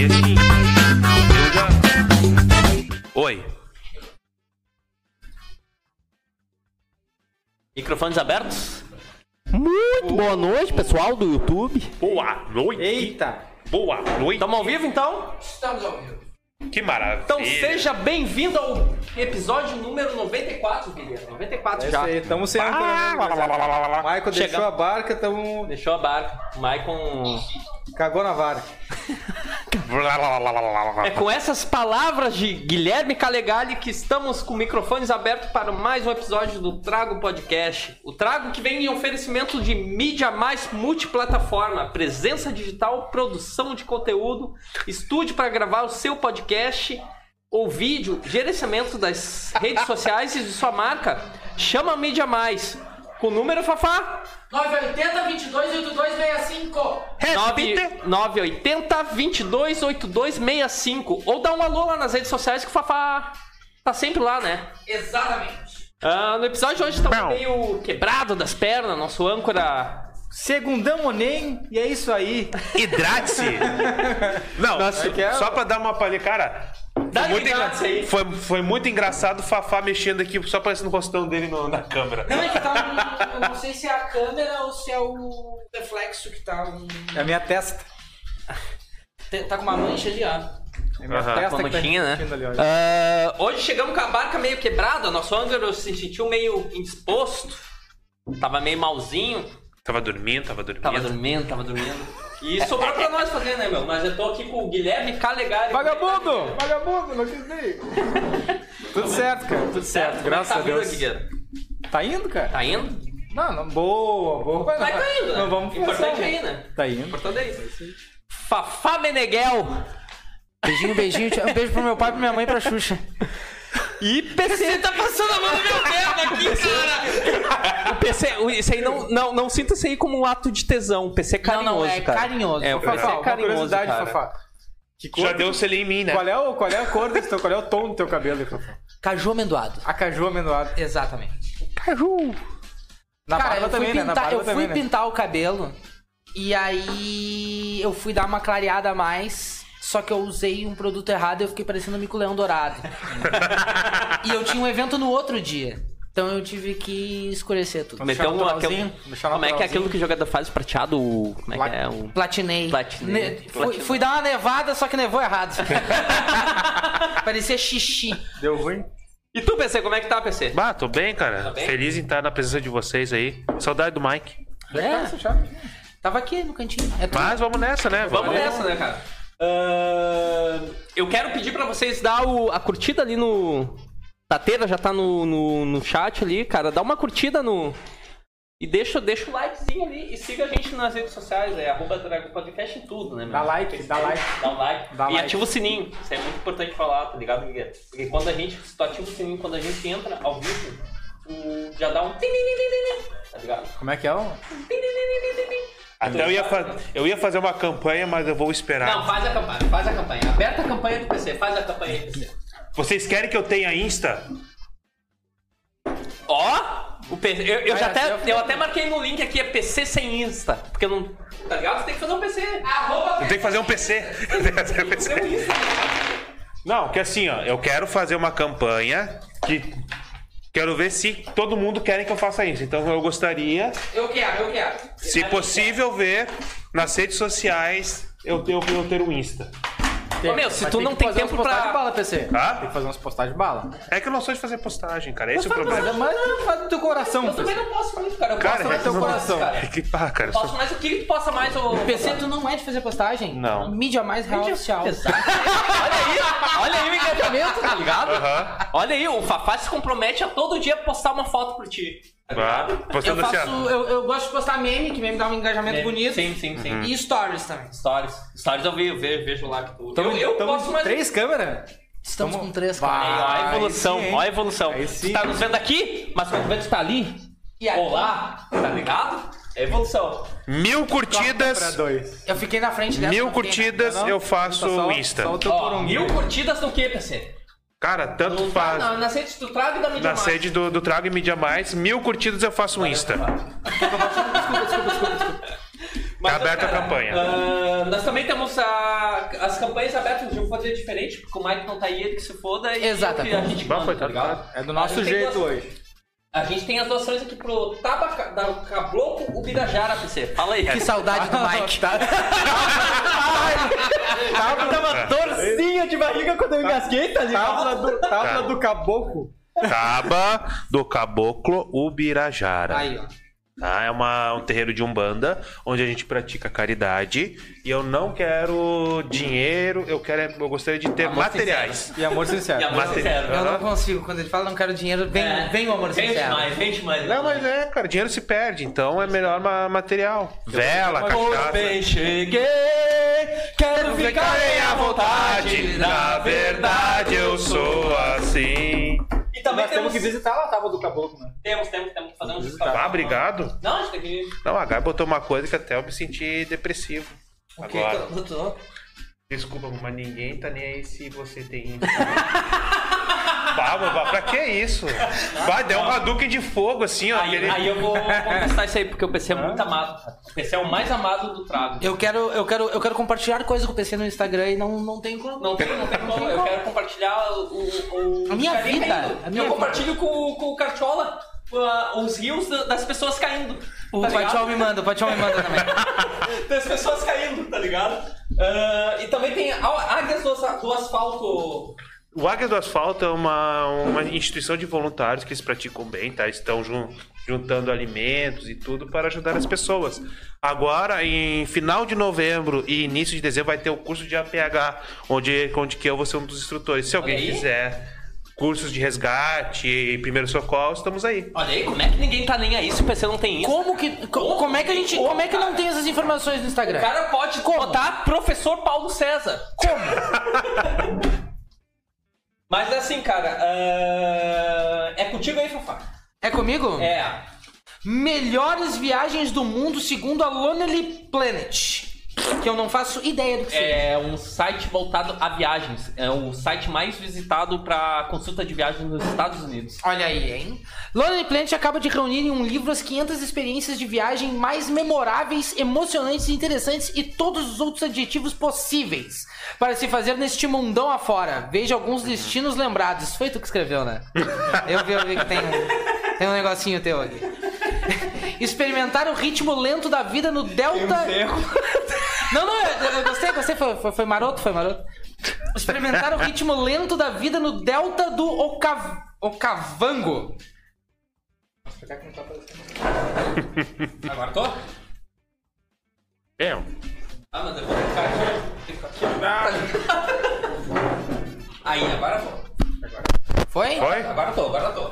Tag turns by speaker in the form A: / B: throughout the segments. A: E assim, eu já. Oi.
B: Microfones abertos?
C: Muito boa noite, pessoal do YouTube.
A: Boa noite.
B: Eita!
A: Boa noite.
B: Estamos ao vivo então?
A: Que maravilha.
B: Então seja bem-vindo ao episódio número 94, Guilherme. 94
D: É Isso
B: já.
D: aí, tamo sem âncora, né, gurizada? Michael
B: Chega.
D: deixou a barca, tamo.
B: Deixou a barca. Maicon.
D: Cagou na vara.
B: É com essas palavras de Guilherme Calegali que estamos com microfones abertos para mais um episódio do Trago Podcast. O Trago que vem em oferecimento de mídia mais multiplataforma, presença digital, produção de conteúdo, estúdio para gravar o seu podcast ou vídeo, gerenciamento das redes sociais e de sua marca. Chama a mídia mais. Com o número, Fafá?
E: 980 22 8265.
A: É,
B: 9- 980 22 8265 Ou dá um alô lá nas redes sociais que o Fafá tá sempre lá, né?
E: Exatamente.
B: Ah, no episódio de hoje estamos meio quebrado das pernas, nosso âncora.
D: Segundão ou nem, e é isso aí.
A: Hidrate-se. Não,
D: que é?
A: só pra dar uma palha. Cara,
B: Dá
A: muito
B: ligado isso aí.
A: foi, foi muito engraçado o Fafá mexendo aqui, só parecendo o rostão dele no- na câmera.
E: Não, é que tá um, eu não sei se é a câmera ou se é o reflexo que tá um,
D: É a minha testa.
E: te- tá com uma mancha ali, ó.
D: É a minha
A: Aham.
D: testa
B: Uma
D: que tá
B: manchinha, né?
D: refletindo ali, ó.
B: Ah, hoje chegamos com a barca meio quebrada, nosso âncora se sentiu meio indisposto. Tava meio malzinho.
A: Tava dormindo, tava dormindo.
B: Tava dormindo, tava dormindo. E sobrou pra nós fazer, né, meu? Mas eu tô aqui com o Guilherme Calegari.
D: Vagabundo! Vagabundo, não quis nem. Tudo certo, cara, tudo certo,
B: Como é que
D: graças
B: tá
D: a
B: vindo
D: Deus.
B: aqui, Guilherme?
D: Tá indo, cara?
B: Tá indo?
D: Não, não, boa, boa.
B: Vai
E: tá
B: caindo, né?
D: Não vamos forçar,
B: Importante
D: né?
E: é
B: aí, né?
D: Tá indo.
B: Importante é isso. Fafá Meneghel
C: Beijinho, beijinho. tchau. Um beijo pro meu pai, pra minha mãe e pra Xuxa.
B: e PC. tá passando a mão no meu dedo aqui, cara! O PC, o- isso aí não, não, não sinta isso aí como um ato de tesão. O PC é
E: Não,
B: carinhoso,
E: não, é
B: cara.
E: carinhoso.
B: É, o PC
D: Fafá,
B: é
D: uma
B: carinhoso,
D: curiosidade,
B: cara.
D: Fafá. Que cor?
A: Já deu o selinho em mim, né?
D: Qual é, o, qual é a cor desse teu, qual é o tom do teu cabelo, aí, Fafá?
E: Caju amendoado.
D: Acaju amendoado.
E: Exatamente.
D: Na
E: Cara,
D: barba
E: eu fui,
D: também, né? Na
E: pintar,
D: barba
E: eu fui
D: também, né?
E: pintar o cabelo e aí eu fui dar uma clareada a mais. Só que eu usei um produto errado e eu fiquei parecendo um mico-leão dourado. e eu tinha um evento no outro dia. Então eu tive que escurecer tudo.
D: Deixar
B: Meteu um,
D: naturalzinho,
B: aquele-
D: deixar
B: como é que é
D: naturalzinho.
B: aquilo que o jogador faz prateado? o- Como é que é? O...
E: Platinei.
B: Platinei.
E: Ne- fui,
B: Platinou.
E: fui dar uma nevada, só que nevou errado. Parecia xixi.
D: Deu ruim?
B: E tu, PC, como é que tá, PC?
A: Bah, tô bem, cara.
B: Tá bem?
A: Feliz em estar na presença de vocês aí. Saudade do Mike.
E: É,
D: Chave.
E: tava aqui no cantinho. É tudo.
A: Mas vamos nessa, né?
B: Vamos nessa, né, cara? Ahn, eu quero pedir pra vocês dar o- a curtida ali no. Tateira já tá no, no, no chat ali, cara. Dá uma curtida no. E deixa, deixa o likezinho ali e siga a gente nas redes sociais, é arroba Dragon Podcast em tudo, né, meu?
D: Dá like, dá like.
B: Dá um like.
D: Dá
B: e
D: like.
B: ativa o sininho. Isso é muito importante falar, tá ligado, Guilherme? Porque quando a gente. Se tu ativa o sininho, quando a gente entra ao vivo, tu já dá um. tin-tin-tin-tin-tin, Tá ligado?
D: Como é que é? ó?
B: Tin-tin-tin-tin-tin-tin.
A: Até eu ia, fa- eu ia fazer uma campanha, mas eu vou esperar.
B: Não, faz a campanha, faz a campanha. Aperta a campanha do PC, faz a campanha do PC.
A: Vocês querem que eu tenha Insta?
B: Ó, o PC, eu, eu já
D: Vai, assim eu
B: até,
D: fico-
B: eu até marquei no link aqui, é PC sem Insta, porque eu não... Tá ligado? Você tem que fazer um PC. Arroba
A: Eu tenho que fazer um PC. Eu tenho que fazer um PC.
B: PC. Insta.
A: Não, que assim, ó, eu quero fazer uma campanha que. Quero ver se todo mundo quer que eu faça isso. Então eu gostaria,
E: Eu quero, eu quero.
A: se possível, ver nas redes sociais eu ter, eu ter um Insta.
B: Ô, meu, se
D: Mas
B: tu não tem
D: fazer
B: tempo
D: umas postagens
B: pra-
D: bala, PC.
A: Hã?
D: Tem que fazer umas postagens bala.
A: Tá? É que eu não sou de fazer postagem, cara. Esse é o
D: Mas,
A: problema.
D: mas faz do teu coração,
B: Eu também
D: PC.
B: não posso muito, cara. Eu
A: Cara,
B: posso mais
A: é
B: teu
A: que-
B: coração.
A: É
B: Cara.
A: que pá, cara. eu
B: Posso
A: Sou...
B: mais o que tu possa mais, ô.
E: PC, tu não é de fazer postagem?
A: Não.
E: Mídia mais real oficial.
B: Olha aí, olha aí o engajamento, tá ligado?
A: Aham.
B: Olha aí, o Fafá se compromete a todo dia postar uma foto por ti.
A: Ah,
E: Eu,
A: postando assim,
E: faço,
A: ó.
E: eu, eu gosto de postar meme, que meme dá um engajamento bonito.
B: Sim, sim, sim.
E: E stories também.
B: É Stories. Stories eu vejo, vejo, vejo lá que tu. eu eu
D: Tamo
B: posso
D: de
B: mais.
D: Três câmeras?
E: Estamos
D: Vamos-
E: com três, cara.
B: Ó a
D: Aí
B: evolução,
D: sim, hein?
B: ó a evolução.
D: Aí sim.
B: Tu tá nos vendo aqui, mas quando vê tu tá ali,
E: E aqui?
B: ou lá, tá ligado? É evolução.
A: Mil
D: Pra
A: curtidas.
D: dois.
E: Eu fiquei na frente dessa.
A: Mil
E: não fiquei, né?
A: curtidas, eu faço
D: Só-
A: o Insta.
E: tá-
D: Só o teu
B: Ó,
D: porongo.
B: mil curtidas do que, PC?
A: Cara, tanto faz.
B: Ah, Na, na sede do trago e da
E: é
B: mídia
A: Na
B: mais.
A: sede do, do Trago e Mídia Mais, mil curtidas eu faço um Insta.
B: Mas,
A: Tá aberta a
B: cara,
A: campanha.
B: ah, nós também temos a- as campanhas abertas, vamos fazer diferente, porque o Mike não tá aí, ele que se foda e
E: Exatamente.
B: o que a gente
A: Bah,
B: manda, tá
A: coitado.
B: ligado?
D: É do nosso
B: Mas tem
D: jeito
B: duas-
D: hoje.
B: A gente tem as doações aqui pro Tabaca, da Cabloco Ubirajara, PC. Fala aí.
E: Que saudade
B: Tá
E: do Mike.
B: Eu tava torcinha de barriga quando eu engasguei, tá
D: Tábula do, tábua
A: Tá.
D: do caboclo.
A: Taba do Caboclo Ubirajara.
E: Aí, ó.
A: Tá? É uma, um terreiro de Umbanda, onde a gente pratica caridade. E eu não quero dinheiro, eu quero é- eu gostaria de ter materiais.
D: E amor sincero.
B: E amor
A: Mate-
B: sincero.
E: Eu não
A: Aham.
E: consigo. Quando ele fala não quero dinheiro, vem,
B: É.
E: vem o amor
B: Vem
E: sincero.
B: demais, vem demais.
A: Não, mas é, cara, dinheiro se perde, então é melhor ma- material. Vela, cachaça.
B: cheguei, quero
A: assim. Ficarei à vontade, na verdade eu sou assim.
B: E também
D: Nós
B: temos,
D: temos que
B: temos,
D: visitar lá a tábua do caboclo, né?
B: temos, temos, que fazer um desconto.
A: Ah, obrigado.
B: Não, a gente tem que...
A: Não, a Gabi botou uma coisa que até eu me senti depressivo. Agora. Desculpa, mas ninguém tá nem aí se você tem. Palma, pra que isso? Vai, deu um Hadouken de fogo assim, ó.
B: Aí,
A: aquele-
B: aí eu vou contestar isso aí, porque o PC é muito amado. cara. O PC é o mais amado do trago.
E: Eu quero, eu, quero, eu quero compartilhar coisas com o PC no Instagram e não, não tem como.
B: Não tem, não tem como. Eu quero compartilhar o. o- o-
E: A minha
B: o carinho
E: vida,
B: caindo.
E: a minha
B: eu
E: vida.
B: compartilho com, com o Cartola uh, os rios da- das pessoas caindo.
E: O
B: tá ligado?
E: Patiol me manda, o Patiol me manda também.
B: Das pessoas caindo, tá ligado? Ah, e também tem a- águias do, As- do asfalto.
A: O Águia do Asfalto é uma, uma instituição de voluntários que eles praticam bem, tá? Estão jun- juntando alimentos e tudo para ajudar as pessoas. Agora, em final de novembro e início de dezembro, vai ter o curso de APH, onde, onde que eu vou ser um dos instrutores. Se alguém
B: Olha aí.
A: quiser cursos de resgate e primeiro socorro, estamos aí.
B: Olha aí, como é que ninguém tá nem aí se o PC não tem isso?
E: Como que. co- Como é que a gente. Como é que não tem essas informações no
B: O
E: Instagram?
B: cara pode botar professor Paulo César. Como? Mas assim, cara, ah, é contigo aí, Fafá.
E: É comigo?
B: É.
E: Melhores viagens do mundo segundo a Lonely Planet. Que eu não faço ideia do que seja.
B: É um site voltado a viagens. É o site mais visitado para consulta de viagens nos Estados Unidos.
E: Olha aí, hein? Lonely Planet acaba de reunir em um livro as 500 experiências de viagem mais memoráveis, emocionantes, interessantes e todos os outros adjetivos possíveis para se fazer neste mundão afora. Veja alguns destinos lembrados. Isso Foi tu que escreveu, né? Eu vi, eu vi que tem um, tem um negocinho teu aqui. Experimentar o ritmo lento da vida no Delta. Não, não, eu, eu gostei, gostei. Foi, foi, foi maroto, foi maroto. Experimentar o ritmo lento da vida no delta do Ocav... Ocavango.
B: Agora tô?
A: É,
B: Ah, mas eu vou ficar aqui. Tem que ficar aqui. Aí, agora vou.
E: Foi?
A: foi?
B: Agora tô, agora tô.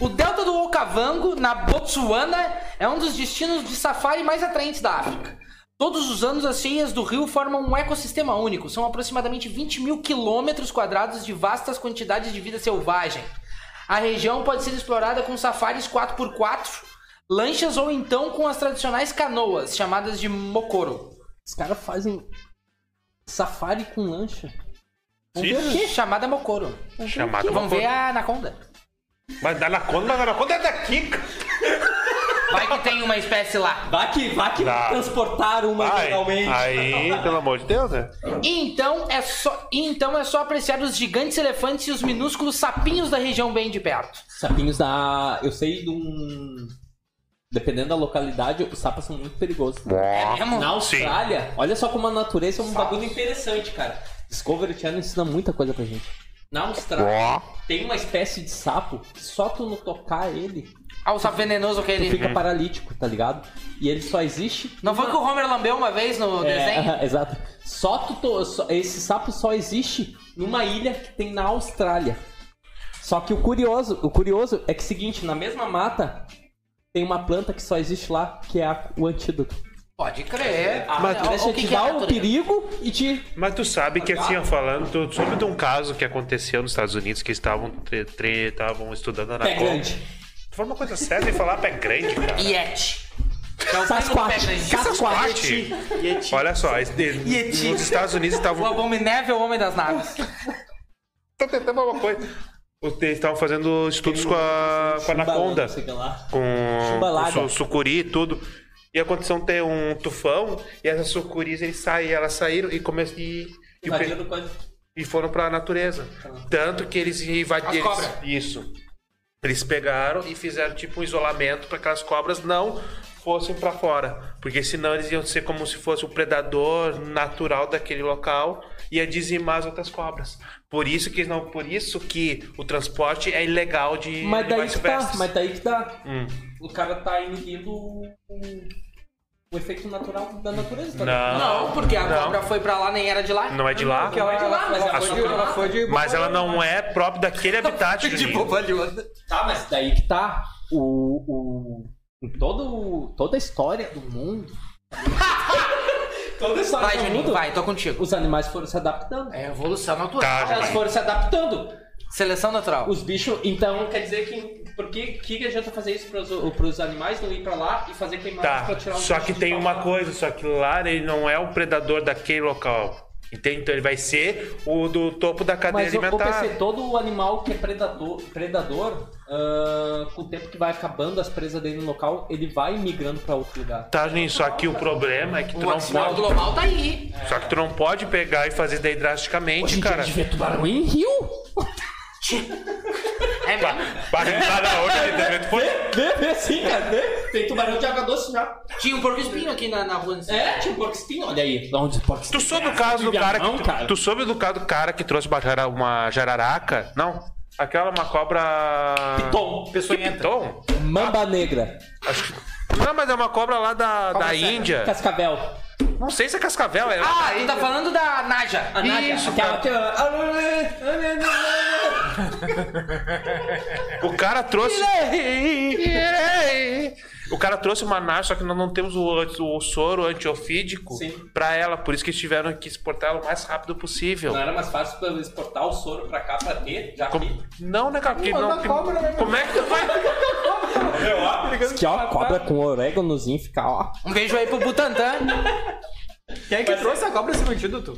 E: O delta do Okavango, na Botsuana, é um dos destinos de safari mais atraentes da África. Todos os anos, as cheias do rio formam um ecossistema único. São aproximadamente 20 mil quilômetros quadrados de vastas quantidades de vida selvagem. A região pode ser explorada com safaris 4x4, lanchas ou então com as tradicionais canoas, chamadas de mokoro. Os caras fazem safari com lancha? Chamada mokoro.
A: Chamada
E: Vamos
A: Maconha.
E: ver a anaconda.
A: Mas da Anaconda, mas Anaconda é daqui, cara.
E: Vai que tem uma espécie lá.
B: Vai que, vai que
A: Tá.
B: transportaram uma
A: Ai,
B: legalmente.
A: aí, pelo amor de Deus, né?
E: Então é só, então é só apreciar os gigantes elefantes e os minúsculos sapinhos da região bem de perto.
B: Sapinhos da. Eu sei de um. Dependendo da localidade, os sapos são muito perigosos.
E: É mesmo?
B: Na
A: Sim.
B: Austrália, olha só como a natureza é um bagulho interessante, cara. Discovery Channel ensina muita coisa pra gente. Na Austrália tem uma espécie de sapo, que só tu não tocar ele,
E: Ah, o sapo venenoso que
B: tu
A: Uhum.
E: ele.
B: fica paralítico, tá ligado? E ele só existe.
E: Não foi que o Homer lambeu uma vez no desenho? né?
B: É, exato. Só tu to- só- esse sapo só existe numa ilha que tem na Austrália. Só que o curioso, o curioso é que é o seguinte, na mesma mata tem uma planta que só existe lá, que é a- o antídoto.
E: Pode crer. Ah,
B: Mas
E: não,
B: deixa te
E: é
B: dar o
E: natureza?
B: perigo e te
A: Mas tu sabe que assim, ó, falando, tu soube de um caso que aconteceu nos Estados Unidos que estavam tre- tre- estavam estudando a
B: pé
A: anaconda.
B: grande.
A: Tu fala uma coisa séria e falar pé grande, cara.
E: Yeti.
B: Sasquatch. Sasquatch.
A: Parte. Olha só, esse- nos Estados Unidos
E: O
A: estavam
E: Abominável Homem das Naves.
A: Tô tentando alguma coisa. Os- Eles estavam fazendo estudos com a, com a anaconda,
B: Não sei o que lá.
A: com,
B: Chumbalaga.
A: com su- sucuri e tudo. E aconteceu ter um tufão e essas sucuris eles saí, elas saíram e começaram e, e,
E: Tá
A: o pe-
B: Invadindo coisa.
A: e foram pra natureza. Tanto que eles invadiram
E: As cobras.
A: isso. Eles pegaram e fizeram tipo um isolamento para que as cobras não fossem pra fora, porque senão eles iam ser como se fosse o predador natural daquele local e ia dizimar as outras cobras. Por isso que eles não, por isso que o transporte é ilegal de
B: Mas daí
A: animais
B: que tá,
A: silvestres.
B: mas daí que tá.
A: Hum.
B: O cara tá inibindo o, o- o efeito natural da natureza. Tá ligado?
A: Não,
E: Não, porque a
A: não.
E: cobra foi pra lá, nem era de lá.
A: não é de lá,
B: Porque ela,
E: de lá, mas
B: ela
E: a
B: foi de-
E: sua-
B: ela foi de.
A: mas ela é não é própria daquele habitat.
E: de
B: Tipo,
A: Juninho.
E: bobalhona.
B: Tá, mas daí que tá. O. o em todo, o- toda a história do mundo. toda a história
E: Vai,
B: do
E: Juninho,
B: mundo.
E: vai, tô contigo.
B: Os animais foram se adaptando.
E: É evolução natural.
A: Tá,
B: Elas
A: Juninho.
B: foram se adaptando.
E: Seleção natural.
B: Os bichos. Então quer dizer que. Por que, que adianta fazer isso pros, pros animais não ir pra lá e fazer queimadas
A: Tá,
B: pra tirar os
A: só
B: bichos
A: que
B: de
A: tem
B: lá?
A: uma coisa, só que lá ele não é o predador daquele local. Entende? Então ele vai ser o do topo da cadeia
B: Mas eu vou
A: alimentar.
B: pensar, todo animal que é predador, predador ah, com o tempo que vai acabando as presas dele no local, ele vai migrando pra outro lugar.
A: Tá, gente, só que o problema é que tu
E: O
A: não
E: aquecimento
A: pode.
E: global tá aí.
A: Só que tu não pode pegar e fazer daí drasticamente, cara.
B: vê tubarão em um rio.
E: É
A: Pá,
E: mesmo.
A: pá, lá na outra, ele deve- tu foi-
B: Vê, vê sim, cara, vê. Tem tubarão de água doce já.
E: Tinha um porco espinho aqui na, na rua. nesse-
B: É, tinha um porco espinho, olha aí. Onde porco
A: Tu soube o caso do cara que.
B: Não, cara.
A: Tu, tu soube do caso do cara que trouxe uma, jara- uma jararaca? Não. Aquela é uma cobra.
B: Tom,
A: Peçonhenta.
B: mamba negra,
A: Não, mas é uma cobra lá da, da Índia.
B: cascavel.
A: Não sei se é cascavel. É
E: Ah, tu tá falando da Naja.
B: Ah, A Ah, Nádia,
A: Isso,
B: aquela que...
A: O cara trouxe. O cara trouxe uma nave, só que nós não temos o, anti- o soro antiofídico
B: Sim.
A: pra ela, por isso que eles tiveram que exportar ela o mais rápido possível.
B: Não é era mais fácil pra eu exportar o soro pra cá pra ter, já
A: Como-
B: que...
A: Não, né, cara? Porque não,
D: da cobra, né,
A: como é que tu vai.
B: Que ó, cobra com oréganozinho fica, ó.
E: Um beijo aí pro Butantan.
D: Quem é que trouxe a cobra esse antídoto?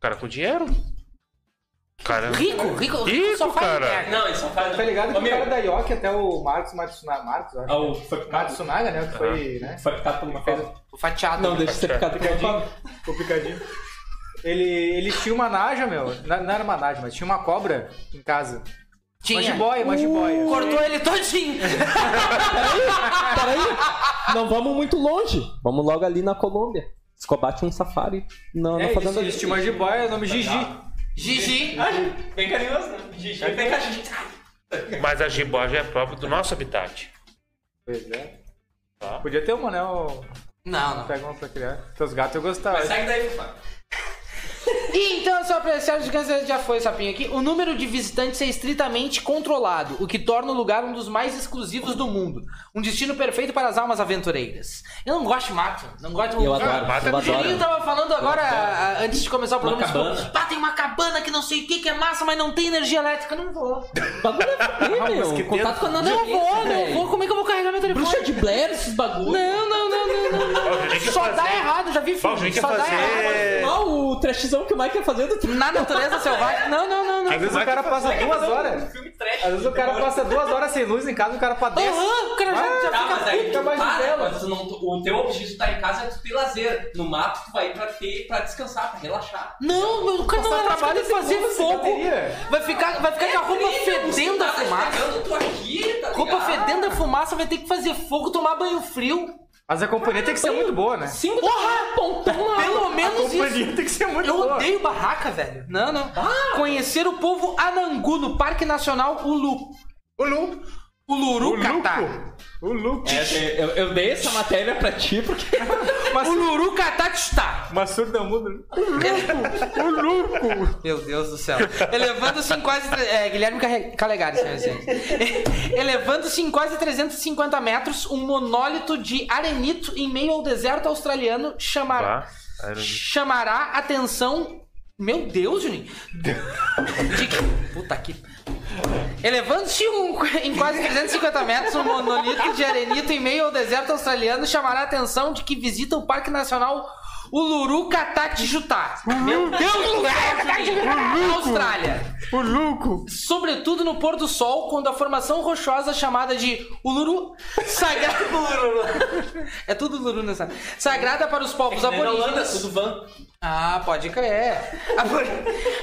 A: Cara, com dinheiro? Cara.
E: Rico, rico, rico só
A: Rico,
E: faz
A: cara.
E: merda.
B: Não, isso não faz...
D: Tá ligado que
B: Ô,
D: o
B: meu,
D: cara da York, até o Marcos Matsunaga, Marcos, eu acho.
B: Ah, o- foi picado.
D: Matsunaga, né? Que foi, né?
B: Foi picado por uma cobra.
E: O fatiado.
B: Não, deixa de ser picado por uma cobra.
D: O picadinho. Ele, ele tinha uma naja, meu. Não, não era uma naja, mas tinha uma cobra em casa. Uma
E: Tinha. Uh,
D: jiboia, uma jiboia.
E: Cortou ele todinho.
B: Peraí, não vamos muito longe. Vamos logo ali na Colômbia. Escobar tinha um safari na, na
D: É,
B: fazenda
D: isso,
B: dele.
D: isso tinha uma jiboia, o nome Gigi.
E: Gigi.
B: Bem carinhoso, né? Gigi, bem carinhoso.
A: Mas a jiboja é própria do nosso habitat.
D: Pois é.
A: Tá.
D: Podia ter uma, né? o-
E: Não, não.
D: Pega uma pra criar. Teus gatos eu gostava.
B: Segue daí, Fábio.
E: E então, só apreciado de câncer já foi, sapinho aqui. O número de visitantes é estritamente controlado, o que torna o lugar um dos mais exclusivos do mundo. Um destino perfeito para as almas aventureiras. Eu não gosto de mato, não gosto de
B: Eu
E: lugar.
B: adoro,
A: mata
B: eu
E: O Juninho
B: adoro.
E: tava falando agora, a- antes de começar o
B: Uma
E: programa,
B: cabana.
E: tipo, "Pá, tem uma cabana que não sei o que, que é massa, mas não tem energia elétrica. Não vou.
B: Bagulho é
D: Ah,
B: fuder, meu. Contato com a
E: Não
B: natureza,
E: vou, não
B: velho.
E: vou. Como é que eu vou carregar meu telefone?
B: Bruxa de Blair, esses bagulho.
E: Não, não, não, não, não, não.
A: Ó, o Juninho quer
E: Só dá
A: fazer-
E: errado, já vi
A: Ó, o Juninho
E: filme.
A: quer
E: Só dá errado.
A: fazer.
B: Ah, o trashzão que o Mike ia fazer do
E: Na natureza selvagem. Não, não, não, não.
D: Às vezes o
A: Mas
D: cara
A: tu
D: passa duas horas.
B: filme trash.
D: Às vezes o cara passa duas horas sem luz em casa, o cara padece.
E: Aham, o cara já, já
B: Tá,
E: fica
B: mas aí
E: puto.
B: tu
D: fica mais
B: para,
D: dela.
B: mas tu não, o teu objetivo tá em casa é tu ter lazer. No mato tu vai pra ter, pra descansar, pra relaxar.
E: Não, meu, o cara não
D: Passar
E: relaxa,
D: trabalho
E: tem que
D: sem
E: fazer
D: luz, sem
E: fogo.
D: bateria.
E: Vai ficar, vai
B: É
E: ficar com a roupa fedendo a
B: tá
E: fumaça.
B: estragando tu aqui, tá
E: Roupa
B: ligado?
E: fedendo a fumaça, vai ter que fazer fogo, tomar banho frio.
D: Mas a companhia tem que ser muito boa, né?
E: Cinco Porra! um, Pontão Pelo
D: A
E: menos
D: companhia
E: isso.
D: tem que ser muito
E: Eu
D: boa.
E: odeio barraca, velho. Não, não. Conhecer o povo Anangu no Parque Nacional Ulu.
D: O Lu.
E: Urucatá.
D: O Lu.
B: É, eu, eu dei essa matéria pra ti porque.
D: Mas,
E: Urucatá está.
D: mas surda muda.
E: O louco! Meu Deus do céu. Elevando-se em quase. tre- É, Guilherme Carre- Calegari, senhoras e senhores. Elevando-se em quase 350 metros, um monólito de arenito em meio ao deserto australiano chamará,
A: Tá? Era-
E: chamará atenção. Meu Deus, Juninho! De que- Puta que. Elevando-se um- em quase 350 metros, um monolito de arenito em meio ao deserto australiano chamará a atenção de que visita o Parque Nacional Uluru Catatijutá. Meu Deus do céu! Austrália.
D: O Luco.
E: Sobretudo no pôr do sol, quando a formação rochosa chamada de Uluru sagrada. é tudo Uluru nessa. Sagrada para os povos
B: tá É
E: aborígenes.
B: van.
E: Ah, pode crer. Agora,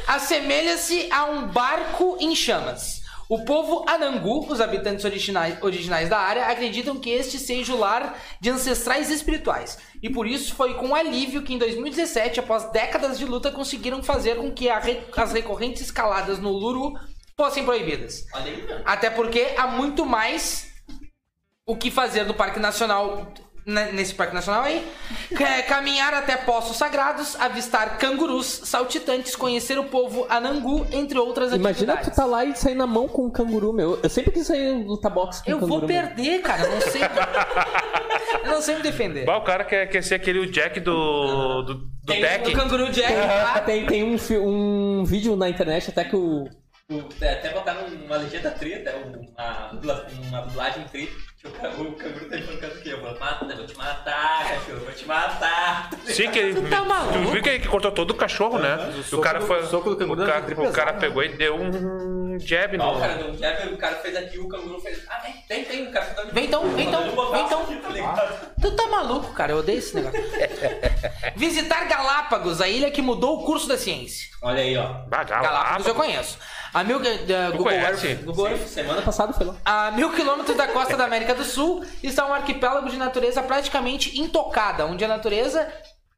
E: Assemelha-se a um barco em chamas. O povo Anangu, os habitantes originais, originais da área, acreditam que este seja o lar de ancestrais espirituais. E por isso foi com alívio que em 2017, após décadas de luta, conseguiram fazer com que a re- as recorrentes escaladas no Luru fossem proibidas. Até porque há muito mais o que fazer no Parque Nacional. né, Nesse Parque Nacional aí, É, caminhar até poços sagrados, avistar cangurus, saltitantes, conhecer o povo anangu, entre outras
B: Imagina tu
E: atividades.
B: tá lá e sair na mão com um canguru, meu. Eu sempre quis sair lutar boxe com um
E: Eu
B: canguru. meu.
E: vou perder, cara, eu não sei. eu não sei me defender.
A: Bah, o cara quer, quer ser aquele Jack do. do, do
E: Tem um
A: Tekken.
E: o canguru Jack
B: Ah,
E: lá.
B: tem, tem um, fi- um vídeo na internet até que o.
F: O- é, até botaram uma legenda tri, até uma, dubla- uma dublagem tri, que o, ca- o canguru tá brincando que eu vou, mata, vou te matar, cachorro, vou te matar.
A: Sim, que ele.
E: Tu tá maluco?
A: tu viu que ele cortou todo o cachorro, né? O,
D: soco
A: cara
D: do-
A: foi.
D: o soco do canguru
A: o
D: era
A: cara,
D: pesado,
A: o cara
D: né?
A: pegou e deu um jab
F: Ó, o cara
A: no.
F: deu um jab, o cara fez aqui, o canguru fez. Ah, vem, vem, vem, o cara fez
E: Vem então, vem então, vem então. Tu tá maluco, cara, eu odeio esse negócio. Visitar Galápagos, a ilha que mudou o curso da ciência.
F: Olha aí, ó.
A: Bah,
E: Galápagos
A: Galápagos.
E: eu conheço. A mil, da Google
A: conhece?
E: Earth, Google Earth.
F: Semana passada.
B: Passado foi lá.
E: A mil quilômetros da costa da América do Sul está um arquipélago de natureza praticamente intocada, onde a natureza,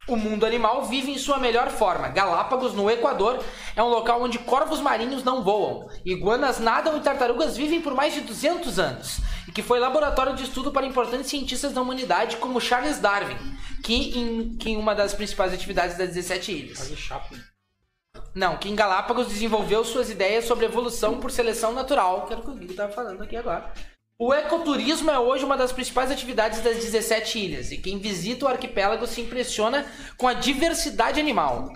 E: o mundo animal, vive em sua melhor forma. Galápagos, no Equador, é um local onde corvos marinhos não voam, iguanas nadam e tartarugas vivem por mais de 200 anos, e que foi laboratório de estudo para importantes cientistas da humanidade, como Charles Darwin, que em, que em uma das principais atividades das 17 ilhas. Não, que em Galápagos desenvolveu suas ideias sobre evolução por seleção natural, que era o que o Gui estava falando aqui agora. O ecoturismo é hoje uma das principais atividades das 17 ilhas, e quem visita o arquipélago se impressiona com a diversidade animal.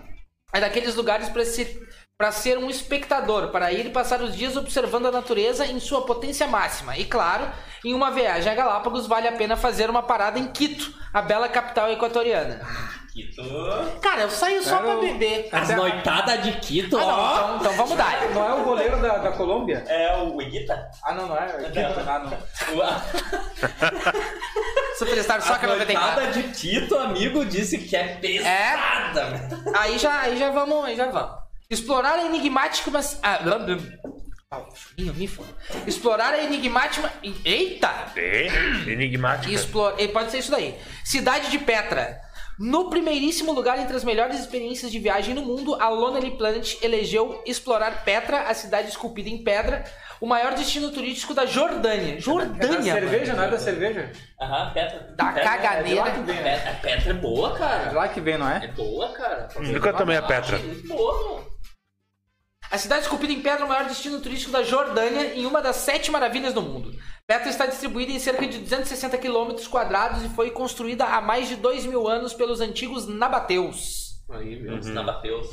E: É daqueles lugares para se para ser um espectador, para ir passar os dias observando a natureza em sua potência máxima. E claro, em uma viagem a Galápagos vale a pena fazer uma parada em Quito, a bela capital equatoriana.
F: Aqui, tô.
E: Cara, eu saio só
D: Cara,
E: para
D: eu-
E: beber.
B: As
D: Até-
B: noitadas de Quito,
E: Ah, não,
B: ó.
E: então, então vamos dar.
D: Não é o goleiro da, da Colômbia?
F: É o Iguita?
D: Ah, não, não é. é Quito, ah, não.
F: O- a-
E: Superstar Soccer
F: a
E: 94.
F: noitada de Tito, amigo, disse que é pesada. velho.
E: Aí já, aí já vamos, aí já vamos. Explorar a enigmática, mas ah, blá, blá. Ah, chulinho, me foda. Explorar a enigmática, eita!
A: É, enigmático.
E: Explor... eh, Pode ser isso daí. Cidade de Petra. No primeiríssimo lugar entre as melhores experiências de viagem no mundo, a Lonely Planet elegeu explorar Petra, a cidade esculpida em pedra, o maior destino turístico da Jordânia.
D: É da
E: Jordânia! mano.
D: cerveja, não é da cerveja?
F: Aham, Petra.
E: Da
F: Petra-
D: É
E: caganeira.
D: de lá que
F: A
D: vem, né?
F: Petra, a Petra é boa,
D: É de
F: cara.
D: lá que vem, não
F: É
D: é?
F: boa, cara.
A: Nunca tomei a Petra.
F: Muito boa, mano.
E: A cidade esculpida em pedra é o maior destino turístico da Jordânia e uma das sete maravilhas do mundo. Petra está distribuída em cerca de 260 quilômetros quadrados e foi construída há mais de dois mil anos pelos antigos nabateus.
F: Aí, meu, uhum. nabateus.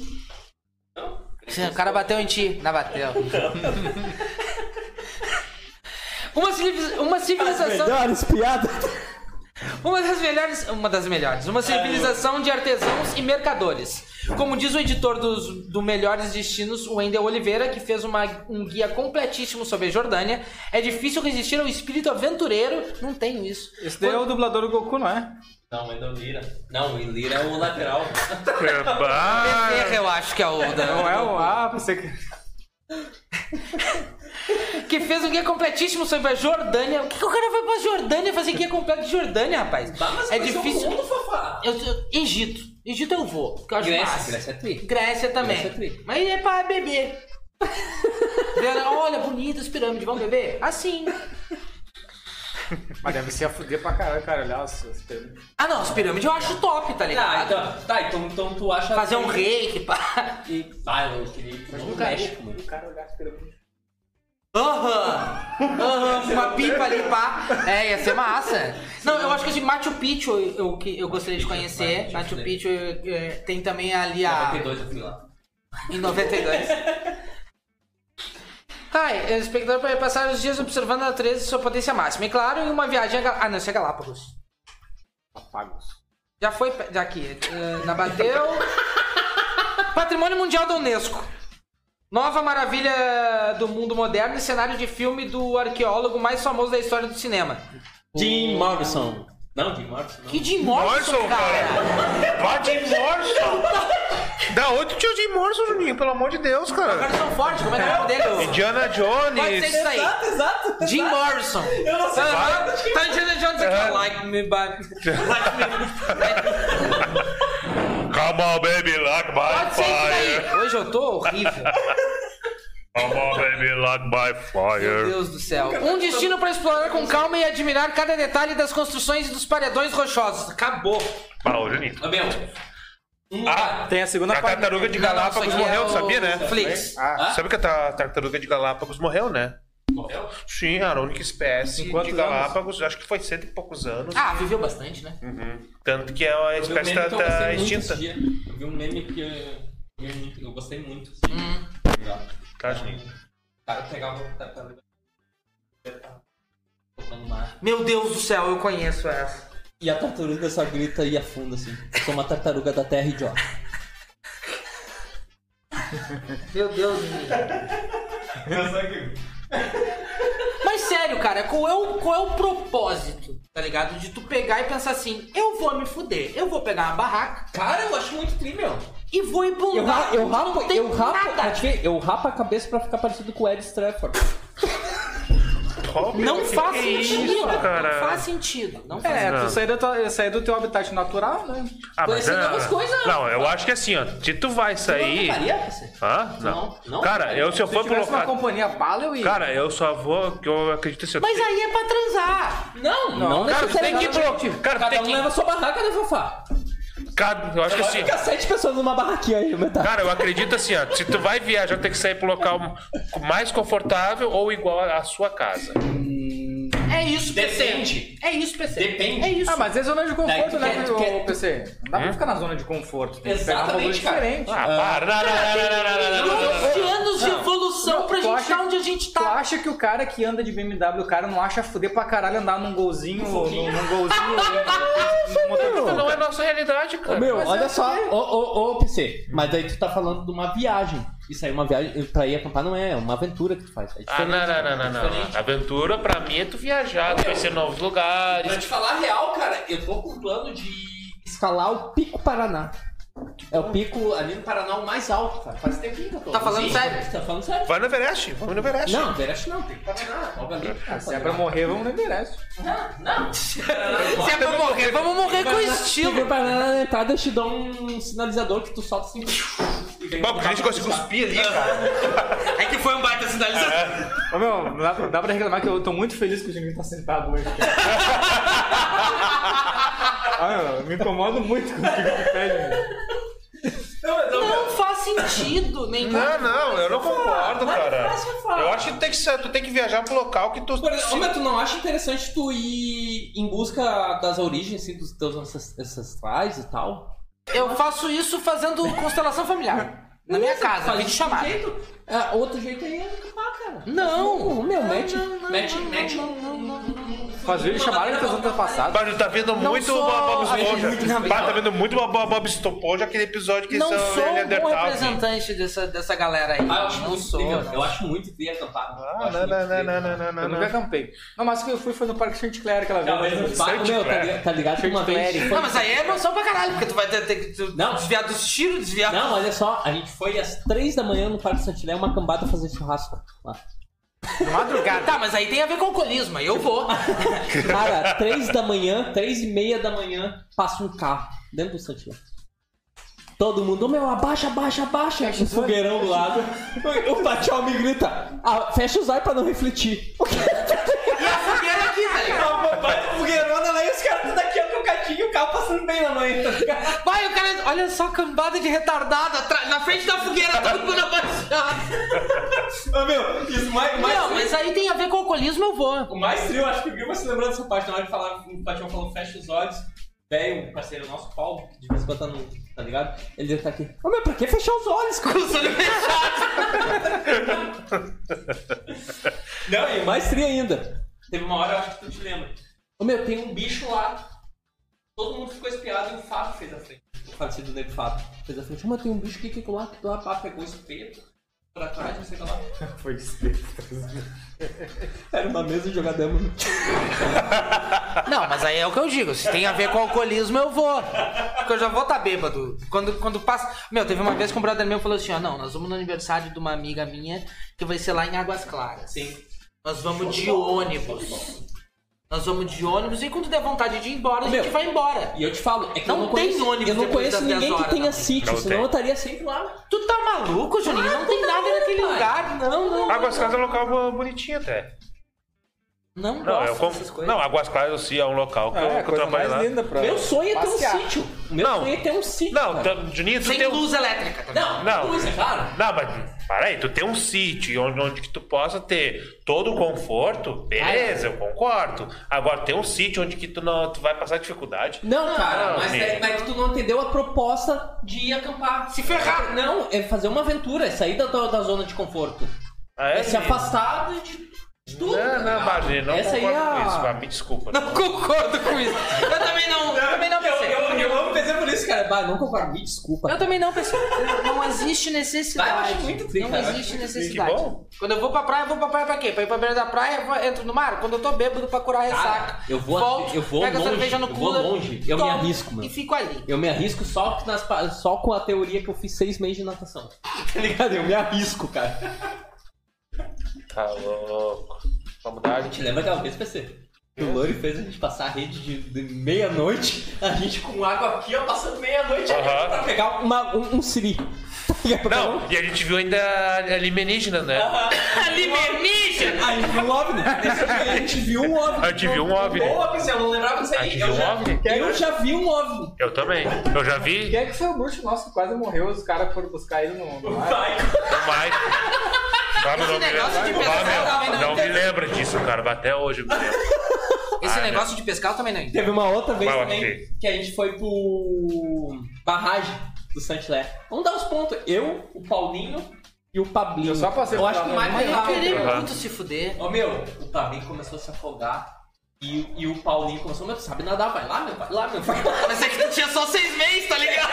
E: O cara bateu em ti, nabateu. uma, civiliza- uma civilização...
B: Melhores piadas.
E: Uma das melhores. Uma das melhores. Uma civilização de artesãos e mercadores. Como diz o editor dos, do Melhores Destinos, o Wendel Oliveira, que fez uma- um guia completíssimo sobre a Jordânia, é difícil resistir ao espírito aventureiro. Não tenho isso.
D: Esse daí é o dublador do Goku, não é?
F: Não, é do Lira. Não, o Lira é o lateral.
A: É, bah, É,
E: Bezerra, eu acho que é o. da-
D: Não é o. Ah, você que.
E: que fez um guia completíssimo sobre a Jordânia. O que, que o cara foi pra Jordânia fazer guia completo de Jordânia, rapaz?
G: Bah, mas
E: é
G: conheceu
E: difícil.
G: o mundo, Fafá.
E: Eu, eu- Egito. Egito eu vou. Porque eu acho
G: Grécia,
B: Ah,
E: massa.
G: Grécia é tri.
E: Grécia também.
G: Grécia é tri.
E: Mas é pra beber. Vera, Olha, bonitas pirâmides, vamos beber? Assim.
D: Mas deve ser a fuder pra caralho, cara, olhar as, as pirâmides.
E: Ah não, as pirâmides eu acho top, tá
B: Ah,
G: Tá,
E: ligado?
G: então, tá, então, então tu acha.
E: Fazer um
G: que-
E: reiki, pá.
G: E.
B: Ah,
G: Vai, eu queria ir pro
E: é.
G: México, mano.
D: cara olhar as pirâmides.
E: Aham! Aham, uma pipa ali, pá. É, ia ser massa. Não, eu acho que assim, Machu Picchu eu, eu, que- eu gostaria de conhecer. Machu Picchu eh, tem também ali a.
G: 92 eu fui lá.
E: Em 92. Ai, o espectador vai passar os dias observando a natureza e sua potência máxima. E claro, em uma viagem a Gal... Ah, não, isso é Galápagos.
D: Papagos.
E: Já foi pe- daqui. eh, Na Bateu. Patrimônio Mundial da Unesco. Nova maravilha do mundo moderno e cenário de filme do arqueólogo mais famoso da história do cinema.
H: Jim Morrison.
G: Não, de Morrison, não.
E: Que Jim Morrison,
A: Morrison,
E: cara!
A: cara. Vá de Morrison. Da onde tinha o Jim Morrison, Juninho? Pelo amor de Deus, cara.
E: Morrison Forte, como é que é o nome dele?
A: Indiana
E: Pode ser
A: Jones.
E: isso aí.
G: exato.
E: Jim Morrison. Eu não sei. Tá Indiana Jones aqui. ó.
A: É.
E: Like me, but... Like me.
A: Come on, baby, like by
E: Pode ser isso aí. Hoje eu tô horrível.
A: Come on, baby, like by
E: Meu
A: fire.
E: Deus do céu. Um destino pra explorar com calma e admirar cada detalhe das construções e dos paredões rochosos. Acabou.
A: Ah, ô, Juninho.
G: Ô, meu. Um
A: Ah,
G: lugar.
D: Tem É a segunda
A: A
D: parte.
A: tartaruga de
E: Não, não,
A: Galápagos
E: isso aqui
A: morreu,
E: é o
A: sabia, né?
E: Flix.
D: Ah,
A: Sabe que a ta- tartaruga de Galápagos morreu, né?
G: Morreu?
A: Sim, era a única espécie
D: Em quantos
A: de Galápagos, acho que foi cento e poucos anos.
E: Ah, viveu bastante, né?
A: Uhum. Tanto que é a
G: Eu vi um meme
A: espécie
G: que
A: tá,
G: eu
A: tá
G: gostei muito
A: extinta.
G: esse dia. Eu vi um meme que eu, eu, muito- eu gostei muito. Assim.
E: Hum.
A: Tá, gente.
G: O cara pegava o tartaruga. Botando no mar.
E: Meu Deus do céu, eu conheço essa.
G: E a tartaruga só grita e afunda assim. Sou uma tartaruga da terra idiota.
E: Meu Deus do céu. Mas sério, cara, qual é, o, qual é o propósito, tá ligado? De tu pegar e pensar assim, eu vou me fuder, eu vou pegar uma barraca
G: Cara, eu acho muito tri, meu.
E: e vou ir pra um
B: Eu, ra
E: lugar
B: eu
E: onde
B: rapo,
E: não tem
B: eu rapo, pra
E: nada.
B: te ver, eu rapo a cabeça pra ficar parecido com o Ed Strafford.
A: Ó, meu,
E: Não
A: que
E: faz
A: que é
E: sentido,
A: isso,
E: não
A: cara.
E: faz sentido. Não faz
D: É,
A: Não.
D: tu sair, da tua, sair do teu habitat natural, né?
A: Ah,
G: Conhecer novas coisas,
A: Não, eu acho que assim, ó. Se tu vai sair. Hã? Não.
G: Não, não
A: Cara, eu se eu
D: Se
A: for
D: eu
A: pro
D: tivesse uma
A: local.
D: companhia bala, eu ia.
A: Cara, eu só vou. Que eu acredito assim. eu
E: Mas
A: tenho-
E: aí é pra transar.
G: Não, não.
A: Cara, tu tem que ir pro. Cara, tu
B: Cada
A: tem
B: um
A: que.
B: leva sua barraca, né, Fafá?
A: Cara, eu acho que assim.
B: Fica sete pessoas numa barraquinha aí, tá? metade.
A: Cara, eu acredito assim, ó. Se tu vai viajar, tem que sair pro local mais confortável ou igual à sua casa.
E: É isso,
G: Depende.
E: PC. É isso, PC.
G: Depende.
E: É isso.
D: Ah, mas é zona de
G: Daí
D: conforto,
G: tu
D: né,
G: quer- tu quer-
D: ô, PC? Não dá pra ficar na zona de conforto. Tem que pegar um bagulho
G: Exatamente, cara.
D: diferente.
A: Ah, para. Não, não, não, não, não, não, não, não.
E: 12 anos de evolução pra
D: Tu
E: gente
D: acha-
E: estar onde a gente
D: Tu
E: tá.
D: acha que o cara que anda de BMW, o cara não acha fuder pra caralho andar num golzinho, num, num golzinho, num- num
A: Isso
D: motor.
A: Não é nossa realidade, cara.
B: Meu,
E: é
B: olha só, ô, ô, ô, PC, mas aí tu tá falando de uma viagem. Isso aí, é uma viagem pra ir acampar não é, é uma aventura que tu faz. É
A: Ah,
B: diferente.
A: não, não, não, não, não. Aventura pra mim é tu viajar, tu conhecer novos lugares.
G: Pra te falar a real, cara, eu tô com um plano de
B: Escalar o Pico Paraná. É o pico ali no Paraná o mais alto, cara. Faz tempinho que eu tô.
E: Tá falando
B: Sim.
E: sério?
B: Tá falando sério?
A: Vai no Everest, vamos no Everest.
B: Não,
G: Everest não, tem que Paraná, logo ali. cara.
D: Se é pra morrer, vamos no endereço.
G: Não, não.
E: Se é pra morrer, vamos morrer com estilo.
B: Pico Paraná na entrada, eu te dou um sinalizador que tu solta assim.
A: Bom, porque a gente conseguiu cuspir ali, cara.
G: É que foi um baita sinalizador.
E: É.
D: Ô meu, não dá, não dá pra reclamar que eu tô muito feliz que o Juninho tá sentado hoje. cara. ah, meu, eu me incomodo muito com o que ele pede. meu.
E: Não faz sentido nenhum.
A: Não, não, eu não concordo, cara.
E: faz, vai falar.
A: Eu acho que tem que ser- tu tem que viajar pro local que tu.
B: Por exemplo, mas tu não acha interessante tu ir em busca das origens, assim, dos teus ancest- ancestrais e tal?
E: Eu faço isso fazendo constelação familiar. Na minha
D: Tá
E: casa,
B: faz
E: vídeo
B: isso de
E: chamada.
B: jeito. Ah, outro jeito aí é acampar, cara.
E: Não.
B: Não, meu, mete.
G: Mete, mete.
D: Mas eles chamaram ele teus antepassados.
A: Mas tá vendo
E: Não
A: muito
E: sou-
A: Bob
E: a gente
A: Esponja.
E: muito na
A: Bah, Tá vendo muito Bob Bob Esponja, aquele episódio que
E: Não
A: são
E: sou um bom
A: Neandertal, assim.
E: representante dessa, dessa galera aí.
G: Ah, eu acho
E: não
G: muito
E: sou.
G: incrível.
E: não.
G: Eu acho muito tri acampar. Eu
A: Ah,
G: acho
A: não,
G: muito
A: não, não,
G: tri.
A: não, não, não,
D: Eu
A: não,
D: nunca
A: não.
D: acampei. Não, mas o que eu fui foi no Parque Chanticleer aquela
G: Talvez
D: vez.
G: no parque,
B: Meu, tá ligado, tá ligado que uma vez.
E: Ah, mas aí é emoção pra caralho, porque tu vai ter, ter que tu-
B: Não.
E: desviar dos tiros, desviar.
B: Não, olha só, a gente foi às três da manhã no Parque Santilé, uma cambada fazer churrasco lá.
D: De madrugada.
E: Tá, mas aí tem a ver com alcoolismo, aí eu vou.
B: Cara, três da manhã, três e meia da manhã, passa um carro dentro do Santiago. Todo mundo, "Ô, meu, abaixa, abaixa, abaixa. Um fogueirão do lado. O Patiol me grita, "Ah, fecha os olhos pra não refletir.
E: E a fogueira aqui, tá ligado?
I: Bate fogueirona lá e os caras tudo aqui, ó, com o catinho e o carro passando bem na manhã.
E: Vai, o cara. Olha só, cambada de retardado atrás, na frente da fogueira, todo mundo abaixado.
I: Ô, meu, isso mais, mais,
E: Não, mas aí tem a ver com alcoolismo, eu vou.
I: O mais trio, acho que o Gil vai se lembrando dessa parte. Na hora de falar, o Patião falou, fecha os olhos. Velho, um parceiro nosso, Paulo, que de vez em quando tá no... Tá ligado? Ele deve estar aqui.
B: Ô meu, pra que fechar os olhos?
E: Com os olhos fechados.
I: Não, e
B: E
I: mais...
B: mais frio ainda.
I: Teve uma hora, eu acho que tu te lembra.
B: Ô meu, tem
I: Tem um bicho lá. Todo mundo ficou espiado e o Fábio fez a frente. O falecido dele, Fábio. Fez a frente. Ô, mas tem um bicho, o que que é aquilo lá? Que tu lá, pá, pegou o espeto. Pra trás, não sei o que lá.
D: Foi desespero.
B: Era uma mesa de jogar dama.
E: Não, mas aí é o que eu digo. Se tem a ver com alcoolismo, eu vou. Porque eu já vou estar bêbado. Quando, quando passa. Meu, teve uma vez que um brother meu falou assim: ó, não, nós vamos no aniversário de uma amiga minha que vai ser lá em Águas Claras.
I: Sim.
E: Nós vamos de ônibus. Nós vamos de ônibus e quando der vontade de ir embora, a gente vai embora.
B: E eu te falo, é que eu
E: Não
B: não
E: tem
B: conheço,
E: ônibus
B: eu não
E: depois
B: conheço
E: das
B: ninguém
E: 10
B: que
E: horas,
B: tenha
E: não.
B: sítio,
A: Não
B: senão
A: tem.
B: eu estaria sempre lá.
E: Tu tá maluco, Juninho? não tem nada naquele lugar. Não, não.
A: Águas Claras é um local bo- bonitinho até.
E: Não
A: Não,
E: gosto
A: eu com...
E: dessas coisas.
A: Não, Águas Claras eu sei, é um local que eu,
D: É, a
A: que eu
D: coisa
A: trabalho
D: mais
A: lá.
D: linda pra...
B: Meu sonho é ter um
D: passear.
B: sítio. Meu
A: Não.
B: sonho é ter um sítio.
A: Não,
B: cara.
A: tu- Juninho, tu
E: Sem
A: tem um...
E: luz elétrica também.
I: Não,
A: Não.
I: não. é claro.
A: Não, mas peraí, tu tem um sítio onde, onde que tu possa ter todo o conforto, beleza, eu concordo. Agora, tem um sítio onde que tu, não, tu vai passar dificuldade.
B: Não, cara, mas
A: amigo.
B: é, mas tu não entendeu a proposta de ir acampar. Se ferrar! Não, é fazer uma aventura, é sair da, tua- da zona de conforto.
A: Ah,
B: É, se
A: amigo?
B: afastar de, de tudo.
A: Não, É, não, Barney, não
B: Essa aí
A: concordo
B: é a-
A: com isso, mas me desculpa.
E: Não concordo com isso. Eu também não. Eu também não pensei.
I: Eu, eu, eu amo pensar por isso, cara.
B: Bah, não concordo, me desculpa.
E: Eu também não, pessoal. Não existe necessidade.
I: Ah, eu acho muito triste,
E: não
I: cara. Eu acho
E: existe
I: muito triste.
E: necessidade.
A: Que bom.
E: Quando eu vou pra praia, eu vou pra praia pra quê? Pra ir pra beira da praia, eu vou- entro no mar? Quando eu tô bêbado pra curar a ressaca.
B: eu vou-
E: volto,
B: eu vou
E: pego
B: longe,
E: a cerveja no
B: eu
E: cooler,
B: vou longe. Eu me
E: tomo
B: arrisco, mano.
E: E fico ali.
B: Eu me arrisco só, que nas pa- só com a teoria que eu fiz seis meses de natação. Tá ligado? Eu me arrisco, cara.
A: Tá louco. Vamos dar
B: A gente lembra aquela vez, PC? Que o Lori fez a gente passar a rede de, de meia-noite, a gente com água aqui, ó, passando meia-noite ali
A: Aham.
B: pra pegar uma- um, um siri.
A: Não, e a gente viu ainda alienígenas, né?
E: Alienígena!
B: Aí viu um OVNI. Nesse dia a gente viu um OVNI.
A: A gente viu um OVNI.
I: Boa, Priscila, eu não lembrava disso
A: A
I: aí.
A: gente
I: Eu
A: viu um
I: já-
A: OVNI?
B: Eu já vi um OVNI.
A: Eu também. Eu já vi
D: Quem é que foi o bruxo nosso que quase morreu? Os caras foram buscar ele no... no mar?
I: Vai,
A: mais. Não, mas não me
E: negócio de
A: lembro.
E: pensar
A: Não,
E: também
A: meu, não
E: não
A: me lembro disso, cara. Até hoje eu me lembro.
E: Esse
A: Ah,
E: negócio de pescar eu também não entendo.
B: Teve uma outra vez
A: Vai,
B: também
A: ok.
B: que a gente foi pro barragem do Santilé. Vamos dar os pontos. Eu, o Paulinho e o Pablinho.
D: Eu só passei
B: Eu
D: por
B: acho
D: lá,
B: que
D: né?
B: mais
E: Mas eu
B: errado.
E: queria
A: Aham.
E: muito se fuder.
I: Ô meu, o Pabinho começou a se afogar e, e o Paulinho começou, meu, tu sabe nadar, vai lá, meu, vai lá, meu, vai lá.
E: Mas é que tu tinha só seis meses, tá ligado?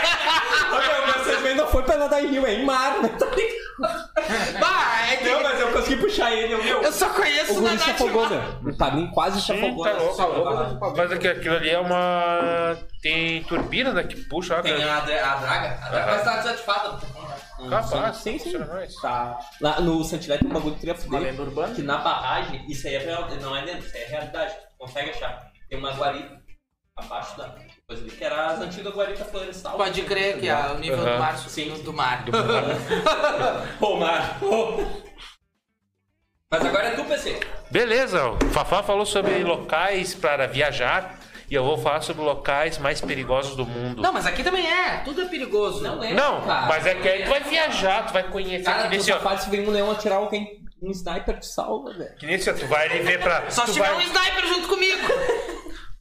B: Ô, meu, Vocês bem não foi pra nadar em rio, é em mar, né? Tá ligado?
E: Bah, é que
B: Não, mas eu consegui puxar ele, eu, meu.
E: eu só conheço
B: O Guri se
E: Nath
B: afogou, meu. O Pablinho quase se
A: Sim,
B: afogou.
A: tá
B: né?
A: louco.
D: Só vou fazer pra
A: Mas é que aquilo ali é uma. Tem turbina, né? Que puxa a
I: Tem
B: É.
A: água.
I: a, dra- a draga, a draga vai estar desativada. não tem como, né?
A: Capaz.
B: Hum. Sim, sim.
A: funciona mais.
B: Tá. Lá no Santilé tem um bagulho que queria
D: Uma
B: fuder.
D: lenda urbana?
I: Que na barragem, isso aí é real, não é dentro, isso aí é realidade, tu consegue achar. Tem uma guarita abaixo da coisa ali, que era as antigas guaritas florestal.
E: Pode crer que é o nível do
A: Aham.
E: mar subindo do mar.
I: Ô, Mar, ô. Mas agora é tu, PC.
A: Beleza, o Fafá falou sobre locais para viajar e eu vou falar sobre locais mais perigosos do mundo.
E: Não, mas aqui também é. Tudo é perigoso.
I: Não é,
A: Não,
I: cara.
A: mas é que aí tu vai viajar, tu vai conhecer.
B: Cara,
A: que
B: no
A: nem assim, ó,
B: safari, se vem um leão atirar alguém, um sniper te salva, velho.
A: que nem assim, ó, tu vai ali ver pra.
E: Só
A: tu
E: se tiver
A: vai-
E: um sniper junto comigo.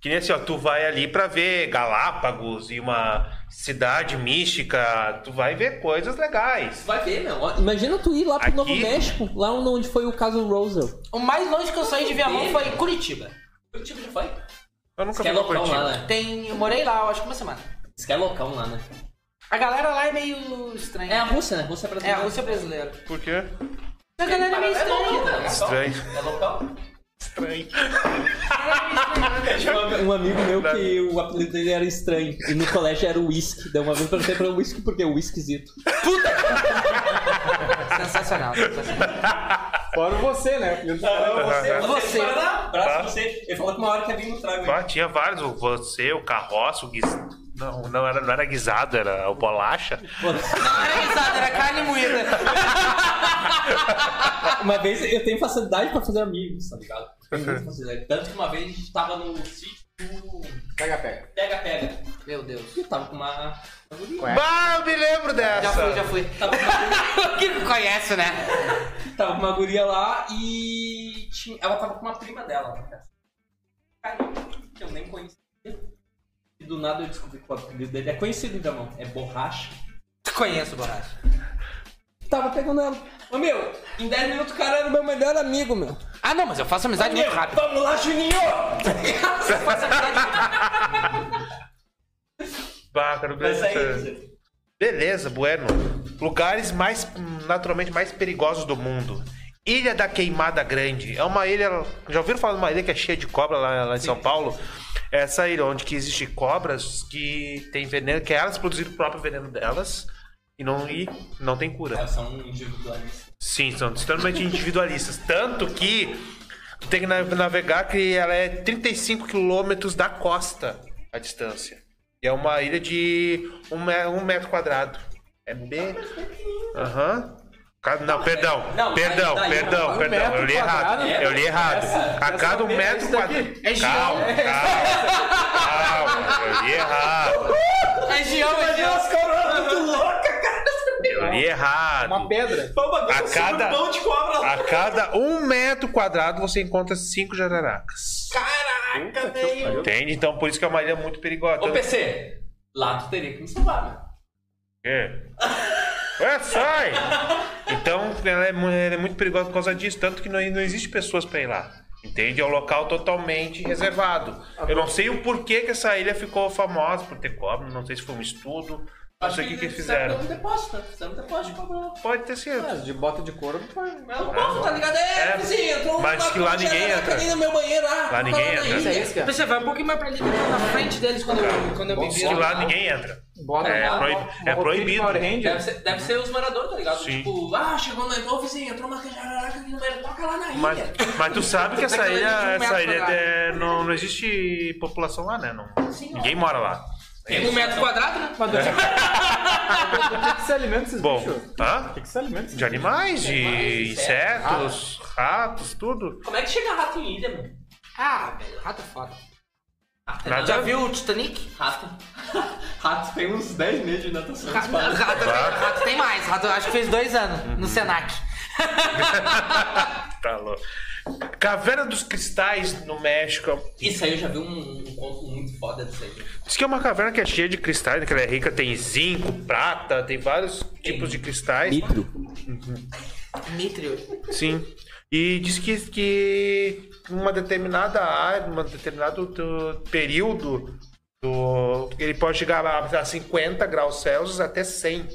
A: Que nem assim, ó, tu vai ali pra ver Galápagos e uma cidade mística, tu vai ver coisas legais.
I: Vai ver, meu. ó.
B: Imagina tu ir lá pro
A: Aqui?
B: Novo México, lá onde foi o caso Roswell.
E: O mais longe que eu saí de Viamão foi Curitiba.
I: O tipo já foi?
A: Eu nunca
B: Que é
A: fui pra
B: loucão
A: Curitiba.
B: lá, né?
E: Tem. Eu morei lá, eu acho que uma semana.
B: Isso que é loucão lá, né?
E: A galera lá é meio estranha.
B: É a Rússia, né? Rússia é
E: É
B: brasileira.
E: a Rússia brasileira.
A: Por quê?
E: A galera é meio
I: É local,
E: estranha.
I: né?
A: Estranho.
I: É local.
A: Estranho.
B: Um amigo meu que o apelido dele era estranho. E no colégio era o Whisky. Daí uma vez eu perguntei pra ele Whisky porque é o Whiskyzito.
E: Sensacional, sensacional.
D: Fora você, né? Filho do
B: Não,
D: cara.
B: você,
E: Você.
B: você. Paraná, abraço
A: Tá.
B: você. Ele falou que uma hora que ia vir no trago.
A: Bah, tinha vários, o você, o carroça, o guis... Não, não era, não era guisado, era o bolacha.
E: Não era risada, era carne moída.
B: Ah,
J: Uma vez eu tenho facilidade pra fazer amigos, tá ligado?
B: aí. Tanto que uma vez a gente tava no sítio do
D: Pega, pega.
B: pega-pega.
E: Meu Deus.
B: E eu tava com uma. uma guria.
D: Ué.
A: Bah, eu me lembro
E: Já fui,
A: dessa!
E: já fui.
B: Tava com uma
E: Quem conhece, né?
B: Tava com uma guria lá e tinha- ela tava com uma prima dela. né, cara? Cara, que eu nem conhecia. E do nada eu descobri que o apelido dele é conhecido, então, mano. É borracha.
E: Conheço, borracha.
J: Tava pegando ela. Ô meu, em 10 minutos o cara era o meu melhor amigo, meu.
E: Ah, não, mas eu faço amizade muito
J: Meu,
E: rápido.
J: Vamos lá, Juninho!
A: Bah, cara, eu me
B: Mas
A: lembro
B: aí,
A: dessa- Beleza, bueno. Lugares mais naturalmente mais perigosos do mundo. Ilha da Queimada Grande. É uma ilha. Já ouviram falar de uma ilha que é cheia de cobra lá, lá em São Paulo? Essa ilha onde que existe cobras que tem veneno, que elas produzem o próprio veneno delas e não, e não tem cura.
B: elas são individualistas.
A: Sim, são extremamente individualistas. Tanto que tu tem que na- navegar que ela é 35 quilômetros da costa a distância. E é uma ilha de um, me- um metro quadrado. É bem. Aham. Ca- Não, perdão,
D: é-
B: não, mas
A: perdão,
B: daí-
A: perdão,
D: Um
A: perdão.
D: metro
A: eu li
D: quadrado, né?
A: errado. Eu li errado.
D: essa-
A: a
D: essa
A: cada um
D: é
A: metro
D: isso daqui.
A: quadrado. calma, calma, calma. Eu li errado.
E: É Gião, é Gião.
J: As coroas muito loucas!
A: Eu li errado.
D: Uma pedra.
A: A cada,
B: um
A: a cada um metro quadrado você encontra cinco jararacas. Ah,
B: Caraca, velho!
A: Entende? Então por isso que é uma ilha muito perigosa.
B: Ô
A: Tanto
B: PC, lá tu teria que me salvar, né?
A: É. Ué, sai! Então, ela é, mu- ela é muito perigosa por causa disso, tanto que não, não existe pessoas pra ir lá. Entende? É um local totalmente reservado.
E: Ah,
A: Eu não sei o porquê que essa ilha ficou famosa por ter cobra, não sei se foi um estudo, não sei o que que
B: eles
A: fizeram.
B: fizeram um depósito, né? Fizeram um depósito pra cobrar.
A: Pode ter sido.
D: Mas Ah, de bota de couro não foi.
B: Mas o povo, tá ligado? É,
A: É,
B: vizinho, entrou
A: mas
B: uma
A: que lá
B: cobra,
A: ninguém
B: ela
A: entra.
B: caindo no meu banheiro, ah,
A: Lá
B: tá
A: ninguém
B: na
A: entra.
B: ilha.
D: É isso, cara.
E: Você vai um pouquinho mais pra ali, na frente deles quando eu, quando eu me
A: Diz
E: vi.
A: que lá ninguém entra.
D: Bota
A: É,
D: uma-
A: proib-
D: uma-
A: é
D: uma
A: proibido. É.
D: Power Ranger.
B: Deve ser, deve ser os moradores, tá ligado?
A: Sim.
B: Tipo, ah, chegou na ô vizinho, entrou uma jararaca aqui no banheiro, toca lá na ilha.
A: Mas, mas tu sabe que essa
E: Daquela ilha é. de um
A: ilha, essa
E: metro
A: ilha
E: quadrado.
A: é- não, não existe população lá, né? Não- ninguém mora lá.
E: Um metro quadrado, né?
D: Mas do que- do que que se alimenta esses
A: Bom,
D: bichos?
A: hã?
D: Do que que se alimenta esses
A: De animais, de insetos, ratos, tudo.
B: Como é que chega rato em ilha, mano?
E: Ah, velho, rato é foda.
A: Nada
E: Já viu o Titanic?
B: Rato. rato tem uns 10 meses de natação.
E: Ra- Rato, tem-
A: Claro.
E: rato tem mais, rato acho que fez dois anos no Senac.
A: Tá louco. Caverna dos Cristais no México. é
B: Isso aí eu já vi um, um conto muito foda disso aí.
A: Diz que é uma caverna que é cheia de cristais, né? que ela é rica, tem zinco, prata, tem vários tipos de cristais.
J: Mitro.
E: Mitrio.
A: Sim. E diz que, que uma determinada área, um determinado do- período, do, ele pode chegar a, a 50 graus Celsius até 100.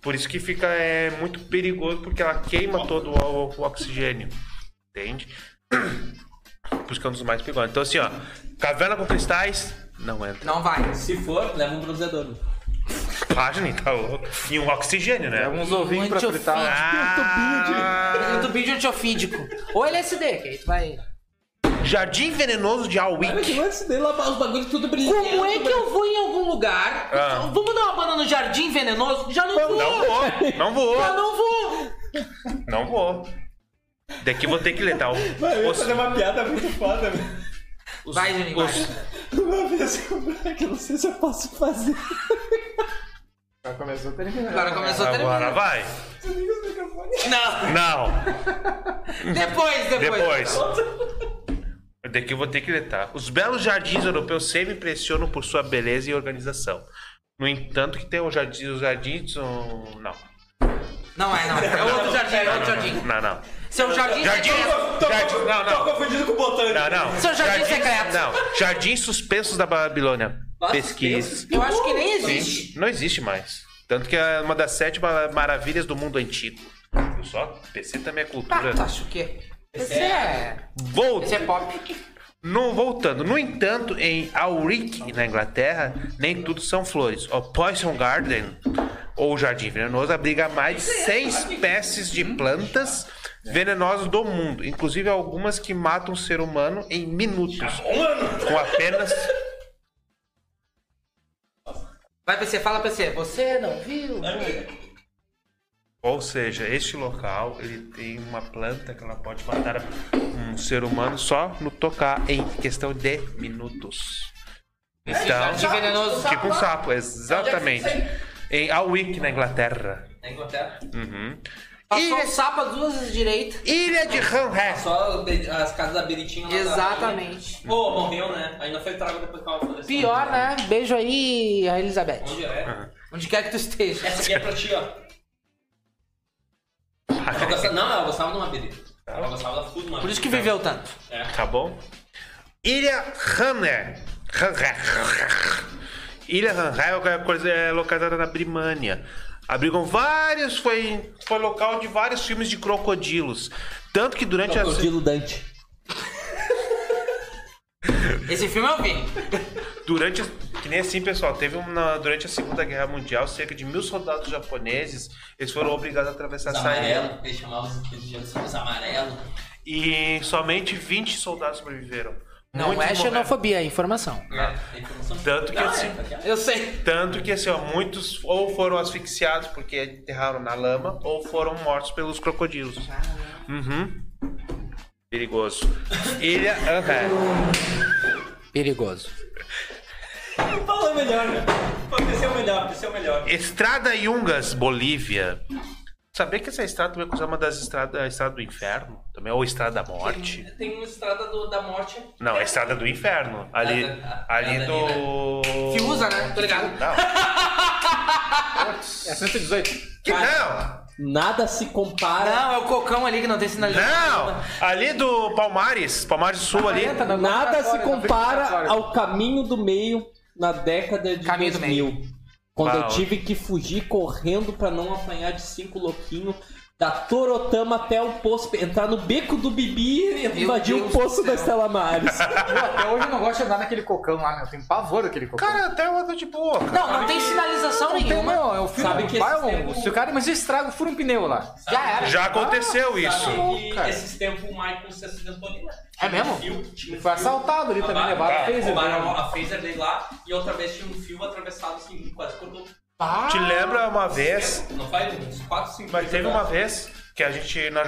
A: Por isso que fica é, muito perigoso, porque ela queima todo o, o oxigênio. Entende? Por isso que é um dos mais perigosos. Então, assim, ó, caverna com cristais, não é entra.
E: Não vai.
B: Se for, leva um bronzeador. né?
A: Página, tá louco. E um oxigênio, né?
D: É uns ovinhos pra
E: Antiofídico.
D: fritar.
A: Ah,
E: Do vídeo um antiofídico. Ou LSD, que aí tu vai.
A: Jardim venenoso de
J: Cara, que
A: Alwick.
J: lance dele lavar os bagulhos tudo brilhante.
E: Como é que eu vou em algum lugar?
A: Ah.
E: Vamos dar uma banda no Jardim Venenoso? Já não vou!
A: Não vou, não
E: Eu
A: vou,
E: não vou!
A: não vou. Daqui vou ter que ler, tá?
J: Eu ia
A: Os,
J: fazer uma piada muito foda, velho.
A: os,
E: Vai, Juninho, vai.
A: os-
J: Uma vez eu que eu não sei se eu posso fazer.
D: Já começou a terminar.
E: Agora começou a
A: Agora
E: terminar.
A: vai.
E: Não!
A: Não,
E: Depois, depois.
A: depois. Daqui vou ter que ler, tá? Os belos jardins europeus sempre impressionam por sua beleza e organização. No entanto, que tem os jardins. Os jardins. um, Não.
E: Não é, não. É outro jardim, é outro jardim.
A: Não, não.
E: Seu jardim. é
A: Jardim. é- Jardim. Não, não.
J: confundido com o botão.
A: Não, não.
E: São jardins secretos.
A: Não. Jardins suspensos da Babilônia.
B: Nossa,
A: Pesquise.
E: Eu acho que nem existe.
A: Não existe mais. Tanto que é uma das sete ma- maravilhas do mundo antigo. Viu só? PC também é cultura.
E: Ah, tu acha o quê? Esse é.
A: Vol-
E: Esse é pop.
A: no- voltando. No entanto, em Auric, na Inglaterra, nem tudo são flores. O Poison Garden, ou Jardim Venenoso, abriga mais de 100 espécies de plantas, venenosas do mundo, inclusive algumas que matam o ser humano em minutos. Com apenas.
E: Vai, PC, fala, PC. Você não viu?
A: Ou seja, este local ele tem uma planta que ela pode matar um ser humano só no tocar em questão de minutos. Então,
E: É De venenoso.
A: tipo um sapo, exatamente. Em Alwick, na Inglaterra.
F: Na Inglaterra.
A: Uhum.
E: Passou
A: Ilha,
E: um sapo às duas vezes direita.
A: Ilha de Hamhead.
F: Só as casas da Beritinho lá. da-
E: Exatamente.
F: Pô, morreu, né? Ainda foi trago depois que ela faleceu.
E: Pior, né? Beijo aí, a Elizabeth.
F: Onde é?
E: Onde quer que tu esteja.
F: Essa aqui é pra ti, ó. Ela gostava- não, ela gostava de uma berita. Ela gostava da É. full de uma
E: Por isso que viveu tanto.
A: Tá bom? Ilha Hanner. Ilha Hanner é uma coisa é localizada na Brimânia. Abrigam vários, foi, foi local de vários filmes de crocodilos. Tanto que durante a.
K: Crocodilo Dante.
E: Esse filme eu vi.
A: Durante, que nem assim, pessoal, teve uma, durante a Segunda Guerra Mundial, cerca de mil soldados japoneses, eles foram obrigados a atravessar
F: Os
A: essa ilha.
F: amarelo, eles chamavam os indígenas os amarelo.
A: E somente 20 soldados sobreviveram.
E: Não
A: Muitos
E: é
A: morreram.
E: xenofobia, é informação.
F: É, informação.
A: Tanto que
F: Não,
A: assim-
F: é, porque-
E: Eu sei.
A: Tanto que assim, ó, muitos ou foram asfixiados porque enterraram na lama, ou foram mortos pelos crocodilos. Uhum. Perigoso. Ilha Aham.
E: Perigoso.
F: Falou melhor, né? Aconteceu melhor, aconteceu melhor.
A: Estrada Yungas, Bolívia. Sabia que essa estrada também é considerada uma das estradas, a estrada do inferno? Também, ou estrada da morte?
F: Tem uma estrada do- da morte.
A: Não, é a estrada do inferno. Ali,
F: Ah, tá. Ah,
A: ali
F: tá ali,
A: do.
E: Que usa, né? Tô ligado.
A: Não.
D: É 118.
A: Que não!
K: Nada se compara.
E: Não, é o cocão ali que não tem sinalização.
A: Não! Ali do Palmares, Palmares do Sul ali.
K: Nada se compara
D: agora.
K: ao caminho do meio na década de
E: Caminho do
K: 2000. Quando
A: Uau.
K: eu tive que fugir correndo pra não apanhar de cinco louquinhos da Torotama até o poço, entrar no beco do Bibi e invadir o
E: Deus
K: poço
E: do
K: da
E: céu.
K: Estela Maris.
D: Pô, até hoje eu não gosto de andar naquele cocão lá, meu. Eu tenho pavor daquele cocão.
A: Cara, até eu ando de boa. cara.
E: Não, não tem sinalização
D: Não tem,
E: nenhuma.
D: não. É o filme
K: Sabe
D: do
K: que
D: pai,
K: esse
D: ô,
K: tempo-
D: Se o cara, mas eu estrago, fura um pneu lá.
E: Já era.
A: Já aconteceu isso.
F: Sabe que
D: cara.
F: esses tempos o Michael se acidentou ali, né?
E: É mesmo?
F: Fio, tinha um
D: Foi
F: fio.
D: assaltado ali também, né?
F: Ah,
D: levaram a phaser
F: Roubaram
D: dele.
F: a phaser dele lá e outra vez tinha um fio atravessado assim, quase cortou.
A: Te lembra uma vez,
F: Não faz uns 4, 5
A: mas teve uma vez que a gente nós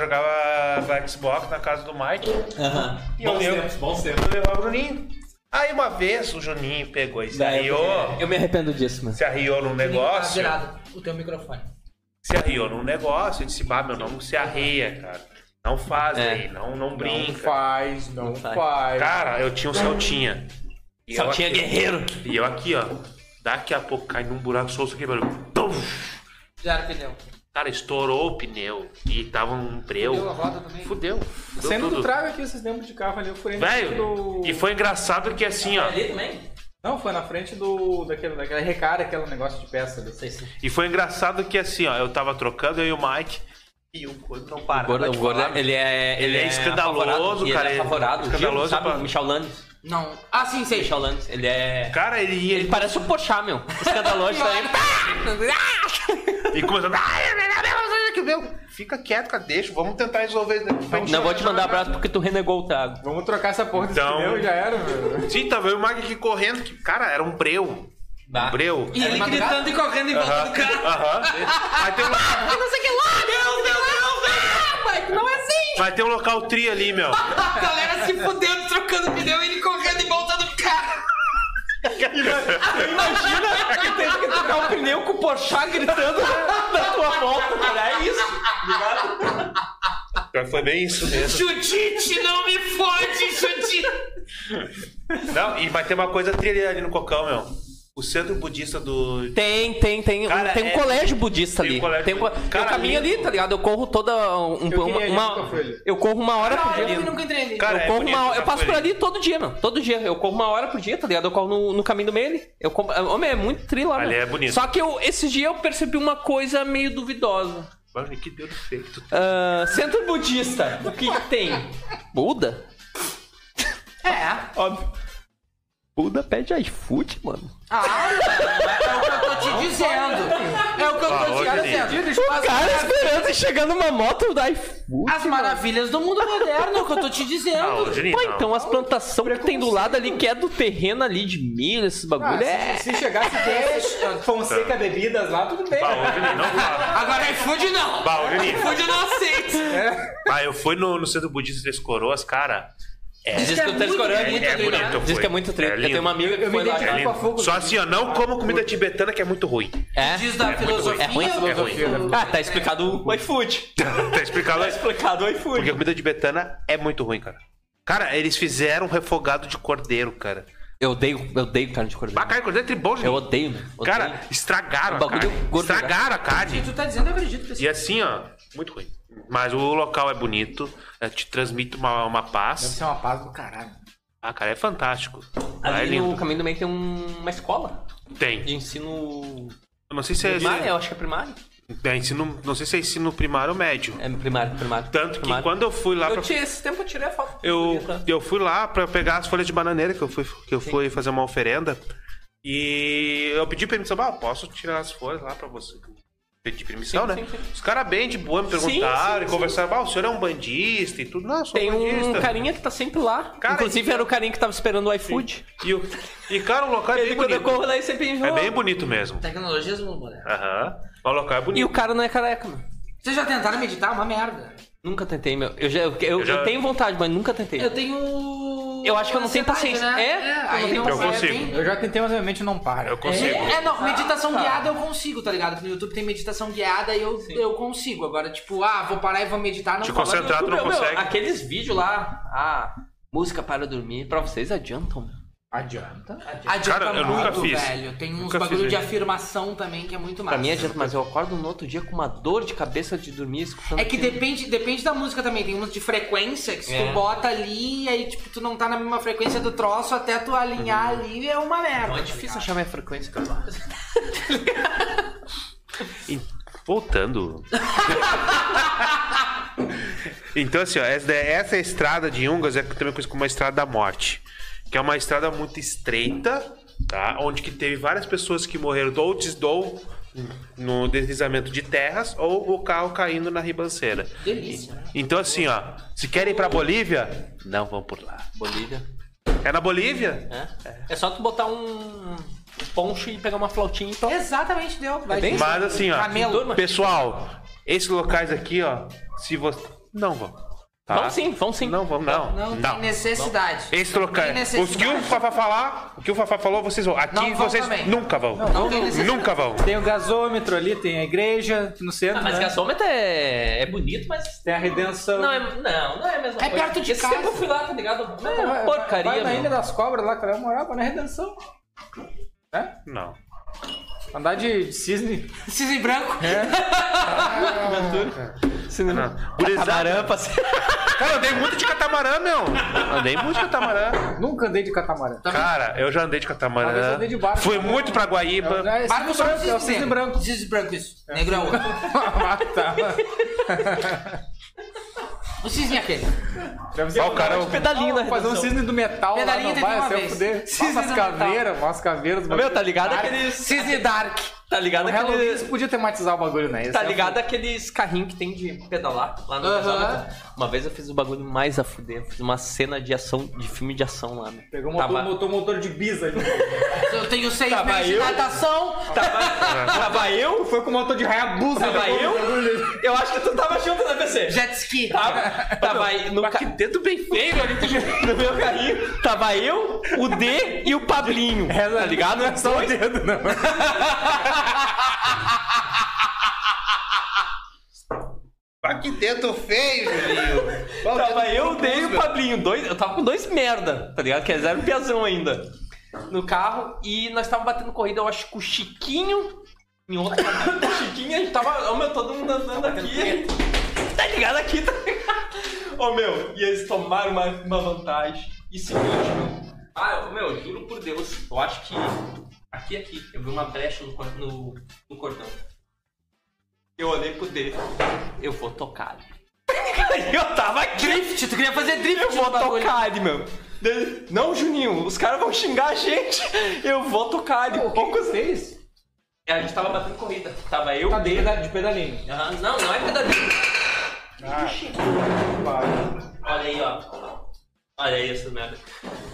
A: jogava Xbox na casa do Mike.
K: Aham.
A: E eu,
F: Bons
A: eu,
F: tempos, bons tempos.
A: eu levava o Juninho. Aí uma vez o Juninho pegou e se arriou.
K: Eu me arrependo disso, mano.
A: Se arriou
B: tá
A: num negócio.
E: virado Tá o teu microfone.
A: se arriou num negócio, eu disse, bah, meu nome se arreia, cara. Não faz aí, não, não
D: Não
A: brinca.
D: faz, não faz.
A: cara, eu tinha um Celtinha. E eu
B: Saltinha
A: aqui-
B: guerreiro.
A: E eu aqui, ó. Daqui a pouco cai num buraco solto aqui, velho. Pum!
E: Já era pneu.
A: Cara, estourou o pneu. E tava um breu.
D: Fudeu a roda também.
A: Fudeu. fudeu
D: Saindo
A: tudo.
D: do trago aqui, esses tempos de carro ali, eu furei na frente
A: Velho,
D: do...
A: e foi engraçado que assim,
E: Tá
A: ó.
F: Ali também?
D: Não, foi na frente do... daquele, daquela recara, aquele negócio de peça ali. Sei,
A: E foi engraçado que assim, ó. Eu tava trocando, eu e o Mike. E o gordo não para.
B: Gordo, gordo, ele é.
A: Ele
B: Ele,
A: é escandaloso,
B: apavorado, e
A: cara, ele
B: Ele é
A: é
B: apavorado.
A: escandaloso,
B: Gil, sabe?
A: pá.
B: Michel Landes.
E: Não. Ah, sim, sei.
B: Michel Landes. Ele é.
A: Cara, ele ia.
B: Ele parece o Pochá, meu. Escandaloso também.
A: E começou. Ai, meu Deus, que meu. Fica quieto, cara, deixa. Vamos tentar resolver isso daqui. Vamos
B: Não vou te mandar um abraço porque tu renegou o trago.
D: Vamos trocar essa porra desse
A: Então-
D: pneu e já era, meu.
A: Sim, tava eu e o Mike aqui correndo. Que, cara, era um breu. Um breu.
E: E ele é gritando e correndo em volta do carro.
A: Aham. Vai ter um local,
E: Não sei o que lá. Deus, Deus, Deus. Mike, não é assim.
A: vai ter um local tri ali, meu.
E: A galera se fudendo, trocando pneu e ele correndo em volta do carro.
K: Tu teve que trocar o pneu com o Pochá gritando na tua volta, cara. É isso.
A: Pior que Foi bem isso mesmo.
E: Judite, não me fode, Judite.
A: Não, e vai ter uma coisa tri ali, ali no Cocão, meu. O centro budista do.
B: Tem, tem, tem.
A: Cara,
B: um, tem um
A: é-
B: colégio budista
A: tem
B: ali.
A: um colégio
B: tem um, co-
A: budista.
B: eu
A: Cara,
B: caminho
A: lindo.
B: ali, tá ligado? Eu corro toda. Um,
D: Eu queria
B: uma,
D: ir,
B: uma-
D: nunca fui ali.
B: eu corro uma hora por
E: Não,
B: dia.
E: eu nunca entrei nele.
A: Cara,
B: eu
A: é
B: corro
A: bonito
B: uma hora.
A: essa
B: Eu passo por
A: folha.
B: ali todo dia, mano. Todo dia. Eu corro uma hora por dia, tá ligado? Eu corro no, no caminho do meio ali. Eu corro- Homem, é muito tri lá,
A: Ali
B: mano.
A: é bonito.
B: Só que eu, esse dia eu percebi uma coisa meio duvidosa.
A: Mano, que Deus do céu que tu tá.
B: Ah, centro budista. O que, que tem? Buda?
E: É.
A: É.
B: Óbvio. Buda pede iFood, mano.
E: Ah, é o que eu tô te dizendo. É o que eu tô
A: Falou
E: dizendo.
A: de ninja.
E: As,
K: Cara,
E: marav-
K: esperando e chegando uma moto da iFood.
E: as maravilhas do mundo moderno, é o que eu tô te
A: Não,
E: dizendo.
A: Juninho,
K: Pô,
A: não.
K: então as plantações que tem do lado ali, que é do terreno ali de milho, esses
D: Ah,
K: bagulho, é...
D: se, se chegasse até Fonseca Bebidas lá, tudo
B: é.
D: bem. né?
A: Bah, ô, Juninho, não fala.
E: Agora é iFood né? não.
A: Bah, ô, Juninho.
E: iFood eu não aceito.
B: É.
A: Ah, eu fui no, no Centro Budista Três Coroas, cara.
B: Diz que o Três Coroas é
A: bonito,
B: muito
A: é
B: treta.
E: né?
A: bonito,
B: Diz
A: foi.
B: que é muito treta.
A: É
B: eu
A: lindo.
B: tenho uma amiga que
D: Eu me
B: foi lá.
A: É
D: identifico.
A: lindo.
D: Água fogo,
A: Só assim, ó, não como comida tibetana que é muito ruim.
B: É?
E: Diz da filosofia.
A: É ruim, é ruim.
E: filosofia.
B: Ah, tá explicado o iFood.
A: tá explicado?
B: Tá explicado o iFood.
A: Porque a comida tibetana é muito ruim, cara. Cara, eles fizeram um refogado de cordeiro, cara.
B: Eu odeio, eu odeio carne de cordeiro.
A: Bacana, cordeiro é tribom, gente.
B: Eu odeio, mano. Odeio.
A: Cara, estragaram
B: O
A: a
B: bagulho
A: carne.
B: gordo,
A: Estragaram a carne.
E: Tu tá dizendo, eu acredito. que
A: E assim, ó, muito ruim. Mas o local é bonito, é, te transmite uma, uma
D: Deve
A: paz.
D: ser uma paz do caralho.
A: Ah, cara, é fantástico. Lá é
B: ali no
A: lindo.
B: caminho do meio tem um- uma escola
A: Tem.
B: de ensino
A: Eu não sei se é,
B: primário, eu acho que é primário.
A: é ensino, não sei se é ensino primário ou médio.
B: É primário, primário.
A: Tanto que
B: primário.
A: quando eu fui lá
B: Eu
A: pra
B: tinha, esse tempo eu tirei a foto. tá?
A: eu, eu fui lá pra pegar as folhas de bananeira que eu fui, que eu fui fazer uma oferenda. E eu pedi permissão, ah, posso tirar as folhas lá pra você? Pedi permissão, né? Os caras bem de boa me perguntaram e conversaram, ah, o senhor é um bandista e tudo. Não, eu sou
B: Tem um
A: bandista.
B: carinha que tá sempre lá.
A: Cara, tá-
B: Inclusive era o carinha que tava esperando o iFood.
A: E, o- e, cara, o local é
B: Ele
A: bem
B: quando eu
A: bonito.
B: corro daí sempre
A: É
B: enjoa.
A: bem bonito mesmo.
E: Tecnologias do mundo moderno.
A: Aham. O local é
B: E
A: bonito.
B: o cara não é careca, mano.
E: Vocês já tentaram meditar? Uma merda.
B: Nunca tentei, meu. Eu, já, eu, eu
A: já-
B: tenho vontade, mas nunca tentei.
E: Eu tenho.
B: Eu acho que eu não tenho
E: ansiedade,
B: paciência.
E: Né?
B: É, eu não
E: aí
B: tenho
E: não
A: paciência. Eu
E: é,
A: consigo.
E: tem-
D: Eu já tentei, mas minha mente não para.
A: Eu consigo.
E: É, não, meditação guiada eu consigo, tá ligado? Porque no YouTube tem meditação guiada e eu, eu consigo. Agora, tipo, ah, vou parar e vou meditar, não
A: Te
E: vou.
A: concentrar, tu não
B: Meu, meu,
A: consegue.
B: aqueles vídeos lá, a música para dormir, pra vocês adiantam, meu.
D: Adianta.
E: Adianta
A: Cara, eu
E: muito,
A: nunca fiz.
E: velho. Tem uns
A: Nunca
E: bagulho
A: fiz
E: de
A: mesmo.
E: afirmação também que é muito massa.
B: Pra mim adianta, mas eu acordo no outro dia com uma dor de cabeça de dormir escutando.
E: É que depende, depende da música também. Tem umas de frequência que se
B: É.
E: tu bota ali, aí, tipo, tu não tá na mesma frequência do troço até tu alinhar ali, é uma merda.
B: Uhum. É difícil achar minha frequência, cara.
A: Voltando. então, assim, ó, essa, daí- essa estrada de Yungas é também conhecida como a Estrada da Morte. Que é uma estrada muito estreita, tá? Onde que teve várias pessoas que morreram ou des- ou no deslizamento de terras ou o carro caindo na ribanceira.
E: Delícia.
A: Então, assim, ó, se querem ir pra Bolívia, não vão por lá.
B: Bolívia.
A: É na Bolívia?
B: É só tu botar um poncho e pegar uma flautinha e pronto.
E: Exatamente, deu. Vai
B: bem
E: dizer.
A: Mas assim, ó,
E: Camelo.
A: pessoal, esses locais aqui, ó, se você não vão, tá?
B: Vão sim, vão sim.
A: Não vão, não.
E: Não,
A: Não.
E: tem necessidade.
A: Esses locais,
E: necessidade.
A: os que o Fafá falar, o que o Fafá falou, vocês vão. Aqui
E: Não vão
A: vocês
E: também.
A: nunca vão.
E: não tem necessidade.
A: nunca vão.
D: Tem o gasômetro ali, tem a igreja no centro,
B: Ah, Mas
D: né?
B: gasômetro é, é bonito, mas.
D: Tem a redenção.
B: Não, é, não, não é a mesma
E: É
B: coisa.
E: perto de
B: Esse
E: casa.
B: tempo eu fui lá, tá ligado? Não, é
D: Vai-
B: uma
D: vai-
B: porcaria,
D: Vai na Ilha
B: meu.
D: das Cobras lá, que eu morava na redenção. É?
E: um
A: Não.
D: Andar de, de cisne.
E: Cisne branco.
A: não. Ah, Gurizada.
B: Camarão, parceiro.
A: Cara, eu andei muito de catamarã, meu. Andei muito de catamarã.
D: Nunca andei de catamarã.
B: Tá
A: Cara, eu já andei de
E: Ah,
D: Uma vez eu
A: catamarã.
D: andei de barco.
A: Fui muito pra Guaíba.
D: É, é cisne
E: Barco só um
D: branco, é o cisne branco.
E: Cisne branco, isso. Negro é o outro.
D: Ah, tá.
E: O cisne é aquele.
D: Deve ser
A: Ó, o
B: é
A: cara, é
D: um-
A: o-
B: Pedalinho na
D: Fazer um
B: redenção.
D: cisne do metal
E: Pedalinho
D: lá, não
E: teve
D: vai,
E: uma
D: se eu
E: vez.
D: fuder.
E: Cisne
D: Umas
E: do
D: caveiras, umas caveiras. Meu,
B: Meu, tá ligado aqueles.
E: Cisne dark.
B: Tá ligado
D: O Halloween
B: aqueles.
D: você podia tematizar o bagulho, né? é um Esse
B: Tá
D: é-
B: ligado aqueles carrinhos que tem de pedalar lá no
E: Aham.
B: gasômetro? Uma vez eu fiz o bagulho mais a fuder. Eu fiz uma cena de ação, de filme de ação lá, meu.
D: Pegou um motor,
B: tava,
D: motor, motor de bis ali.
E: Eu tenho seis
B: Tava
E: meses de
B: eu.
E: natação.
B: tava eu,
D: Foi com motor de Hayabusa.
B: tava eu. Eu acho que tu tava junto na PC.
E: Jet ski.
B: Tá. Tava, tava aí no ca...
A: Dedo bem feio.
B: Ei, meu, ali tu já- no meu carrinho. Tava eu, o D e o Pablinho. Tá ligado?
D: Só o dedo, não.
A: Que dedo feio, Julinho. Qual
B: Tava
A: dedo
B: eu, o
A: feio,
B: Dei e o
A: meu?
B: Pablinho. Dois, eu tava com dois merda, tá ligado? Que eles eram piazão ainda. No carro. E nós tava batendo corrida, eu acho, com o Chiquinho. Em outra corrida com o Chiquinho, a gente tava. Ô meu, todo mundo andando aqui. Tá ligado aqui, tá ligado? Ô meu, e eles tomaram uma, uma vantagem. E seguinte, meu. Ah, eu- meu, juro por Deus, eu acho que. Aqui, aqui, eu vi uma brecha no, cor- no, no cordão. Eu olhei pro D. Eu vou tocar. Eu tava aqui.
E: Drift, tu queria fazer drift.
B: Eu vou
E: no bagulho.
B: tocar ele, meu. Dele-
D: Um
B: Não, Juninho, os caras vão xingar a gente. Eu vou tocar ele.
D: O que
B: Poucos-
D: vocês?
B: E a gente tava batendo corrida. Tava eu,
D: Tá de
B: dele.
D: peda- de pedalinho.
B: Aham, Não, não é pedalinho.
D: Vai.
E: Ah,
B: Olha aí, ó. Olha aí essa merda.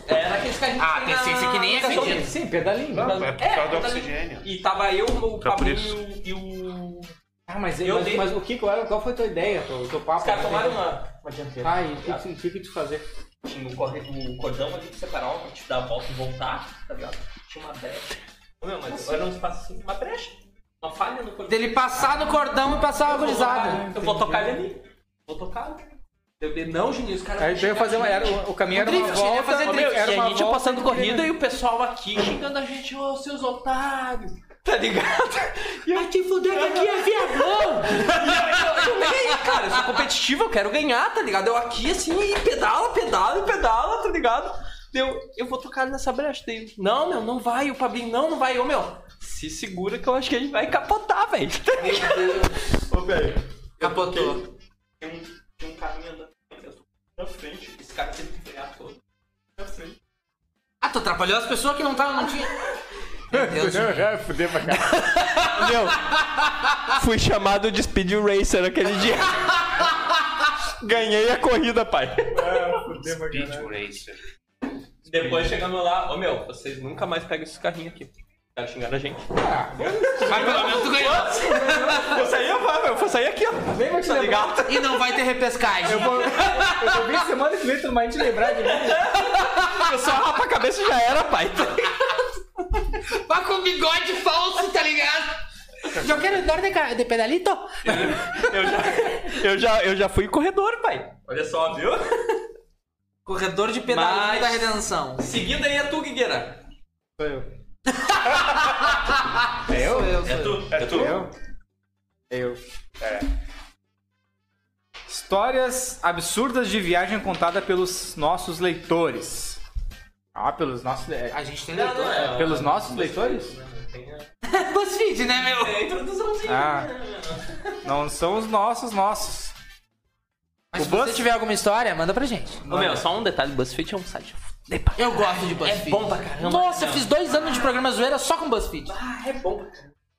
B: É, Era aqueles que a gente
E: Ah,
B: tem na-
E: pensei, esse aqui nem é
B: cachorro-
E: fedido.
D: Sim, pedalinho.
B: Tá.
A: Não, é por causa do
B: pedalinho.
A: oxigênio.
B: E tava eu, o
A: Tá por
B: Pablo
A: isso.
B: e o.
D: Ah, mas,
B: Eu
D: mas-
B: dei-
D: mas o que, qual, era- qual foi a tua ideia, teu, teu papo?
B: Os caras
D: Não
B: tomaram
D: entendi.
B: uma, uma dianteira.
D: Ah, e o que que, tu- o que que tu fazer?
B: Tinha o, corre- o cordão ali que separava pra te dar a volta e voltar, tá ligado? Tinha uma brecha. Não, mas era um espaço assim, uma brecha. Uma falha no cordão.
E: Dele passar no cordão e passar uma
B: Eu vou
E: gurizada.
D: Ah,
B: tocar- Eu vou tocar ele ali. Vou tocar ali. Eu, eu- não, Juninho, os caras.
D: Aí tu ia fazer uma, era, o- o caminho era uma
E: drift, ele ia
D: volta.
E: fazer
D: Ô, meu,
E: drift.
D: era
B: e a
D: uma
B: gente
D: volta
B: passando
D: de-
B: corrida e o pessoal aqui xingando a gente, ô seus otários, tá ligado? E eu te fudendo aqui é viadão! E eu, eu nem, cara, eu sou competitivo, eu quero ganhar, tá ligado? Eu aqui assim, e pedala, pedala, pedala, tá ligado? Eu, eu vou tocar nessa brecha dele. Não, meu, não vai, o Pablinho, não, não vai, ô meu. Se segura que eu acho que ele vai capotar, velho. Tá
F: Ô, velho.
E: Capotou.
F: É Tem um, tem um caminho andando eu tô na frente. Esse cara teve que pegar todo. Na frente.
E: Ah, tu atrapalhou as pessoas que não estavam, não tinha. Meu Deus.
D: É, fudeu pra cá.
B: Meu, fui chamado de Speed Racer aquele dia. Ganhei a corrida, pai. É,
A: Speed Racer.
B: Depois chegamos lá, ô meu, vocês nunca mais pegam esses carrinhos aqui. Os caras xingaram a gente.
E: Mas pelo menos tu ganhou.
B: Vou sair, eu vou, eu vou sair aqui, ó.
D: Vem, mas
B: Tá
D: te lembrar.
B: ligado?
E: E não vai ter repescagem.
D: Eu vou, eu vou vir semana que vem, tu não vai te lembrar de mim.
B: Eu só rapa a cabeça e já era, pai.
E: Vai com um bigode falso, tá ligado? Eu quero andar de, ca- de pedalito.
B: Eu já, eu já, eu já fui corredor, pai. Olha só, viu?
E: Corredor de pedalito
B: Mas-
E: da redenção.
B: Seguindo aí é tu, Guigueira.
D: Sou eu.
E: Sou eu, É sou
B: É
E: eu.
B: tu, é tu. É.
D: Eu? Eu. Histórias absurdas de viagem contada pelos nossos leitores. Ah, pelos nossos. le-
E: A gente tem
B: Não, não,
E: leitor.
B: é.
D: Pelos nossos leitores?
B: Tem a-
E: BuzzFeed, né, meu?
F: É.
B: tem a introduçãozinha.
D: Ah.
B: né?
D: Não são os nossos, nossos.
E: Mas
D: O
E: se
D: Buzz-
E: você tiver alguma história, manda pra gente.
B: Ô meu, só um detalhe, BuzzFeed é um site.
E: Eu gosto de BuzzFeed.
B: É bom pra caramba.
E: Nossa, eu fiz dois anos de programa zoeira só com BuzzFeed.
B: Ah, é bom.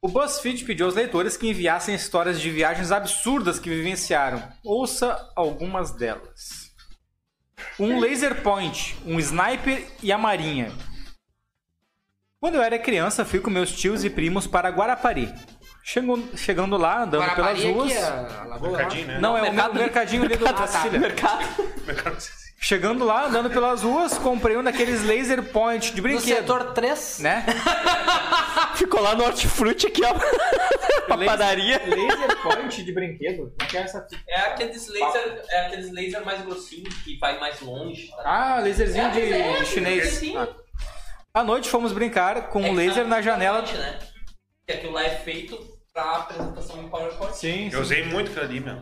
D: O BuzzFeed pediu aos leitores que enviassem histórias de viagens absurdas que vivenciaram. Ouça algumas delas. Um laser point, um sniper e a marinha. Quando eu era criança, fui com meus tios e primos para Guarapari. Chegou- chegando lá, andando
E: Guarapari é
D: pelas ruas.
E: aqui, a- a lagoa lá.
A: Mercadinho, né?
D: Não, é
B: mercado- tá.
D: o meu mercadinho ali do
B: Mercado-
D: da Sicília.
B: Mercado.
A: Mercado-
D: Chegando lá, andando pelas ruas, comprei um daqueles laser point de
E: No
D: brinquedo.
E: setor 3.
D: Né?
B: Ficou lá no hortifruti aqui, ó. pra padaria.
D: Laser point de brinquedo? Não quero essa fita.
B: É aqueles laser, é aqueles laser mais grossinho que vai mais longe. tá?
D: Ah, laserzinho de
B: É,
D: chinês.
B: sim.
D: Ah. À noite fomos brincar com
B: É
D: um
B: que
D: laser
B: tá-
D: na janela.
B: Exatamente, Né? Que aquilo lá é feito pra apresentação em PowerPoint.
D: Sim,
A: Eu usei muito aquilo ali, meu.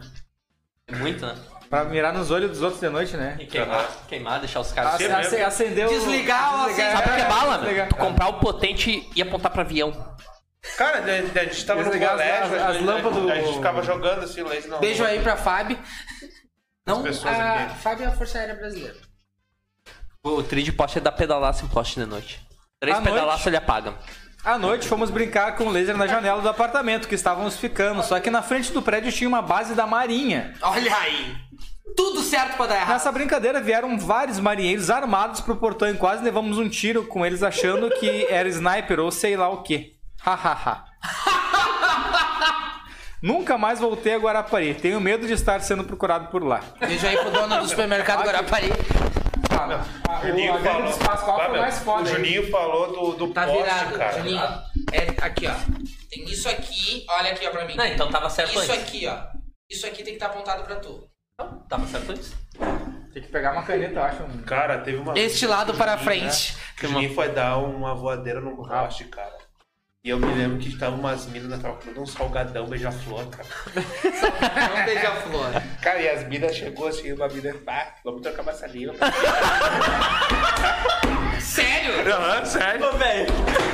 B: É muito, né?
D: pra mirar nos olhos dos outros de noite, né?
B: E queimar, queimar, deixar os caras.
A: Sim.
D: Ace- ace- Acendeu.
E: Desligar o
D: Ah, Desligar.
E: assim.
B: Sabe o que é bala,
D: Desligar.
B: meu? Tu comprar o potente e apontar pra avião.
A: Cara, a gente tava no
D: Desligar as-
A: colégio,
D: as-
A: a
D: as
A: gente-
D: lâmpadas
A: a gente
D: do-
A: ficava jogando assim, o laser não.
E: Beijo aí pra Fábio. Não,
A: pessoas
E: a
A: aqui.
E: Fábio é a Força Aérea Brasileira.
B: O tri de poste é dar pedalaço em poste de noite. Três
D: À noite?
B: pedalaços ele apaga.
D: À noite fomos brincar com um laser na janela do apartamento que estávamos ficando, só que na frente do prédio tinha uma base da marinha.
E: Olha aí. Tudo certo pra dar errado.
D: Nessa brincadeira vieram vários marinheiros armados pro portão e quase levamos um tiro com eles achando que era sniper ou sei lá o que. Hahaha. Nunca mais voltei a Guarapari. Tenho medo de estar sendo procurado por lá.
E: Beijo aí pro dono do supermercado Guarapari.
A: Ah, O Juninho falou. Ah,
E: é
A: meu, o Juninho falou do, do
E: Tá
A: poste,
E: virado,
A: cara.
E: Juninho. É aqui, ó. Tem isso aqui, olha aqui, ó, pra mim.
B: Não, então tava certo
E: isso
B: antes.
E: aqui, ó. Isso aqui tem que estar apontado pra tu.
B: Então, tava certo antes.
D: Tem que pegar uma caneta, eu acho. um-
A: Cara, teve uma vez
E: Este lado para frente.
A: que o Juninho foi dar uma voadeira num poste, cara. E eu me lembro que estavam umas minas na tava comendo um salgadão beija-flor, cara.
E: É. Não beija a flor.
A: Cara, e as minas chegou assim, uma mina, pá, vamos trocar uma saliva. cara."
E: Sério?
A: Aham, sério.
B: Ô, velho.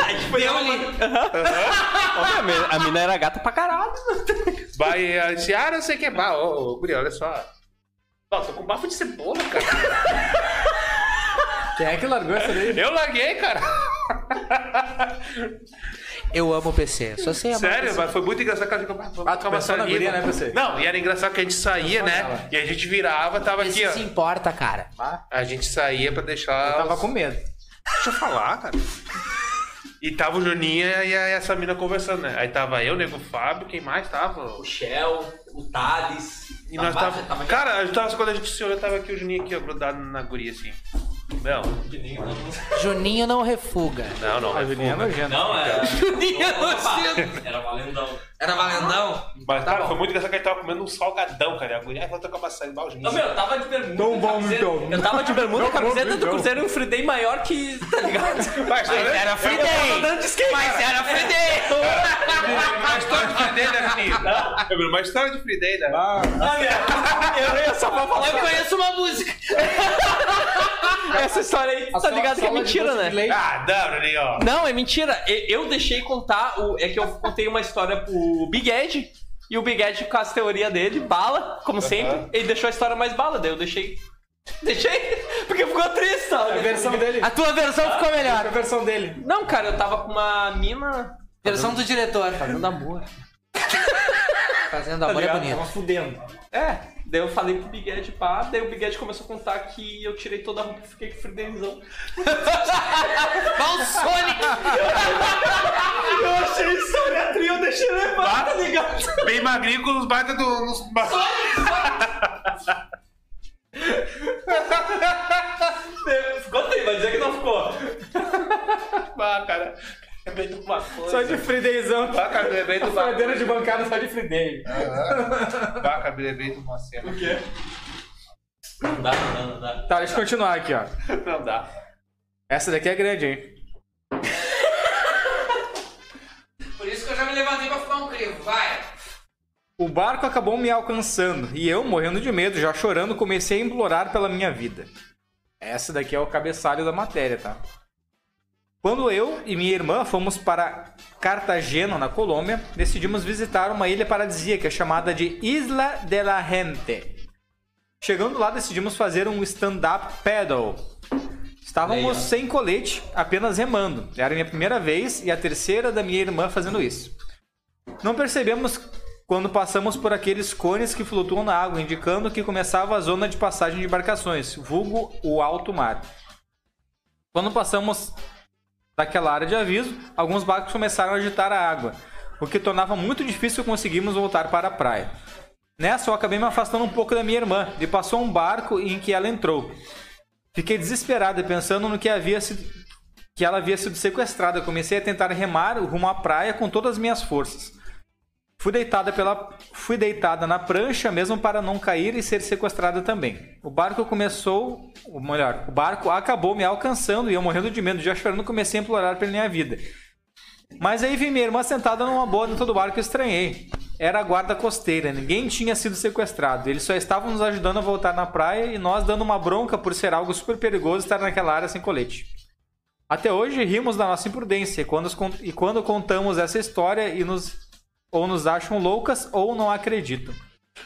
B: A gente foi. né?
E: Deu-lhe.
B: A mina era gata pra caralho.
A: Vai, e ela disse, ah, não sei o que, bah, ô, ô, guri, olha só. Ó, tô com bafo de cebola, cara.
D: Quem é que largou essa daí?
A: Eu larguei, cara.
E: Eu amo o PC. Só sei amar
A: Sério,
E: o PC.
A: mas foi muito engraçado que ela ficou
D: Ah, tu pensou na guria, né, você?
A: Não, e era engraçado que a gente saía, né? E a gente virava, tava aqui,
E: Isso se
A: ó.
E: importa, cara.
A: A gente saía pra deixar.
D: Eu Ah, tava
A: os-
D: com medo.
A: Deixa
D: Tá
A: eu falar, cara. E tava o Juninho e a- e essa mina conversando, né? Aí tava eu, o Nego Fábio, quem mais tava?
F: O
B: é
F: Shell, o Thales.
A: E nós tava. Cara, a gente tava, quando a gente se olhou, tava aqui o Juninho aqui, ó, grudado na guria, assim. Não,
F: Que nem o
E: Juninho não refuga.
A: não, não.
D: A Julinha é
A: refuga.
D: nojenta.
F: Não, era.
B: Juninho,
F: Opa, Era valendão.
B: Era valendão?
A: Mas, cara, foi muito engraçado que a gente tava comendo um salgadão, cara. E a guria voltou com a maçã igual o Juninho.
F: Não, meu, eu tava de bermuda.
D: Não
F: camiseta.
D: vamos, então.
B: Eu tava de bermuda,
D: Não,
B: camiseta
D: não,
B: do
A: então.
D: não.
B: Cruzeiro e um free day maior que. tá ligado?
A: Mas, tá vendo?
B: era free day! Mas era free day!
A: Uma história de Free Day, né, Juninho? Eu lembro, Uma história de Free Day, né?
B: Tá Eu só vou falar que eu conheço uma música. Essa história aí,
D: Ah,
B: tá ligado que é mentira, né?
A: Ah, não, Juninho, ó.
B: Não, é mentira. E- Eu deixei contar. o- É que eu contei uma história pro Big Ed. E o Big Ed com as teorias dele, bala, como sempre. Ele deixou a história mais bala, daí eu deixei. Deixei? Porque ficou triste,
D: A
B: sabe?
D: versão dele.
E: A tua versão ficou melhor.
D: A versão dele.
B: Não, cara, eu tava com uma mina.
E: Versão do diretor. Fazendo amor. Fazendo amor é bonito.
D: Tá fudendo.
B: É. Daí eu falei pro Big Ed, pá. Daí o Big Ed começou a contar que eu tirei toda a roupa e fiquei com fridelizão.
E: Olha o Sonic!
B: Eu achei isso, olha, trio, eu deixei levar, tá ligado?
A: Bem magrinho com os baita do. Nos...
B: Ficou triste, vai dizer que não ficou.
A: Ah, cara. Lembrei de uma coisa.
D: Só de fridezão.
A: Ah, cara, lembrei de uma
D: Furadeira de bancada só de fridei.
A: Bah, cara, lembrei de uma cena.
F: Não dá, não dá, não dá.
D: Tá, deixa eu continuar aqui, ó.
A: Não dá.
D: Essa daqui é grande, hein?
E: Por isso que eu já me levantei pra fumar um crivo. Vai!
D: O barco acabou me alcançando e eu, morrendo de medo, já chorando, comecei a implorar pela minha vida. Essa daqui é o cabeçalho da matéria, tá? Quando eu e minha irmã fomos para Cartagena, na Colômbia, decidimos visitar uma ilha paradisíaca chamada de Isla de la Gente. Chegando lá, decidimos fazer um stand-up paddle. Estávamos sem colete, apenas remando. Era a minha primeira vez e a terceira da minha irmã fazendo isso. Não percebemos quando passamos por aqueles cones que flutuam na água, indicando que começava a zona de passagem de embarcações, vulgo o alto mar. Quando passamos daquela área de aviso, alguns barcos começaram a agitar a água, o que tornava muito difícil conseguirmos voltar para a praia. Nessa, eu acabei me afastando um pouco da minha irmã e passou um barco em que ela entrou. Fiquei desesperada pensando no que havia sido que ela havia sido sequestrada. Comecei a tentar remar rumo à praia com todas as minhas forças. Fui deitada, pela... Fui deitada na prancha mesmo para não cair e ser sequestrada também. O barco começou. Ou melhor, o barco acabou me alcançando e eu morrendo de medo, já chorando, comecei a implorar pela minha vida. Mas aí vi minha irmã sentada numa boa dentro do barco e estranhei. Era a guarda costeira, ninguém tinha sido sequestrado. Eles só estavam nos ajudando a voltar na praia e nós dando uma bronca por ser algo super perigoso estar naquela área sem colete. Até hoje rimos da nossa imprudência e quando, os con- e quando contamos essa história e nos ou nos acham loucas ou não acreditam.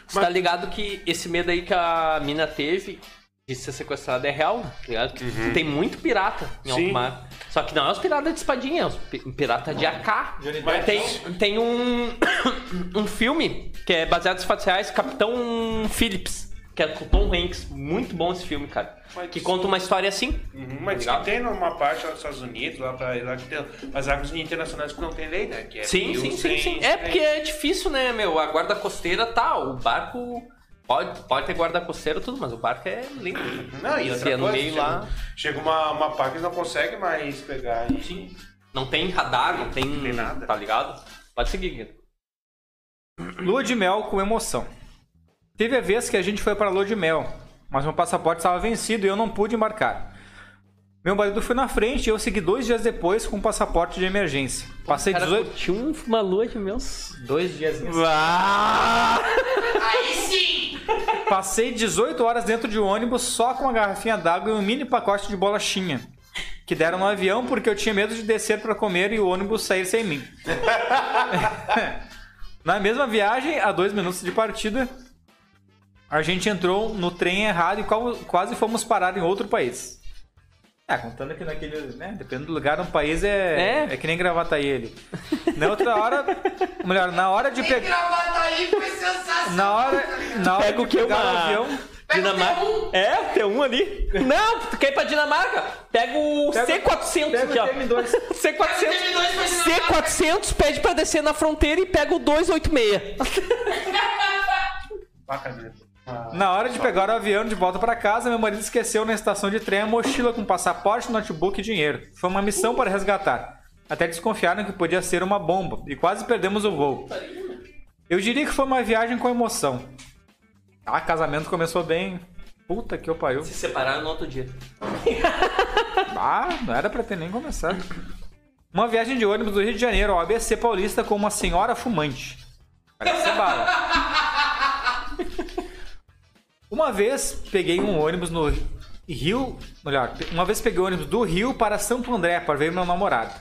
B: Você tá ligado que esse medo aí que a mina teve de ser sequestrada é real, tá ligado? Que Tem muito pirata em
A: Sim.
B: alto mar. Só que não é os piratas de espadinha, é os pi- pirata de AK. Mas tem, tem um, um filme que é baseado em fatos reais, Capitão Phillips, que é com o Tom Hanks. Muito bom esse filme, cara. Que conta uma história assim.
A: Uhum, mas diz que tem numa parte lá dos Estados Unidos, lá pra lá que tem as águas internacionais que não tem lei, né? Que é
B: Sim,
A: mil,
B: sim, sim,
A: cem,
B: sim. É
A: cem.
B: porque é difícil, né, meu? A guarda costeira tá, o barco. Pode, pode ter guarda costeira e tudo, mas o barco é lindo.
A: Não, e
B: Você
A: outra
B: é no
A: coisa,
B: meio
A: chega,
B: lá.
A: chega uma, uma parte que não consegue mais pegar. E...
B: Sim. Não tem radar, não tem,
A: tem nada.
B: Tá ligado? Pode seguir, Guido.
D: Lua de mel com emoção. Teve a vez que a gente foi para a lua de mel, mas meu passaporte estava vencido e eu não pude embarcar. Meu marido foi na frente e eu segui dois dias depois com um passaporte de emergência. Passei 18
K: Tinha um- uma lua de meus.
D: Dois dias mesmo. Aí sim! Passei 18 horas dentro de um ônibus só com uma garrafinha d'água e um mini pacote de bolachinha. Que deram no avião porque eu tinha medo de descer pra comer e o ônibus sair sem mim. Na mesma viagem, a dois minutos de partida, a gente entrou no trem errado e qual- quase fomos parar em outro país. Ah, contando que naquele, né? Dependendo do lugar, um país
B: É?
D: é, é. que nem gravata ele. Na outra hora. Melhor, na hora de pegar.
E: Gravata aí foi sensacional.
D: Na hora. Na hora
B: Pega o
D: de
B: quê?
D: pegar
B: Uma-
D: o avião.
B: Dinamarca. um É, tem um ali. Não, tu quer ir pra Dinamarca? Pega o
D: Pega-
B: C400
D: pega o
B: aqui, ó.
D: TM2.
B: um. C400. C400 pede pra descer na fronteira e pega o 286.
A: Ah, Camila.
D: Na hora de pegar o avião de volta pra casa, meu marido esqueceu na estação de trem a mochila com passaporte, notebook e dinheiro. Foi uma missão para resgatar. Até desconfiaram que podia ser uma bomba e quase perdemos o voo. Eu diria que foi uma viagem com emoção. Ah, casamento começou bem. Puta que eu pariu.
B: Se separaram no outro dia.
D: Ah, não era pra ter nem começado. Uma viagem de ônibus do Rio de Janeiro ao ABC Paulista com uma senhora fumante. Parece bala. Uma vez peguei um ônibus no Rio. Melhor, uma vez peguei o ônibus do Rio para Santo André para ver meu namorado.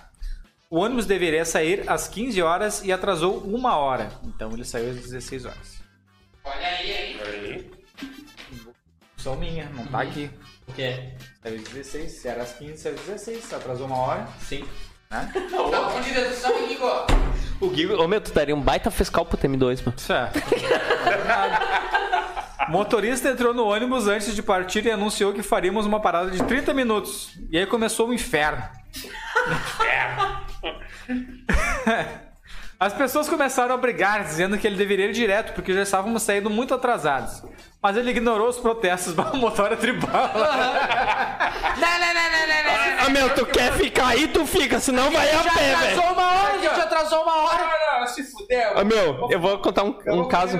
D: O ônibus deveria sair às 15 horas e atrasou uma hora. Então ele saiu às 16 horas. São minha, não tá aqui.
F: O quê?
D: Saiu às 16, se era às 15, saiu às 16, atrasou uma hora.
F: Sim.
E: Tá com direção aí, Igor.
B: O Gui, ô meu, tu daria um baita fiscal pro TM2, mano.
D: Certo. é. Motorista entrou no ônibus antes de partir e anunciou que faríamos uma parada de 30 minutos. E aí começou o inferno. As pessoas começaram a brigar, dizendo que ele deveria ir direto, porque já estávamos saindo muito atrasados. Mas ele ignorou os protestos, o motor é tribal.
E: Não, não, não, não, não, não.
B: Ah, meu, tu quer ficar aí, tu fica, senão vai a pé, velho.
E: Atrasou uma hora, a gente atrasou uma hora.
B: Ah, meu, eu vou contar um, um caso.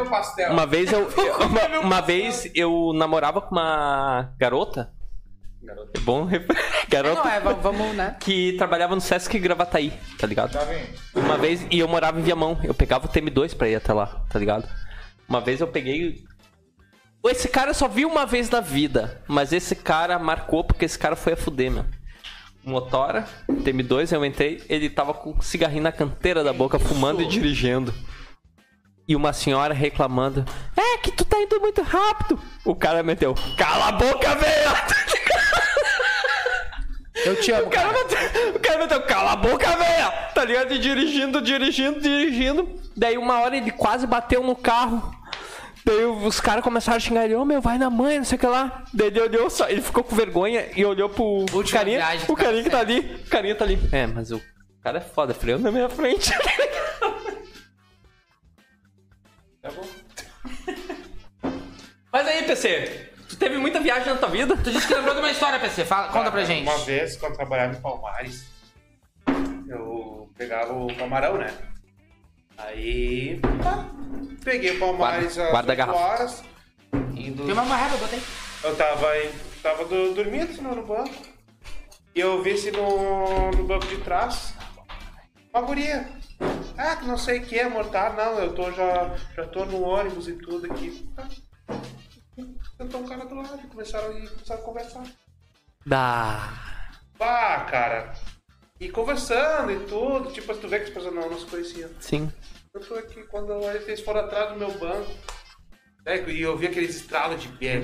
B: Uma vez eu. Uma, uma vez eu namorava com uma garota. Garota. É bom. ref- Garota.
E: Não, é, va- vamos, né?
B: que trabalhava no Sesc Gravataí, tá ligado? Uma vez, e eu morava em Viamão, eu pegava o TM2 pra ir até lá, tá ligado? Uma vez eu peguei. Esse cara eu só vi uma vez na vida, mas esse cara marcou porque esse cara foi a fuder, meu. Um Motora, TM2, eu entrei, ele tava com um cigarrinho na canteira da boca, fumando e dirigindo. E uma senhora reclamando: É que tu tá indo muito rápido. O cara meteu: Cala a boca, velho!
C: Eu te amo.
B: O cara meteu, o cara meteu, cala a boca, velho! Tá ligado? E dirigindo, dirigindo, dirigindo. Daí uma hora ele quase bateu no carro. Daí os caras começaram a xingar ele, ô meu, vai na mãe, não sei o que lá. Daí ele olhou só, ele ficou com vergonha e olhou pro
E: Última
B: carinha.
E: viagem do
B: o
E: cara,
B: carinha que tá ali, o carinha tá ali. É, mas o cara é foda, freou na minha frente. Tá
A: Tá
B: Mas aí, PC, tu teve muita viagem na tua vida?
E: Tu disse que lembrou de uma história, PC. Fala, conta pra gente.
A: Ah, é Uma vez, quando eu trabalhava em Palmares, eu pegava o camarão, né? Aí. tá, Peguei o Palmares
B: Guarda-
A: às
B: guarda a
A: 8
B: garrafa.
A: horas. Indo...
E: Tem uma marreta, eu botei.
A: Eu tava, em- tava do- dormindo assim, no banco. E eu vi se no, no banco de trás uma guria. Ah, que não sei o que, amor, tá? Não, eu tô já, já tô no ônibus e tudo aqui. Tá. Sentou um cara do lado e começaram, e começaram a conversar.
B: Da.
A: Bah, cara. E conversando e tudo, tipo, tu vê que as pessoas não, não se conheciam.
B: Sim.
A: Eu tô aqui quando eu olhei, eles foram atrás do meu banco. né, E eu vi aqueles estralos de pé.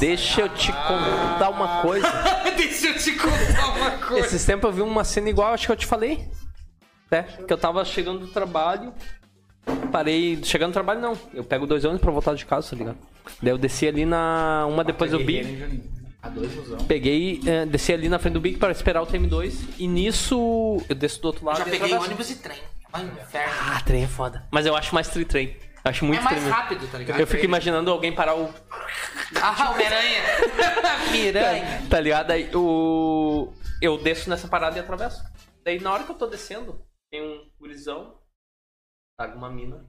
B: Deixa eu te contar uma coisa.
E: Deixa eu te contar uma coisa.
B: Esses tempos eu vi uma cena igual, acho que eu te falei. Né? Que eu tava chegando do trabalho. Parei. Chegando do trabalho, não. Eu pego dois ônibus pra voltar de casa, tá ligado? Daí eu desci ali na. Uma depois do Big. Peguei. eh, desci ali na frente do Big pra esperar o TM2. E nisso. Eu desço do outro lado.
E: Já
B: e
E: peguei
B: atravesso.
E: ônibus e trem. É um inferno.
B: Ah, trem é foda. Mas eu acho mais tri-trem. Acho muito
E: É mais
B: trem.
E: rápido, tá ligado?
B: Eu fico imaginando alguém parar o
E: Ah, o Miranha. Miranha.
B: Tá ligado? Aí o. Eu desço nessa parada e atravesso. Daí na hora que eu tô descendo, tem um gurizão, pega uma mina,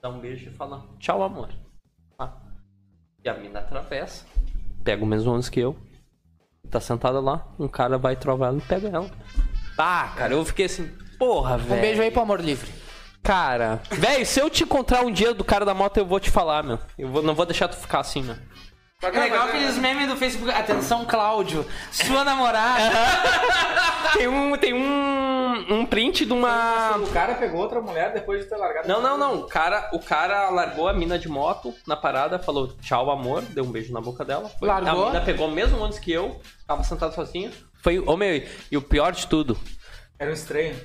B: dá um beijo e fala, tchau amor. Tá? E a mina atravessa, pega o mesmo ônibus que eu, tá sentada lá, um cara vai trovar ela e pega ela. Ah, cara, eu fiquei assim, porra, velho.
E: Um beijo aí pro amor livre.
B: Cara, velho, se eu te encontrar um dia do cara da moto, eu vou te falar, meu. Eu vou- não vou deixar tu ficar assim, meu.
E: É legal aqueles memes do Facebook. Atenção, Cláudio. Sua namorada.
B: Tem um, tem um, um print de uma.
D: O cara pegou outra mulher depois de ter largado.
B: Não, não, não. O cara, o cara largou a mina de moto na parada, falou tchau, amor, deu um beijo na boca dela. Foi. A
E: Largou?
B: mina pegou o mesmo ônibus que eu, tava sentado sozinha. Foi, ô meu, e o pior de tudo.
D: Era um estranho.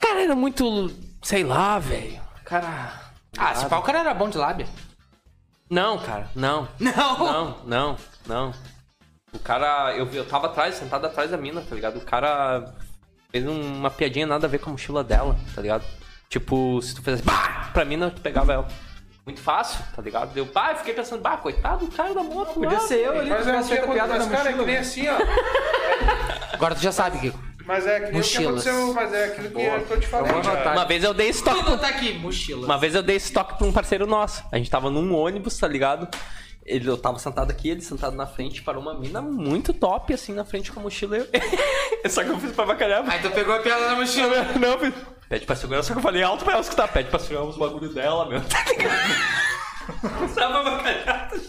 B: Cara, era muito. sei lá, velho. Cara.
E: Ah, se pau o cara era bom de lábia.
B: Não, cara, não.
E: Não.
B: Não, não, não. O cara, eu, vi- eu tava atrás, sentado atrás da mina, tá ligado? O cara fez um- uma piadinha nada a ver com a mochila dela, tá ligado? Tipo, se tu fizesse bah, pra mina, tu pegava ela. Muito fácil, tá ligado? Deu pá, eu fiquei pensando, bah, coitado do cara da moto.
D: Podia
B: lá,
D: ser eu
B: velho.
D: ali,
A: Mas
D: mas
A: é um
D: eu
A: dia
D: tinha
A: quando
D: piada
A: mas,
D: na
A: cara, é que
D: mochila. né?
A: nem assim, ó.
E: Agora tu já sabe, Kiko.
A: Mas é aquilo que
E: Mochilas.
A: aconteceu, mas é aquilo que eu tô te falando.
D: Eu vou anotar.
A: cara.
B: Uma vez eu dei estoque.
E: Não tá aqui, mochila.
B: Uma vez eu dei esse toque pra um parceiro nosso. A gente tava num ônibus, tá ligado? Ele, eu tava sentado aqui, ele sentado na frente, parou uma mina muito top, assim, na frente com a mochila. e eu- Só que eu fiz pra bacalhar.
E: Aí tu pegou a piada na mochila.
B: Não, filho. Pede pra segurar, só que eu falei alto pra ela escutar. Pede pra segurar os bagulho dela, meu. Tá ligado? Tava bacalhado.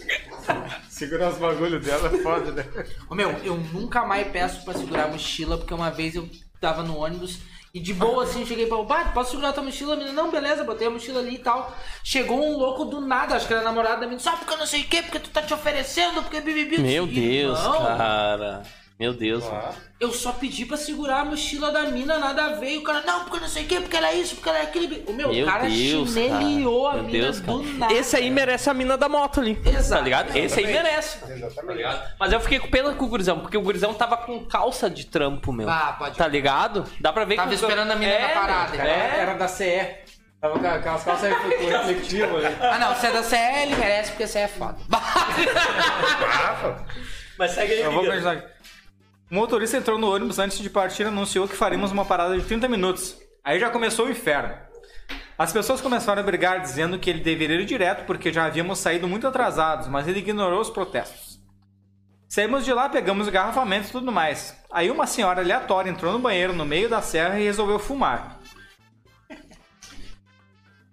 D: Segurar os bagulhos dela é foda, né?
E: Ô, meu, eu nunca mais peço pra segurar a mochila, porque uma vez eu tava no ônibus e de boa assim eu cheguei pra pai, posso segurar tua mochila? A menina, não, beleza, botei a mochila ali e tal. Chegou um louco do nada, acho que era namorado da menina, só porque eu não sei o quê, porque tu tá te oferecendo, porque bibibi. eu
B: Meu
E: disse,
B: Deus,
E: "Irmão,
B: cara. Meu Deus.
E: Eu só pedi pra segurar a mochila da mina, nada a ver. E o cara, não, porque eu não sei o quê, porque ela é isso, porque ela é aquele. O meu,
B: Meu
E: o cara
B: Deus, cara.
E: chineliou a
B: Meu
E: mina
B: Deus, cara.
E: do nada.
B: Esse aí merece a mina da moto ali. Tá
E: Exato.
B: ligado? Esse aí merece. Tá ligado? Mas eu fiquei com pena com o gurizão, porque o gurizão tava com calça de trampo, meu.
E: Ah, pode
B: Tá ligado? Dá pra ver
E: Tava
B: que... o-
E: esperando a mina
B: É,
E: na parada, né?
B: cara.
E: cara.
B: É.
D: Era da CE. Tava com aquelas calças reflectivas ali.
E: Ah, não, se é da CE, ele merece, porque CE é foda.
A: Ah,
B: Mas segue aí,
D: Eu vou
B: amiga.
D: continuar aqui. O motorista entrou no ônibus antes de partir e anunciou que faríamos uma parada de 30 minutos. Aí já começou o inferno. As pessoas começaram a brigar dizendo que ele deveria ir direto porque já havíamos saído muito atrasados, mas ele ignorou os protestos. Saímos de lá, pegamos garrafamentos e tudo mais. Aí uma senhora aleatória entrou no banheiro no meio da serra e resolveu fumar.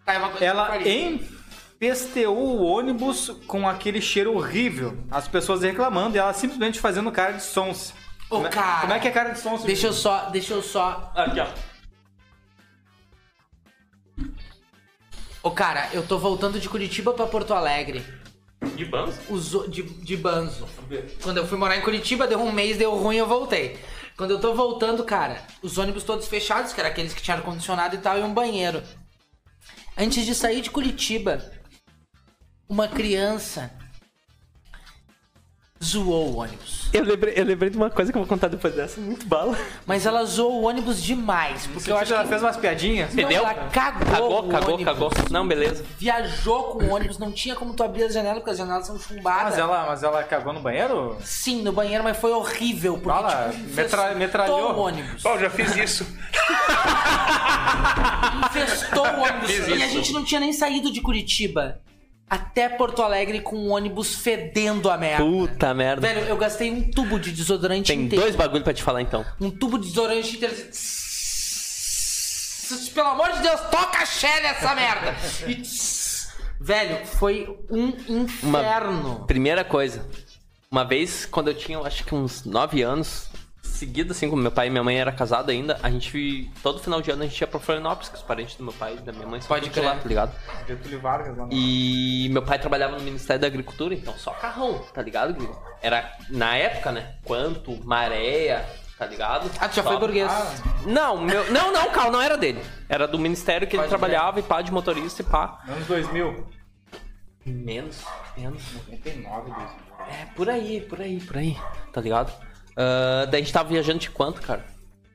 E: Tá, é uma coisa que eu
D: Ela
E: faria.
D: empesteou o ônibus com aquele cheiro horrível. As pessoas reclamando e ela simplesmente fazendo cara de sons.
E: Ô,
D: como, é-
E: cara.
D: como é que é cara de sons?
E: Deixa eu só, deixa eu só.
B: Aqui, ó.
E: Ô, cara, eu tô voltando de Curitiba pra Porto Alegre.
B: De banzo?
E: Os o- de, de banzo. Quando eu fui morar em Curitiba, deu um mês, deu ruim, eu voltei. Quando eu tô voltando, cara, os ônibus todos fechados, que era aqueles que tinham ar-condicionado e tal, e um banheiro. Antes de sair de Curitiba, uma criança zoou o ônibus.
B: Eu lembrei, eu lembrei de uma coisa que eu vou contar depois dessa. Muito bala.
E: Mas ela zoou o ônibus demais, porque eu acho
D: ela
E: que...
D: fez umas piadinhas.
E: Não,
B: Entendeu?
E: ela cagou
B: Cagou,
E: o
B: cagou,
E: ônibus.
B: cagou. Não, beleza.
E: viajou com o ônibus, não tinha como tu abrir a janela, porque as janelas são chumbadas.
D: Mas ela, mas ela cagou no banheiro?
E: Sim, no banheiro, mas foi horrível, porque
D: Fala,
E: tipo,
D: metra-
E: infestou
D: metralhou.
E: o ônibus.
A: Bom, já fiz isso.
E: Infestou o ônibus.
A: Fiz
E: e a
A: isso.
E: gente não tinha nem saído de Curitiba. Até Porto Alegre com o ônibus fedendo a merda.
B: Puta merda.
E: Velho, eu gastei um tubo de desodorante
B: Tem
E: inteiro.
B: dois bagulho pra te falar, então.
E: Um tubo de desodorante inteiro. assim. Pelo amor de Deus, toca axé nessa merda! E... Velho, foi um
B: Uma-
E: inferno.
B: Primeira coisa, uma vez, quando eu tinha, eu acho que uns 9 anos, seguido assim, como meu pai e minha mãe era casado ainda, a gente, todo final de ano, a gente ia pra Florianópolis, que os parentes do meu pai e da minha mãe são
E: Pode
B: todos
E: crer.
B: lá, tá ligado?
D: Getúlio Vargas lá no...
B: E meu pai trabalhava no Ministério da Agricultura, então só carrão, tá ligado, Guilherme? Era, na época, né, quanto, maréia, tá ligado?
E: Ah, tu já
B: Só-
E: foi burguês.
B: Não, meu, não, não, calma, não era dele. Era do ministério que ele trabalhava e pá, de motorista e pá.
D: Ah, Anos 2000.
B: Menos, menos.
D: 99, 2000.
B: É, por aí, por aí, por aí. Tá ligado? Ah, daí a gente tava viajando de quanto, cara?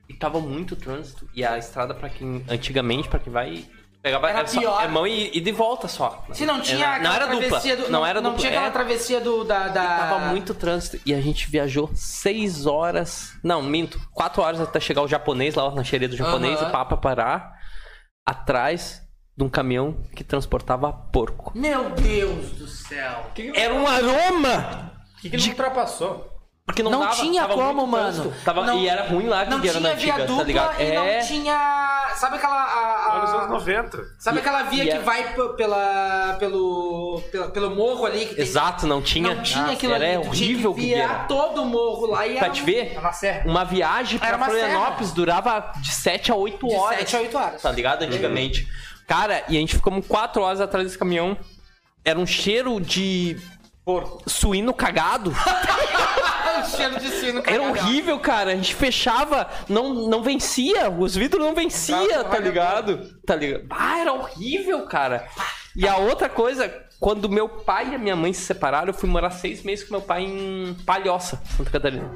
B: E tava muito trânsito. E a estrada, pra quem. Antigamente, pra quem vai. Pegava
E: Era
B: só-
E: pior.
B: é mão e, e de volta só.
E: Se não tinha
B: Era- não
E: aquela
B: era dupla.
E: travessia do.
B: não, era
E: não
B: dupla.
E: tinha aquela
B: é.
E: travessia do. Da, da...
B: Tava muito trânsito e a gente viajou seis horas. Não, minto. quatro horas até chegar o japonês lá na xeria do japonês
E: Aham.
B: e pá pra parar. Atrás de um caminhão que transportava porco.
E: Meu Deus do céu.
B: Era um aroma
D: O que, que ele ultrapassou?
B: Porque não,
E: Não
B: dava,
E: tinha
B: tava
E: como,
B: muito
E: mano.
B: trânsito. Tava,
E: Não-
B: e era ruim lá que
E: Não
B: era na
E: tinha
B: antiga,
E: via
B: tá
E: dupla
B: ligado?
E: e
B: é.
E: não tinha. Sabe aquela. a- a-
A: Lá nos anos 90.
E: Sabe
B: E-
E: aquela via
B: e
E: que
B: é-
E: vai p- pela, pelo, pela- pelo morro ali? Que tem-
B: Exato, não tinha.
E: Não tinha
B: Nossa,
E: aquilo
B: era
E: ali. tu
B: horrível
E: tinha que virar
B: Guilherme.
E: todo o morro lá e
B: Pra
E: era
B: te
E: um-
B: ver,
E: Era uma serra.
B: uma viagem pra
E: Era uma
B: Florianópolis durava de 7 a 8
E: De
B: horas.
E: 7 a 8 horas.
B: tá ligado? Antigamente. Cara, e a gente ficamos quatro horas atrás desse caminhão. Era um cheiro de. Suíno cagado.
E: cheiro de sino.
B: Era
E: cara.
B: horrível, cara. A gente fechava, não, não vencia. Os vidros não vencia, tá ligado? Tá ligado? Ah, era horrível, cara. E a outra coisa, quando meu pai e a minha mãe se separaram, eu fui morar seis meses com meu pai em Palhoça, Santa Catarina.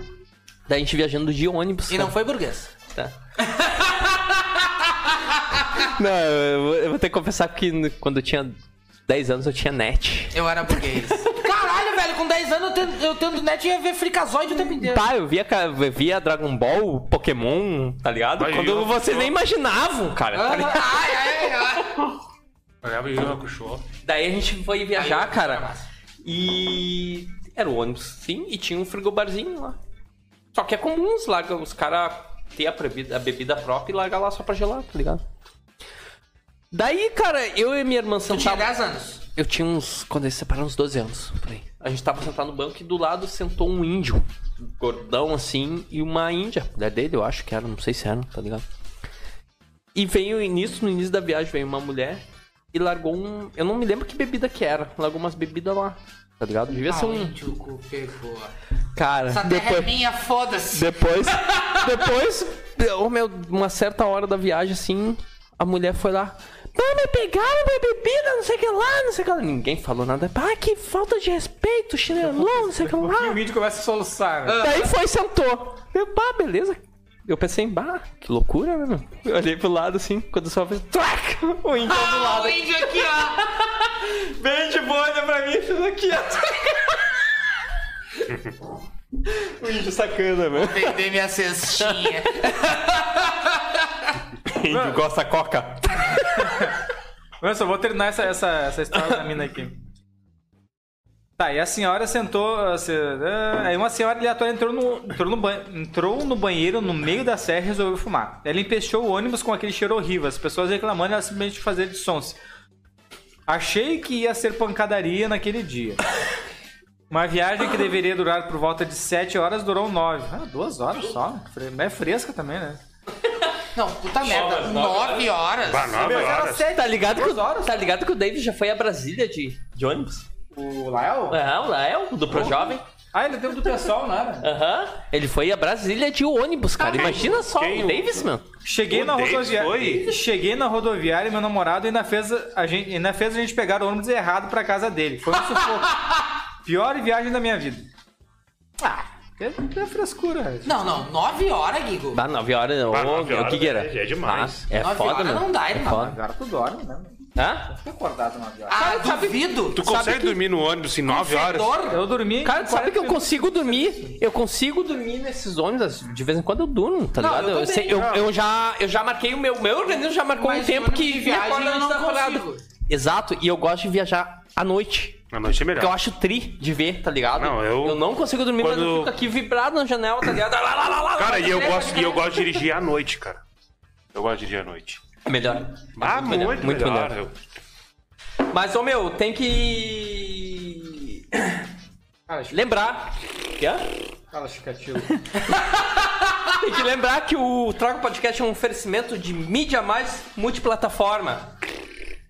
B: Daí a gente viajando de ônibus.
E: E
B: cara.
E: não foi burguês.
B: Tá. Não, eu vou, eu vou ter que confessar que no- quando eu tinha 10 anos eu tinha net.
E: Eu era burguês. Caralho, velho, com 10 anos eu tendo, eu tendo net ia ver fricazoide o tempo inteiro.
B: Pá, eu via, ca- eu via Dragon Ball, Pokémon, tá ligado?
A: Aí,
B: quando
A: ó,
B: vocês
A: ó.
B: nem imaginavam, cara. tá ligado?
E: Ai, ai, ai.
A: Olhava e ia com o show.
B: Daí a gente foi viajar,
E: Aí,
B: cara.
E: massa.
B: E. Era o ônibus, sim, e tinha um frigobarzinho lá. Só que é comum os, larga, os caras ter a, bebida- a bebida própria e largar lá só pra gelar, tá ligado? Daí, cara, eu e minha irmã
E: Tu tinha
B: sentávamos.
E: 10 anos.
B: Eu tinha uns. Quando eles se separaram, uns 12 anos. por aí. A gente tava sentado no banco e do lado sentou um índio. Gordão assim, e uma índia. É dele, eu acho que era, não sei se era, tá ligado? E veio nisso, no início da viagem, veio uma mulher e largou um. Eu não me lembro que bebida que era. Largou umas bebidas lá. Tá ligado? Devia ser
E: Ah, o
B: um.
E: índio cu pegou.
B: Cara,
E: Essa terra é
B: depois.
E: minha, foda-se.
B: Depois. depois. ô, meu, uma certa hora da viagem, assim, a mulher foi lá. Não, me pegaram minha bebida, não sei o que lá, não sei o que lá. Ninguém falou nada. Ah, que falta de respeito, chinelão, não sei o que
D: E o
B: lá.
D: índio começa a soluçar.
E: Ah.
D: né?
B: Daí foi e sentou. Eu, pá, beleza. Eu pensei, bah, que loucura, né, meu? Eu olhei pro lado assim, quando só fez. Trac! O índio do
E: Ah,
B: lado.
E: o índio aqui, ó.
B: Bem de boa, olha pra mim e fez aqui, ó. o índio né? sacana, meu.
E: Vender minha cestinha.
B: Índio gosta da coca.
D: Olha só, vou terminar essa, essa, essa história da mina aqui. Tá, e a senhora sentou. a se- ah, Aí uma senhora aleatória entrou no, entrou, no ban- entrou no banheiro no meio da serra e resolveu fumar. Ela empechou o ônibus com aquele cheiro horrível, as pessoas reclamando e ela simplesmente fazer de sons. Achei que ia ser pancadaria naquele dia. Uma viagem que deveria durar por volta de 7 horas durou 9. Ah, duas horas só. Fre- É fresca também, né?
E: Não, puta merda. 9 horas.
A: Bah, nove horas.
B: Tá ligado, que, o- tá ligado que o David já foi a Brasília de, de ônibus?
D: O Lael?
B: Aham, lá é o do Projovem.
D: Ah, ele deu do pessoal, nada.
B: Aham. Ele foi a Brasília de ônibus, cara. Imagina só
A: Ah, Quem?
B: o Davis, mano.
D: Cheguei
A: O
D: na
A: Davis
D: rodoviária.
A: foi?
D: Cheguei na rodoviária e meu namorado ainda fez a gente, ainda fez a gente pegar o ônibus errado pra casa dele. Foi um sufoco. Pior viagem da minha vida. Ah, é, é frescura. velho.
E: Não, não. 9 horas, Guigo.
B: Dá 9 horas, não.
A: Bah,
B: Ô,
A: nove
B: meu,
A: horas
B: que que era?
A: é- é demais.
B: Ah, é
E: Nove
B: foda,
E: horas
B: mano.
E: não dá,
B: é
E: irmão.
B: foda.
D: Agora tu dorme, né?
B: Hã?
D: Fica acordado uma viagem.
E: Ah, duvido.
A: Tu consegue dormir no ônibus em 9 horas?
E: Fedor?
D: Ah, Eu dormi.
B: Cara, tu sabe que eu
D: consigo.
B: consigo dormir?
E: assim.
B: Eu consigo dormir nesses ônibus. assim, De vez em quando eu durmo, tá
E: Não,
B: ligado?
E: eu
B: Eu, sei-
E: também.
B: eu- eu já, eu já marquei o meu. Meu organismo já marcou
E: Mas
B: um tempo
E: ônibus
B: que
E: de viagem
B: acorda
E: eu
B: antes
E: não
B: da parada.
E: consigo.
B: tá Exato, e eu gosto de viajar à noite.
A: A noite é melhor.
B: Porque eu acho tri de ver, tá ligado?
A: Não, eu-
B: não consigo dormir, mas eu
A: Quando-
B: fico aqui vibrado na janela, tá ligado? Lá, lá, lá, lá, lá,
A: Cara,
B: lá,
A: e eu,
B: lá,
A: gosto,
B: lá,
A: e eu
B: lá.
A: gosto de dirigir à noite, cara. Eu gosto de dirigir à noite.
B: É melhor.
A: Ah, muito, melhor.
B: Mas, ô meu, tem que. Lembrar. Quê?
D: Fala, Chicatilo.
B: Tem que lembrar que o Trago Podcast é um oferecimento de mídia mais multiplataforma.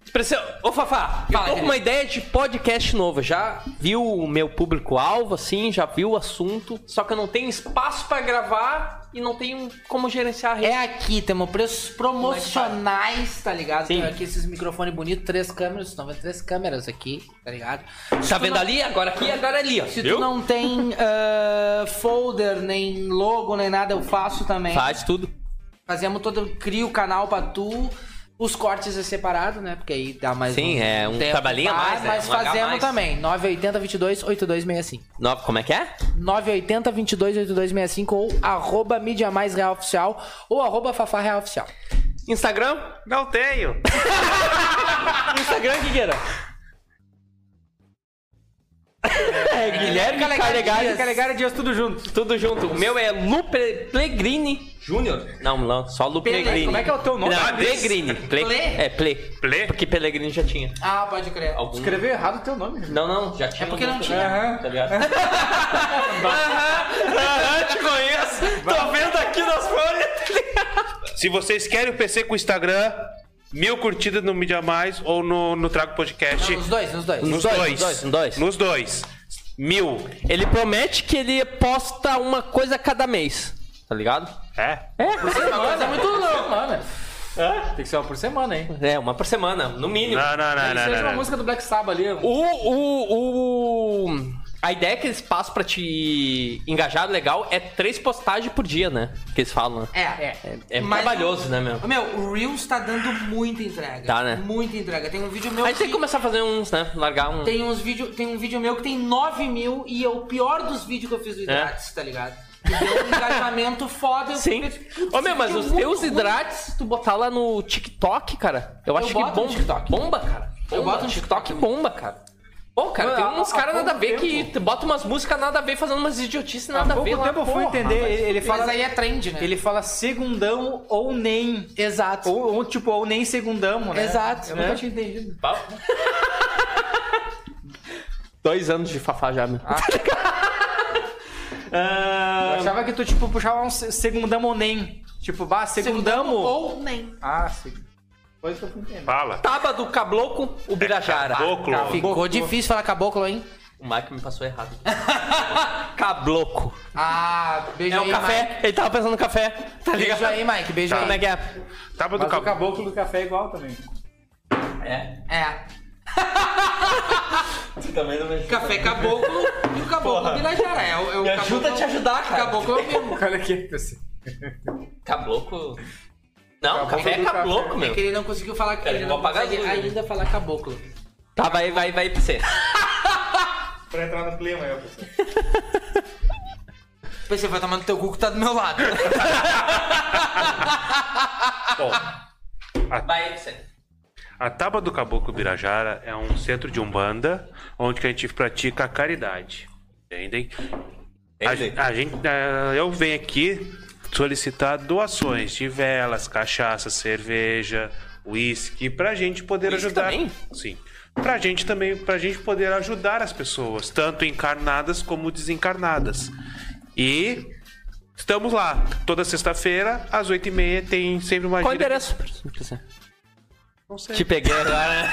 B: Expressão- Ô Fafá, eu
E: Fala,
B: tô com
E: querido.
B: uma ideia de podcast novo. Já viu o meu público-alvo, assim, já viu o assunto, só que eu não tenho espaço pra gravar e não tenho como gerenciar a rede.
E: É aqui, temos preços promocionais, tá ligado?
B: Sim.
E: Tem aqui esses microfones bonitos, três câmeras, estão vendo três câmeras aqui, tá ligado?
B: Tá vendo ali? Agora aqui, agora ali, ó.
E: Se
A: Viu?
E: tu não tem ah, folder, nem logo, nem nada, eu faço também.
B: Faz tudo.
E: Fazemos todo, crio o canal pra tu. Os cortes é separado, né? Porque aí dá mais
B: Sim, é um
E: tempo,
B: trabalhinho a
E: pá,
B: mais, né?
E: Mas
B: Um H a
E: fazemos
B: mais.
E: também. 980 22 8265.
B: Nova, como é que é?
E: 980 22 8265 ou arroba mídia mais real oficial ou arroba fafá real oficial.
B: Instagram?
A: Não tenho.
B: Instagram, Guigueira. É, Guilherme Calegari,
D: Calegari Dias, tudo junto.
B: Tudo junto. O meu é Lu Pe- Pellegrini Júnior. Não, não, só Lu
E: Pele-
B: Pellegrini.
E: como é que é o
D: teu nome?
B: Não,
A: Ah, desse?
B: Pellegrini. Ple...
E: Ple?
B: É, Ple.
A: Ple?
B: Porque Pellegrini já tinha.
E: Ah, pode crer.
B: Algum...
D: Escreveu errado o teu nome.
B: Não, não, já
E: É
B: tinha.
E: porque
B: algum
E: não
B: Pellegrini,
E: tinha.
B: Tá ligado? Aham, aham, te conheço. Tô vendo aqui nas folhas, tá ligado?
A: Se vocês querem o PC com o Instagram, mil curtidas no Mídia Mais ou no, no Trago Podcast.
B: tipo
E: Nos dois, nos dois.
A: nos,
B: dois,
A: dois,
B: nos dois, nos dois.
A: Nos dois. Mil.
B: Ele promete que ele posta uma coisa a cada mês. Tá ligado?
A: É?
E: Mas é muito louco.
D: Tem que ser uma por semana, hein?
B: É, uma por semana, no mínimo.
A: Não, não, não,
D: Tem que
A: não.
D: ser
A: não,
D: uma
A: não.
D: música do Black Sabbath ali.
B: O, o, o- A ideia que eles passam pra te engajar legal é três postagens por dia, né? Que eles falam. né?
E: É,
B: É, é
E: Mas-
B: trabalhoso, né, meu?
E: Meu, o Reels tá dando muita entrega.
B: Tá, né?
E: Muita entrega. Tem um vídeo meu.
B: Aí tem que começar a fazer uns, né? Largar um.
E: Tem, uns vídeo, tem um vídeo meu que tem 9 mil e é o pior dos vídeos que eu fiz do Hidrates, tá ligado? Que deu um engajamento foda. eu
B: Sim.
E: fiquei, tipo, putz,
B: Ô, meu, mas
E: vídeo
B: os
E: muito
B: teus
E: ruim.
B: hidrates, tu botar lá no TikTok, cara, eu acho que
E: boto no
B: bomba.
E: TikTok.
B: Bomba, cara.
E: Eu
B: Bomba.
E: boto no
B: TikTok bomba, cara. Pô, cara, tem
D: Mano, há-
B: uns
D: há
B: caras nada a
D: pouco
B: ver que
D: tempo-
B: tu bota umas músicas nada a ver, fazendo umas idiotices nada
D: Há
B: a ver
D: pouco
B: lá.
D: tempo eu fui
B: porra.
D: entender, ele, ele
E: Mas
D: fala...
E: aí é trend, né?
D: Ele fala segundão ou nem.
E: Exato.
D: Ou, ou, tipo, ou nem segundamos, né?
E: Exato.
D: Eu nunca
E: É.
D: tinha entendido.
B: Dois anos de Fafá já, meu.
D: Eu achava que tu, tipo, puxava um se- segundamo ou nem. Tipo, bah, segundamo.
E: Ou nem.
D: Ah, sim. Coisa que eu fui entender.
A: Fala.
B: Taba do Cabloco, o Birajara.
A: Caboclo.
E: Ficou difícil falar caboclo, hein?
B: O Mike me passou errado. Cabloco.
E: Ah, beijo
B: É
E: aí,
B: o café?
E: Mike.
B: Ele tava pensando no café. Tá ligado?
E: Beijo aí, Mike. Beijo
B: Como é
E: aí.
B: que é?
A: Tapa do
D: Mas o
A: cabo.
D: caboclo do café é igual também.
E: É.
K: Também não me ajuda.
E: Café caboclo e o caboclo Birajara. É o, é o
K: Me ajuda
E: caboclo-
K: a te ajudar, cara.
E: Caboclo é o mesmo.
D: Olha aqui, você.
B: Cabloco. Não, café é
D: do café.
B: cabloco, meu.
E: É que ele não conseguiu falar.
B: Cara,
E: ele
B: eu
E: não
B: vou apagar
E: consegue
B: tudo, né?
E: ainda falar caboclo.
B: Tá, vai, vai, vai pra você.
D: Pra entrar no clima, eu. pessoal.
E: Pensei, vai tomar no teu cu que tá do meu lado.
A: Bom,
B: Vai pra você.
A: a Taba do Caboclo Birajara é um centro de umbanda onde que a gente pratica a caridade. Entendem? A, a gente, eh, eu venho aqui solicitar doações de velas, cachaça, cerveja, uísque, pra gente poder
B: Uísque
A: ajudar.
B: também?
A: Sim. Pra gente também, pra gente poder ajudar as pessoas, tanto encarnadas como desencarnadas. E estamos lá. Toda sexta-feira, às oito e meia, tem sempre uma
B: Qual o
A: gira-
B: endereço? Não sei. Te né? peguei agora, né?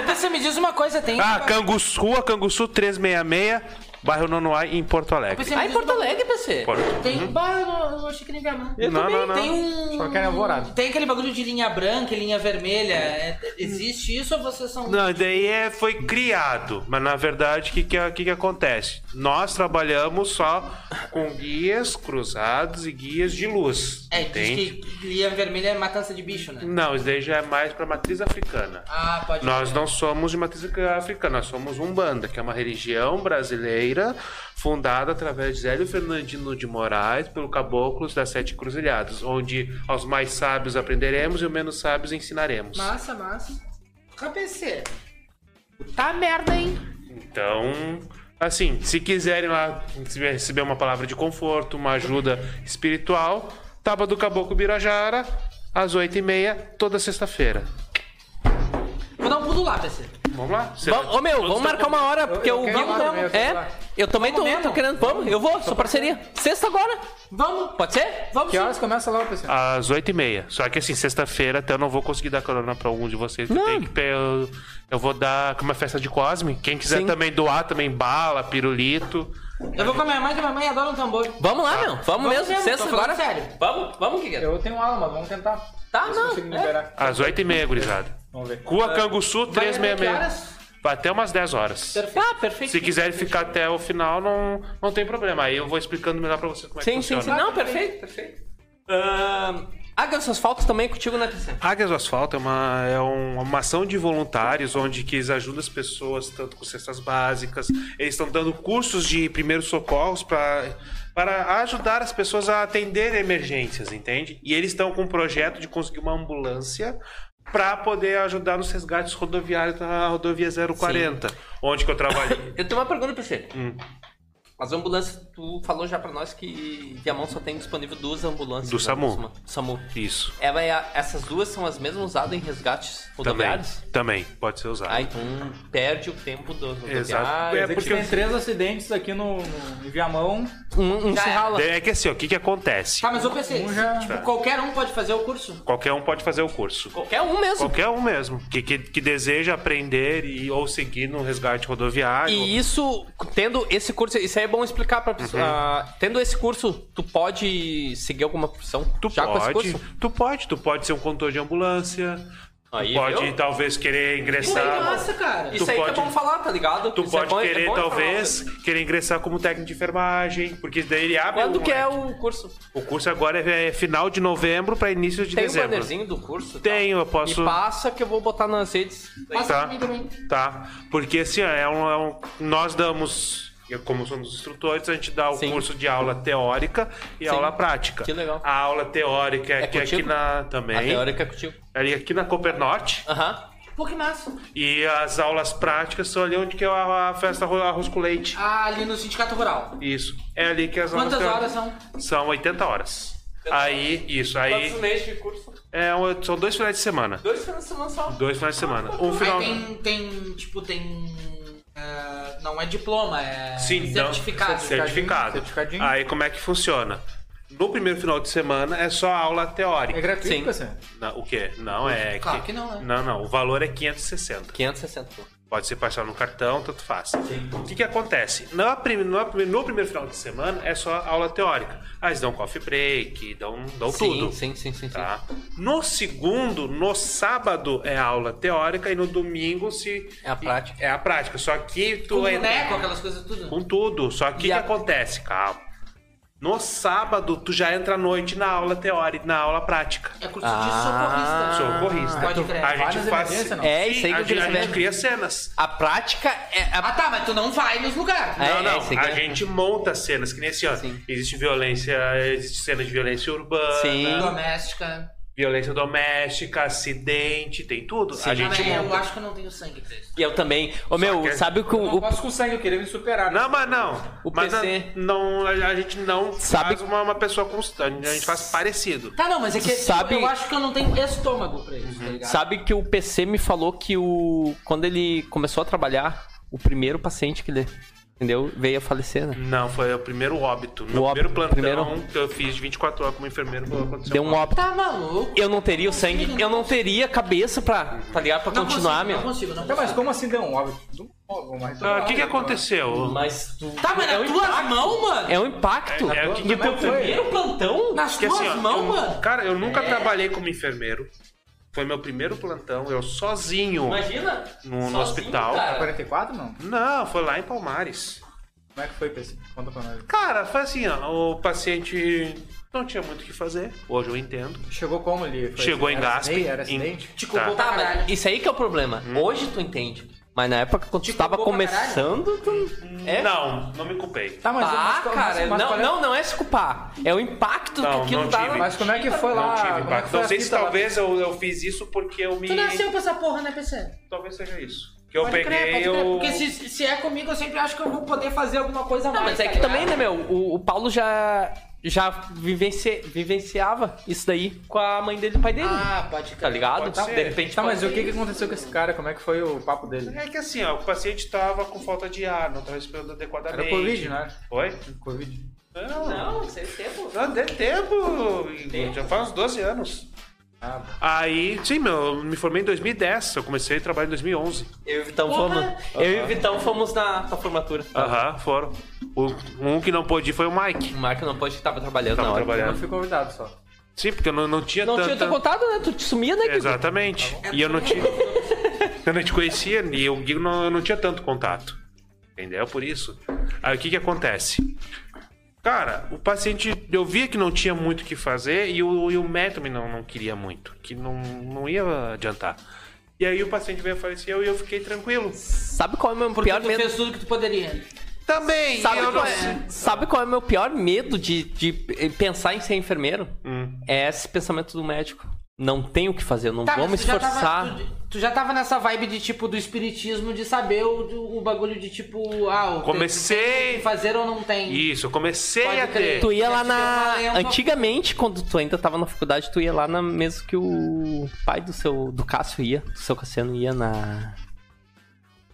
E: Ô, Pensei, me diz uma coisa, tem.
A: Ah, Canguçu, Rua Canguçu 366, bairro Nonoai, em Porto Alegre.
E: Pensei, me
B: Ah, em
E: diz
B: Porto
E: uma-
B: Alegre, PC.
A: Porto.
E: Tem. Bah, eu não- eu achei que nem via mão.
A: não, não, não.
E: Tem um.
D: Só que era alvorada.
E: Tem aquele bagulho de linha branca e linha vermelha. É- existe isso ou vocês são.
A: Não, daí é, foi criado. Mas na verdade, o que, que, é- que, que acontece? Nós trabalhamos só com guias cruzados e guias de luz.
E: É,
A: entende?
E: diz que linha vermelha é matança de bicho, né?
A: Não, isso daí já é mais pra matriz africana.
E: Ah, pode
A: Nós
E: crer.
A: não somos de matriz africana, nós somos Umbanda, que é uma religião brasileira fundada através de Zélio Fernandino de Moraes pelo Caboclos das Sete Cruzilhadas, onde aos mais sábios aprenderemos e os menos sábios ensinaremos.
E: Massa, massa. KPC. Tá merda, hein?
A: Então, assim, se quiserem lá receber uma palavra de conforto, uma ajuda espiritual, Taba do Caboclo Birajara, às oito e meia, toda sexta-feira.
E: Vou dar um pulo lá, PC.
A: Vamos lá?
B: Vamos, ô meu, vamos marcar uma hora, porque
D: eu
B: eu,
D: quero ir
B: vamos mesmo.
D: lá também, eu quero ir
B: É,
D: lá.
B: eu também tô, tô querendo. Vamos, eu vou, sou parceria. Sexta agora.
E: Vamos,
B: Pode ser?
E: vamos
D: Que
E: sim.
D: horas começa lá, pessoal?
A: Às oito e meia. Só que assim, sexta-feira até eu não vou conseguir dar carona pra algum de vocês.
B: Não.
A: Não. Tem que pe- eu, eu vou dar uma festa de Cosme. Quem quiser
B: Sim.
A: também doar, também bala, pirulito.
E: Eu vou com a minha mãe, que minha mãe adora um tambor.
B: Vamos
A: Tá.
B: lá, meu. Vamos, mesmo,
E: mesmo,
B: sexta
E: tô falando
B: agora.
E: sério.
B: Vamos, vamos,
A: é
B: Guilherme.
D: Eu tenho aula, mas vamos tentar.
B: Tá,
D: Ver se
B: não.
D: consigo me
B: é.
D: liberar.
A: Às oito e meia, gurizada.
D: Vamos ver.
A: Rua Canguçu,
E: É. Vai até que
A: 366.
E: horas?
A: Vai até umas 10 horas.
B: Ah, perfeito.
A: Se quiserem ficar até o final, não, não tem problema. Aí eu vou explicando melhor pra vocês como é que
B: Sim, sim,
A: funciona.
B: sim. Não, perfeito, perfeito. Ahn, Haga suas faltas também contigo, né, PC?
A: Águias do Asfalto é uma, é um- uma ação de voluntários onde que eles ajudam as pessoas tanto com cestas básicas, eles estão dando cursos de primeiros socorros pra, para ajudar as pessoas a atender emergências, entende? E eles estão com um projeto de conseguir uma ambulância para poder ajudar nos resgates rodoviários da rodovia 040, onde que eu trabalhei.
B: Eu tenho uma pergunta pra você.
A: Hum.
B: As ambulâncias, tu falou já pra nós que Viamão só tem disponível duas ambulâncias.
A: Do
B: né?
A: SAMU.
B: SAMU.
A: Isso.
B: Ela é a- essas duas são as mesmas usadas em resgates
A: Também,
B: rodoviários?
A: também pode ser usado.
B: Ah, então perde o tempo dos rodoviários.
A: Exato. É
D: É porque
A: porque
D: tem
A: eu-
D: três acidentes aqui no, no em Viamão.
E: Um se rala.
A: É que assim, ó, o que, que acontece?
E: Tá, mas eu pensei,
D: Um já-
E: tipo, qualquer um pode fazer o curso?
A: Qualquer um pode fazer o curso.
B: Qualquer um mesmo.
A: Qualquer um mesmo. Que, que, que deseja aprender e, ou seguir no resgate rodoviário.
B: E isso, tendo esse curso, isso aí é bom explicar pra pessoa.
A: Uhum.
B: Ah, tendo esse curso, tu pode seguir alguma profissão?
A: Tu
B: já com esse
A: pode,
B: curso?
A: tu pode, tu pode ser um condutor de ambulância,
B: Aí,
A: tu pode
B: viu?
A: talvez querer ingressar,
E: Nossa, cara.
B: Isso
A: tu
B: aí que
A: pode-
B: é bom falar, tá ligado?
A: tu
B: é Isso é
A: pode
B: bom- é
A: querer
B: bom informar.
A: talvez querer ingressar como técnico de enfermagem, porque daí ele abre
B: Quando
A: um-
B: que é o curso?
A: O curso agora é é final de novembro para início de
B: Tem um o
A: dezembro.
B: bannerzinho do curso? e tal?
A: Tenho, eu posso-
B: Me passa que eu vou botar nas redes.
A: tá? Tá. Porque assim, ó, é um, é um- nós damos, eu, como somos instrutores, a gente dá o
B: Sim.
A: curso de aula teórica e
B: Sim.
A: aula prática.
B: Que legal.
A: A aula teórica é, aqui, aqui
B: contigo?
A: na
B: A
A: também.
B: teórica é contigo.
A: Ali aqui na Copernorte.
B: Aham.
E: Pô, que massa.
A: E as aulas práticas são ali onde que é a, a festa ro- arroz com leite.
E: Ah, ali no sindicato rural.
A: Isso. É ali que as aulas
E: Quantas horas
A: teóricas-
E: são?
A: São 80 horas. Aí, isso,
B: Quantos
A: aí
B: meses de curso?
A: é, um- são dois finais de semana.
B: Dois finais de semana só.
A: Dois finais de semana. Um final.
E: Aí tem, tem, tipo, tem... ah, não é diploma, é
A: Sim, então,
E: certificado.
A: certificado.
D: certificadinho.
A: Aí como é que funciona? No primeiro final de semana é só aula teórica.
D: É gratuito,
B: Sim.
D: Cassiano?
A: Não, o quê? Não é.
E: Claro que não, né?
A: Não, não. O valor é 560.
B: 560 pô.
A: Pode ser parcelado no cartão, tanto faz. O que, que acontece? Na prim- na prim- no primeiro final de semana é só aula teórica. Aí eles dão coffee break, dão, dão tudo.
B: Sim, sim, sim, sim. sim.
A: Tá? No segundo, no sábado é aula teórica e no domingo se.
B: É a prática.
A: É a prática. Só que tu
E: Com
A: entra-
E: boneco, aquelas coisas tudo.
A: com tudo. Só que o
B: E
A: que
B: a-
A: acontece, calma. No sábado, tu já entra à noite na aula teórica, na aula prática.
E: É curso
B: Ah.
E: de socorrista.
A: Socorrista.
E: Pode crer.
A: a gente
D: Várias
A: faz.
D: emergências, não?
B: É, isso aí que
A: a
B: eu queria
A: gente, a
B: saber.
A: gente cria cenas.
B: A prática é. A...
E: Ah tá, mas tu não vai nos lugares.
B: É,
A: não, não.
B: isso aí que
A: a
B: eu-
A: gente monta cenas, que nem assim, ó.
B: Sim.
A: Existe violência, existe cena de violência urbana,
B: Sim.
E: Né? Doméstica.
A: violência doméstica, acidente, tem tudo. A
E: Ah, mas
A: gente
E: eu
A: monta.
E: acho que eu não tenho sangue pra isso.
B: E eu também. Ô meu,
A: que-
B: sabe o que
D: Eu
B: o.
D: não posso com sangue, eu queria me superar.
A: Não, mas não.
B: O
A: mas
B: PC.
A: a- não, a, a gente não
B: Sabe-
A: faz uma, uma pessoa constante, a gente faz parecido.
E: Tá, não, mas é que
B: Tu sabe- Uhum.
E: eu acho que eu não tenho estômago pra isso, tá ligado?
B: Sabe que o PC me falou que o. Quando ele começou a trabalhar, o primeiro paciente que ele. Entendeu? Veio a falecer, né?
A: Não, foi o primeiro óbito.
B: O
A: Meu
B: óbito,
A: primeiro plantão
B: primeiro.
A: que eu fiz de 24 horas como enfermeiro aconteceu.
B: Deu um óbito.
E: Tá maluco?
B: Eu não teria o sangue, eu não teria cabeça pra. Tá ligado? Pra
E: Não
B: continuar,
E: consigo,
B: meu.
E: Não consigo, não
D: Tá, mas
E: consigo.
D: como assim deu um óbito? Óbvio, mas-
A: Ah, O que, que aconteceu?
K: Mas tu.
E: Tá, mas
B: É um
E: nas tuas mãos, mano?
B: É um impacto.
A: É, o que, que
D: Mas foi.
K: Primeiro plantão?
E: Nas
A: Porque
E: tuas
A: assim, ó,
E: mãos,
A: eu-
E: mano?
A: cara, eu nunca trabalhei como enfermeiro. Foi meu primeiro plantão, eu sozinho
K: Imagina?
A: no, no
K: sozinho,
A: hospital.
K: cara.
D: 44 não?
A: Não, foi lá em Palmares.
D: Como é que foi, PC? Conta pra nós.
A: Cara, foi assim, ó, o paciente não tinha muito o que fazer. Hoje eu entendo.
D: Chegou como ali? Foi- assim,
A: Chegou
B: assim,
A: em
D: era
A: Gasp.
D: acidente? Era
A: em-
D: acidente?
E: Te
A: Tá.
E: culpou pra
B: Tá,
E: caralho.
B: mas isso aí que é o problema. Hoje tu entende. Mas na época quando tu
E: Tipo,
B: tava
E: boa pra caralho.
B: começando, tu. É?
A: Hum, Não, não me culpei.
D: Tá, mas,
B: Ah,
D: mas- mas-
B: cara,
D: mas
B: não,
D: qual é-
B: não, não é se culpar. É o impacto
A: né? Não,
B: que aquilo
A: não
B: dá.
A: tive.
D: Mas como é que foi
A: não
D: lá?
A: tive
D: como é que
A: impacto.
D: foi a
A: Não sei se
D: fita lá?
A: talvez eu, eu fiz isso porque eu me.
E: Tu nasceu pra essa porra, né, PC?
A: Talvez seja isso. Que eu
E: Pode
A: peguei
E: crer, pode crer.
A: eu-
E: Porque se, se é comigo, eu sempre acho que eu vou poder fazer alguma coisa a
B: Não,
E: mais.
B: mas é
E: tá
B: que
E: ligado?
B: também, né, meu? O, o Paulo já, já vivenci- vivenciava isso daí com a mãe dele e o pai dele.
E: Ah, pode crer.
B: tá ligado?
A: pode ser.
B: De repente.
D: Tá, mas
B: pode-
D: o que, que aconteceu com esse cara? Como é que foi o papo dele?
A: É que assim, ó, o paciente tava com falta de ar, não tava esperando adequadamente.
D: Era Covid, né?
A: Foi?
D: Covid.
A: Não, não,
K: Não, sem tempo.
A: deu tempo. Já faz uns 12 anos.
D: Ah,
A: Aí, sim, meu, eu me formei em 2010, eu comecei a trabalhar em 2011.
B: Eu e o Vitão fomos. Eu e o Vitão fomos na, na formatura.
A: Aham, foram. O, um que não pôde ir foi o Mike.
B: O Marco não pode que tava trabalhando
A: Tava
B: na hora.
D: eu
A: trabalhando.
D: fui convidado só.
A: Sim, porque eu não, não tinha
B: Não
A: tanta...
E: tá
B: tinha te contado, né? Tu te sumia, né, Guigo?
A: Exatamente. e eu não tinha. eu não te conhecia e eu digo, não, eu não tinha tanto contato. Entendeu? Por isso. Aí o que que acontece? Cara, o paciente, eu via que não tinha muito o que fazer e o, e o método não, não queria muito, que não, não ia adiantar. E aí o paciente veio falecer e eu fiquei tranquilo.
B: Sabe qual é o meu
E: Porque
B: pior
E: tu
B: medo?
E: fez tudo que tu poderia.
A: Também!
B: Sabe,
A: eu
B: qual
A: não-
B: é, sabe qual é o meu pior medo de, de pensar em ser enfermeiro?
A: Hum.
B: É esse pensamento do médico. Não tem o que fazer, não
E: Tá,
B: vou me
E: mas tu já tava-
B: esforçar.
E: tu, tu já tava nessa vibe de tipo do espiritismo de saber o, o bagulho de tipo. Ah, o
A: Comecei.
E: fazer ou não tem.
A: Isso, eu comecei
E: Pode
A: a ter.
E: crer.
B: Tu ia lá
E: Deve ter um
B: na.
E: talento.
B: Antigamente, quando tu ainda tava na faculdade, tu ia lá na mesmo que o pai do seu. do Cássio ia, do seu Cassiano ia na.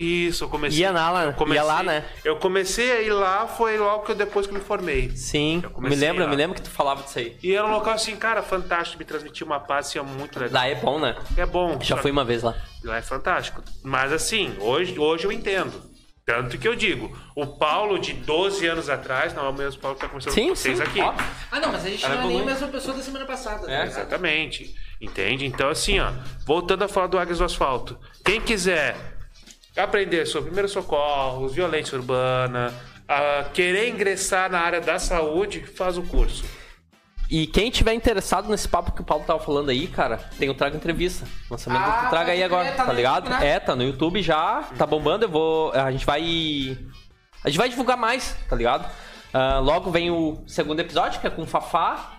A: Isso, eu comecei.
B: Ia na lá,
A: eu comecei-
B: ia lá, né?
A: Eu comecei a ir lá, foi logo que eu- depois que eu me formei.
B: Sim.
A: Eu
B: Me
A: comecei
B: lembra,
A: lá.
B: me lembra que tu falava disso aí.
A: E era um local assim, cara, fantástico, me transmitia uma paz, assim, é muito legal.
B: Lá é bom, né?
A: É bom.
B: Já
A: só-
B: fui uma vez lá.
A: Lá é fantástico. Mas assim, hoje, hoje eu entendo. Tanto que eu digo, o Paulo de 12 anos atrás, não é o mesmo Paulo que tá conversando
B: Sim,
A: com vocês
B: sim,
A: aqui.
B: óbvio. né,
E: Ah, não, mas a gente
A: Ela
E: não é nem a
A: evolui.
E: mesma pessoa da semana passada. tá
B: É,
E: ligado?
A: Exatamente. Entende? Então, assim, ó, voltando a falar do Águias do Asfalto. Quem quiser aprender sobre primeiros socorros, violência urbana, a querer ingressar na área da saúde, faz o curso.
B: E quem tiver interessado nesse papo que o Paulo tava falando aí, cara, tem o Traga Entrevista. Lançamento
E: Ah,
B: do Traga aí
E: pode crer,
B: agora,
E: tá
B: tá,
E: no
B: ligado?
E: YouTube, né?
B: É, tá no YouTube já, tá bombando, eu vou. A gente vai. A gente vai divulgar mais, tá ligado? Ah, logo vem o segundo episódio, que é com o Fafá.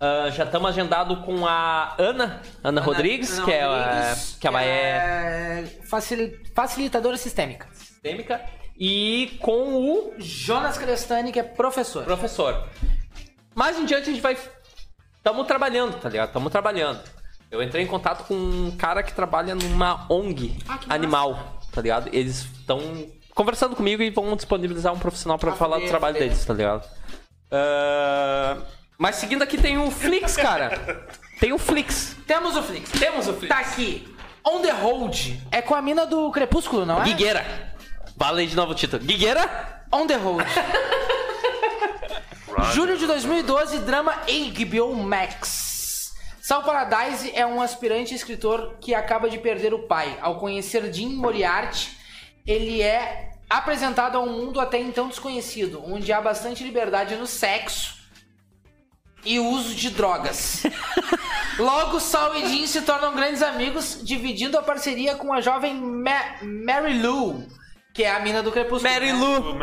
B: Ah, já estamos agendado com a Ana, Ana Rodrigues,
E: Ana
B: que é,
E: Rodrigues,
B: que ela é
E: facil- facilitadora sistêmica.
B: sistêmica, e com o
E: Jonas Crestani, que é professor.
B: professor. Mais em diante a gente vai. Tamo trabalhando, tá ligado? Tamo trabalhando. Eu entrei em contato com um cara que trabalha numa ONG animal, tá ligado? Eles estão conversando comigo e vão disponibilizar um profissional pra falar do
E: fudeu,
B: trabalho
E: fudeu.
B: deles, tá ligado? Ah, Mas seguindo aqui tem o Flix, cara. tem o Flix.
E: Temos o Flix.
B: Temos o Flix.
E: Tá aqui. On the Road. É com a mina do Crepúsculo, não é?
B: Guigueira. Vale de novo o título. Guigueira?
E: On the Road. Julho de 2012, drama HBO Max. Sal Paradise é um aspirante escritor que acaba de perder o pai. Ao conhecer Jim Moriarty, ele é apresentado a um mundo até então desconhecido, onde há bastante liberdade no sexo e uso de drogas. Logo, Sal e Jim se tornam grandes amigos, dividindo a parceria com a jovem Ma- Mary Lou, que é a mina do Crepúsculo.
B: Mary
E: né?
B: Lu.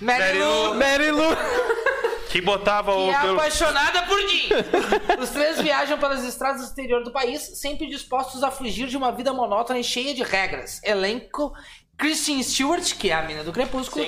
E: Mary Lou.
B: Mary Lu.
A: Que botava o.
E: E é
A: pelo-
E: apaixonada por Jim. Os três viajam pelas estradas do interior do país, sempre dispostos a fugir de uma vida monótona e cheia de regras. Elenco: Christian Stewart, que é a mina do Crepúsculo.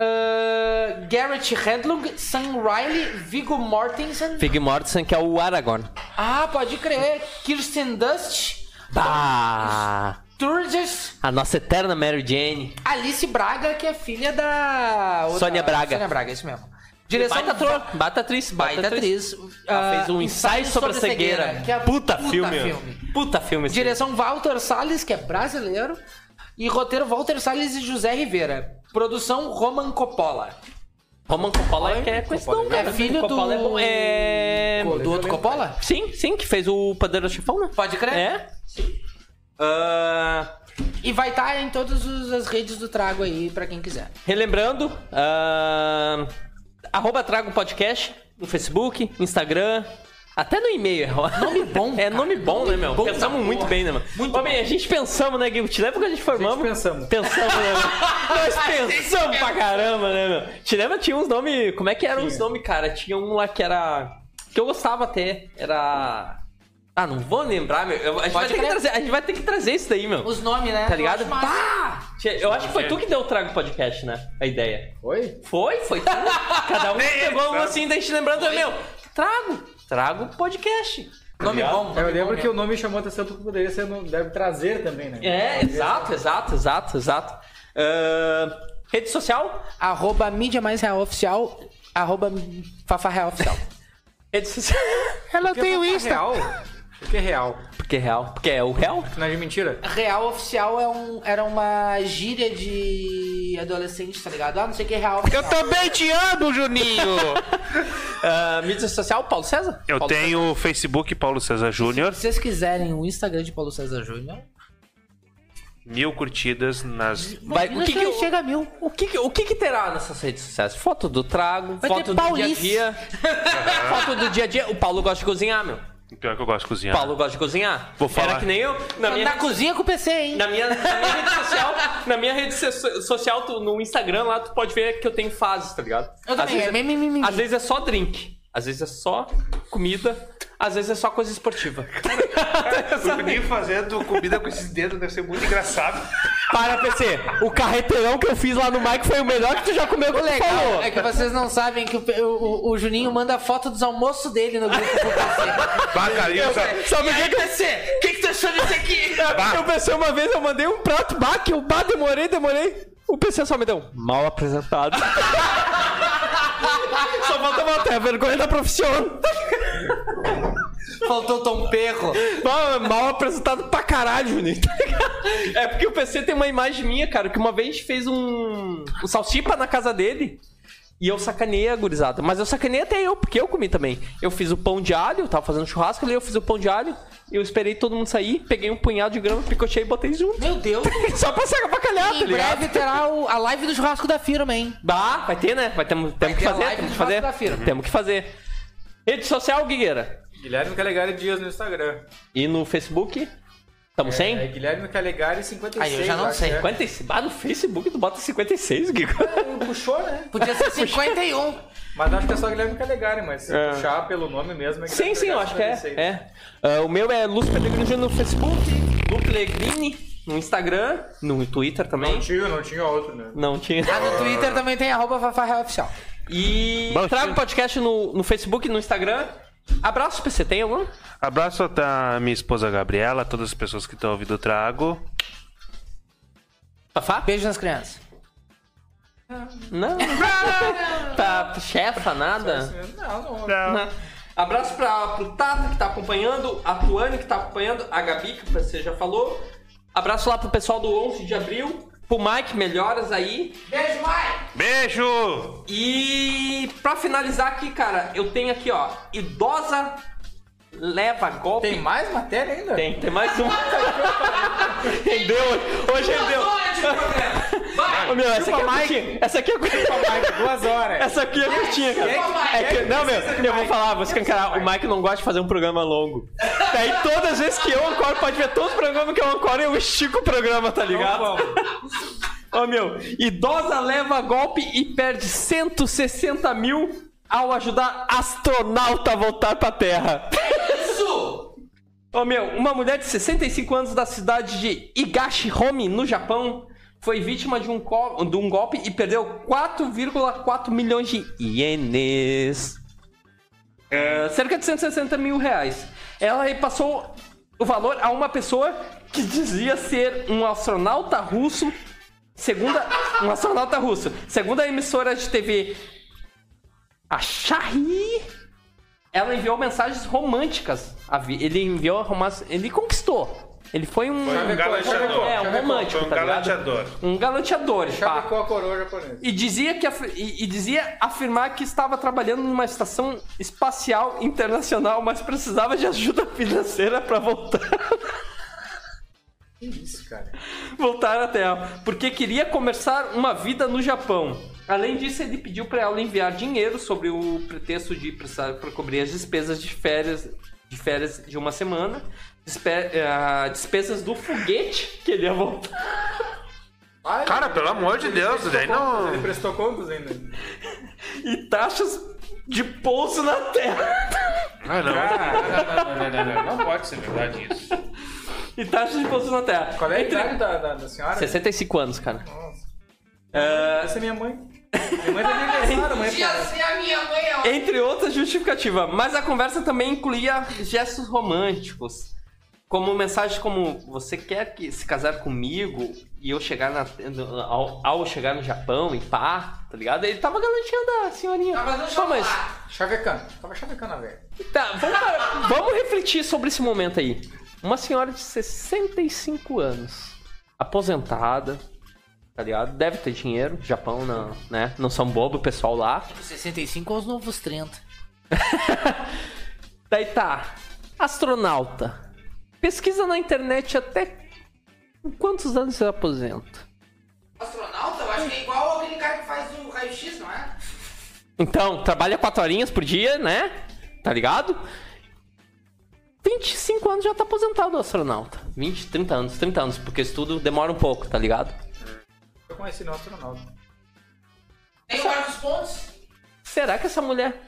E: Ah, Garrett Hedlund, Sam Riley, Viggo Mortensen.
B: Fig Mortensen, que é o Aragorn.
E: Ah, pode crer. Kirsten Dust,
B: Bah!
E: Sturges,
B: A nossa eterna Mary Jane.
E: Alice Braga, que é filha da. outra-
B: Sônia Braga.
E: Sônia Braga, isso mesmo. Direção da
B: Baita
E: ator.
B: ator. Baita atriz, tá baita,
E: Baita atriz.
B: Ela
E: ah,
B: fez um ensaio sobre a cegueira. um
E: que é
B: puta, filme. Puta filme. esse
E: Direção Walter Salles, que é brasileiro. E roteiro Walter Salles e José Rivera. Produção Roman Coppola.
B: filme. Roman Coppola é que é questão, cara.
E: É filho
B: Coppola é
E: do-
B: bom. É...
E: Co- Do outro Coppola?
B: Sim, sim, que fez o Padeiro Chifão, né?
E: Pode crer.
B: É? Ah,
E: E vai estar em todas os- as redes do Trago aí, pra quem quiser.
B: relembrando, ah, arroba Trago Podcast no Facebook, Instagram, até no e-mail. Nome
E: bom,
B: É nome bom, né, meu?
E: bom
B: pensamos
E: da
B: muito
E: porra.
B: bem, né, mano?
E: Muito
B: Ô, bem, a gente pensamos, né, Gui? Te lembra quando a gente formamos?
D: pensamos.
B: Pensamos, né? meu? Nós pensamos pra caramba, né, meu? Te lembra? Tinha uns nomes. Como é que eram os nomes, cara? Tinha um lá que era. Que eu gostava até. Era. Ah, não vou lembrar, meu. Eu- a, gente vai ter que
E: crer.
B: trazer, a gente vai ter que trazer isso daí, meu.
E: Os nomes, né?
B: Tá ligado?
E: Eu acho massa.
B: Pá! Tinha- Eu acho que foi tu que deu o trago podcast, né? A ideia.
D: Oi?
B: Foi? Foi tu? Cada um pegou um
E: né?
A: sabe.
B: assim, daí te lembrando, meu. Trago. Trago podcast.
E: Nome bom. nome
D: Eu
E: bom
D: lembro que
E: mesmo.
D: o nome chamou atenção porque poderia ser, no- deve trazer também, né?
B: É, exato, exato, exato, exato. Ahn, rede social?
E: Arroba mídia mais real oficial. Arroba Fafa Real Oficial.
B: Rede social.
E: Ela
D: Porque é real. Porque é real.
B: Porque é real. Porque é o real?
D: Não é de mentira?
E: Real oficial é um, era uma gíria de adolescente, tá ligado? Ah, não sei o que é real oficial.
A: também te amo, Juninho!
B: Ahn, mídia social, Paulo César?
A: Eu
B: Paulo
A: tenho o Facebook Paulo César Júnior,
E: Se vocês quiserem o Instagram de Paulo César Júnior,
A: mil curtidas nas.
B: Vai-
E: imagina
B: o que
E: se
B: que
E: ele
B: eu-
E: chega a mil.
B: O que, que- o que que terá nessas redes sociais? Foto do trago,
E: Vai ter
B: foto do dia a
E: Paulice.
B: dia. foto do dia a dia. O Paulo gosta de cozinhar, meu.
A: Pior que eu gosto de cozinhar.
B: Paulo gosta de cozinhar.
A: Vou falar.
B: Era que nem eu. Na minha,
E: Na cozinha com o PC, hein?
B: na minha, na minha rede social, na minha rede so- social tu- no Instagram lá, tu pode ver que eu tenho fases, tá ligado?
E: Eu
B: Às
E: também.
B: vezes
E: é mim, mim, mim, mim.
B: Às vezes é só drink, às vezes é só comida,
L: Às vezes é só coisa esportiva.
A: O Ninho fazendo comida com esses dedos deve ser muito engraçado.
B: Para, PC, o carreteirão que eu fiz lá no Mike foi o melhor que tu já comeu quando tu
E: Legal.
B: falou.
E: É que vocês não sabem que o, pe- o- o- o Juninho manda foto dos almoços dele no grupo do PC.
A: Bacalhau, sabe?
B: Sabe o que que eu...
E: O que, que tu achou disso aqui?
A: Bah.
B: Eu pensei uma vez, eu mandei um prato, bah, que eu bah, demorei, demorei. O PC só me deu um mal apresentado. só faltava até a vergonha da profissão.
E: Faltou Tom Perro.
B: Mal, mal apresentado pra caralho, Juninho. tá ligado? É porque o PC tem uma imagem minha, cara, que uma vez a gente fez um, um salsipa na casa dele. E eu sacaneei a gurizada. Mas eu sacaneei até eu, porque eu comi também. Eu fiz o pão de alho, eu tava fazendo churrasco ali, eu fiz o pão de alho. Eu esperei todo mundo sair, peguei um punhado de grama, picotei e botei junto.
E: Meu Deus.
B: Só pra sacar pra calhar, tá
E: Em
B: ligado?
E: breve terá o- a live do churrasco da firma, hein?
B: Bah, vai ter, né? Vai ter, temos que
E: ter a
B: fazer,
E: live
B: temos que
E: de
B: fazer.
E: quarta-feira.
B: Temos que fazer. Rede social, Guigueira.
D: Guilherme Calegari Dias no Instagram.
B: E no Facebook? Tamo sem?
D: É Guilherme Calegari 56.
E: Aí eu já não
D: acho
E: sei.
D: que é.
B: 56? Ah, no Facebook tu bota 56, Guigo.
D: Puxou, né?
E: Podia ser 51.
D: Mas acho que é só Guilherme Calegari, mas se puxar pelo nome mesmo é
B: Sim,
D: Guilherme
B: sim, eu
D: Calegari
B: acho que é.
D: 56.
B: é. Ah, o meu é Lúcio Pellegrini Júnior no Facebook, Lu Pellegrini no Instagram, no Twitter também.
D: Não tinha, não
A: É.
D: tinha outro, né?
B: Não tinha.
E: Ah, no Twitter também tem arroba Fafá Real Oficial.
B: E trago podcast no, no Facebook, no Instagram. Abraço, PC. Tem algum?
A: Abraço da minha esposa Gabriela, todas as pessoas que estão ouvindo o trago.
B: Fafá?
E: Beijo nas crianças.
B: Não. tá chefa, nada?
D: Não, não.
B: Não.
L: Abraço pra, pro Tato que tá acompanhando, a Tuane que tá acompanhando, a Gabi que você já falou. Abraço lá pro pessoal do 11 de abril, pro Mike, melhoras aí.
A: Beijo!
L: E pra finalizar aqui, cara, eu tenho aqui, ó, idosa leva golpe.
D: Tem mais matéria ainda?
B: Tem, tem mais um. rendeu, hoje- hoje rendeu.
L: é
B: Ô, meu, essa aqui é curtinha. Essa aqui é curtinha.
D: Duas horas.
B: Essa aqui é curtinha, cara. É que, não, meu, eu vou falar, vou escancarar. O Mike não gosta de fazer um programa longo. Daí todas as vezes que eu ancoro, pode ver todos os programas que eu ancoro, eu estico o programa, tá ligado? Ô, meu, idosa leva golpe e perde 160 mil ao ajudar astronauta a voltar pra Terra. Ô meu, uma mulher de 65 anos da cidade de Higashihome, no Japão, foi vítima de um, co- de um golpe e perdeu 4,4 milhões de ienes. É, cerca de 160 mil reais. Ela repassou o valor a uma pessoa que dizia ser um astronauta russo, segunda um astronauta russo, segundo a emissora de TV a Shahir ela enviou mensagens românticas. A vi- Ele enviou romance. Ele conquistou. Ele foi um.
A: Um
D: galanteador.
A: galanteador.
B: É, um romântico,
A: Um
B: tá ligado?
A: galanteador.
L: Um galanteador,
B: é
L: pá.
D: Chapecou a coroa japonesa.
L: E dizia, que af- e, e dizia afirmar que estava trabalhando numa estação espacial internacional, mas precisava de ajuda financeira para voltar.
D: Que isso, cara?
L: voltar à Terra, porque queria começar uma vida no Japão. Além disso, ele pediu para ela enviar dinheiro sobre o pretexto de precisar para cobrir as despesas de férias de férias de uma semana, despe- eh, despesas do foguete que ele ia voltar.
D: Ai,
A: Cara, pelo amor de Deus, daí não.
D: Ele prestou contas ainda.
L: E taxas de pouso na Terra.
A: Ah, não.
D: Ah, não, não, não, não, não, não pode ser verdade.
L: E taxas de pouso na Terra.
D: Qual é a
L: Entre-
D: idade da, da, da senhora?
B: 65 anos, cara.
D: Essa é minha mãe. Minha mãe tá aniversário, mãe. pô.
L: Entre outras justificativas, mas a conversa também incluía gestos românticos, como mensagem como você quer que se casar comigo e eu chegar na, no- ao, ao chegar no Japão e pá, tá ligado? Ele tava galanteando a senhorinha. Pô, mas
D: Chavecando. Tava chavecando a velha.
L: tá, vamos, parar-
B: Vamos refletir sobre esse momento aí. Uma senhora de 65 anos, aposentada, tá ligado? Deve ter dinheiro, Japão não, né? Não são bobo o pessoal lá.
E: 65 aos novos 30.
B: Daí tá, astronauta. Pesquisa na internet até com quantos anos você aposenta.
E: Astronauta, eu acho que é igual aquele cara que faz o raio-x, não é?
B: Então, trabalha 4 horinhas por dia, né? Tá ligado? 25 anos já tá aposentado o astronauta. 20, 30 anos, 30 anos, porque estudo demora um pouco, tá ligado?
D: Eu conheci no astronauta.
E: Tem o Marcos Pontes.
B: Será que essa mulher.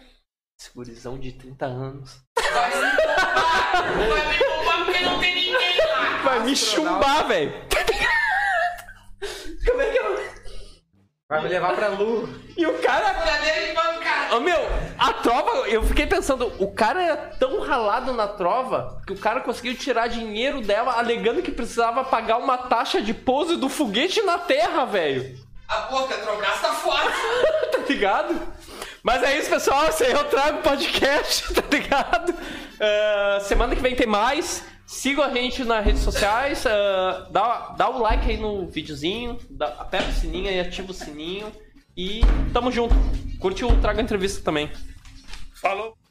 B: Segurizão de 30 anos.
E: Vai me poupar! Vai me poupar porque não tem ninguém lá!
B: Vai me chumbar, velho.
M: Como é que eu...
D: Vai me levar pra lua.
B: E o cara
E: Verdadeiro de bancada!
B: Ô, meu, a trova, eu fiquei pensando, o cara era tão ralado na trova que o cara conseguiu tirar dinheiro dela alegando que precisava pagar uma taxa de pouso do foguete na Terra, velho.
E: A boa Petrobras tá fora!
B: Tá ligado? Mas é isso, pessoal. Esse aí eu trago o podcast, tá ligado? Ah, semana que vem tem mais. Sigam a gente nas redes sociais. ah, dá, dá o like aí no videozinho. Dá, aperta o sininho aí, ativa o sininho. E tamo junto. Curte o Trago Entrevista também.
A: Falou!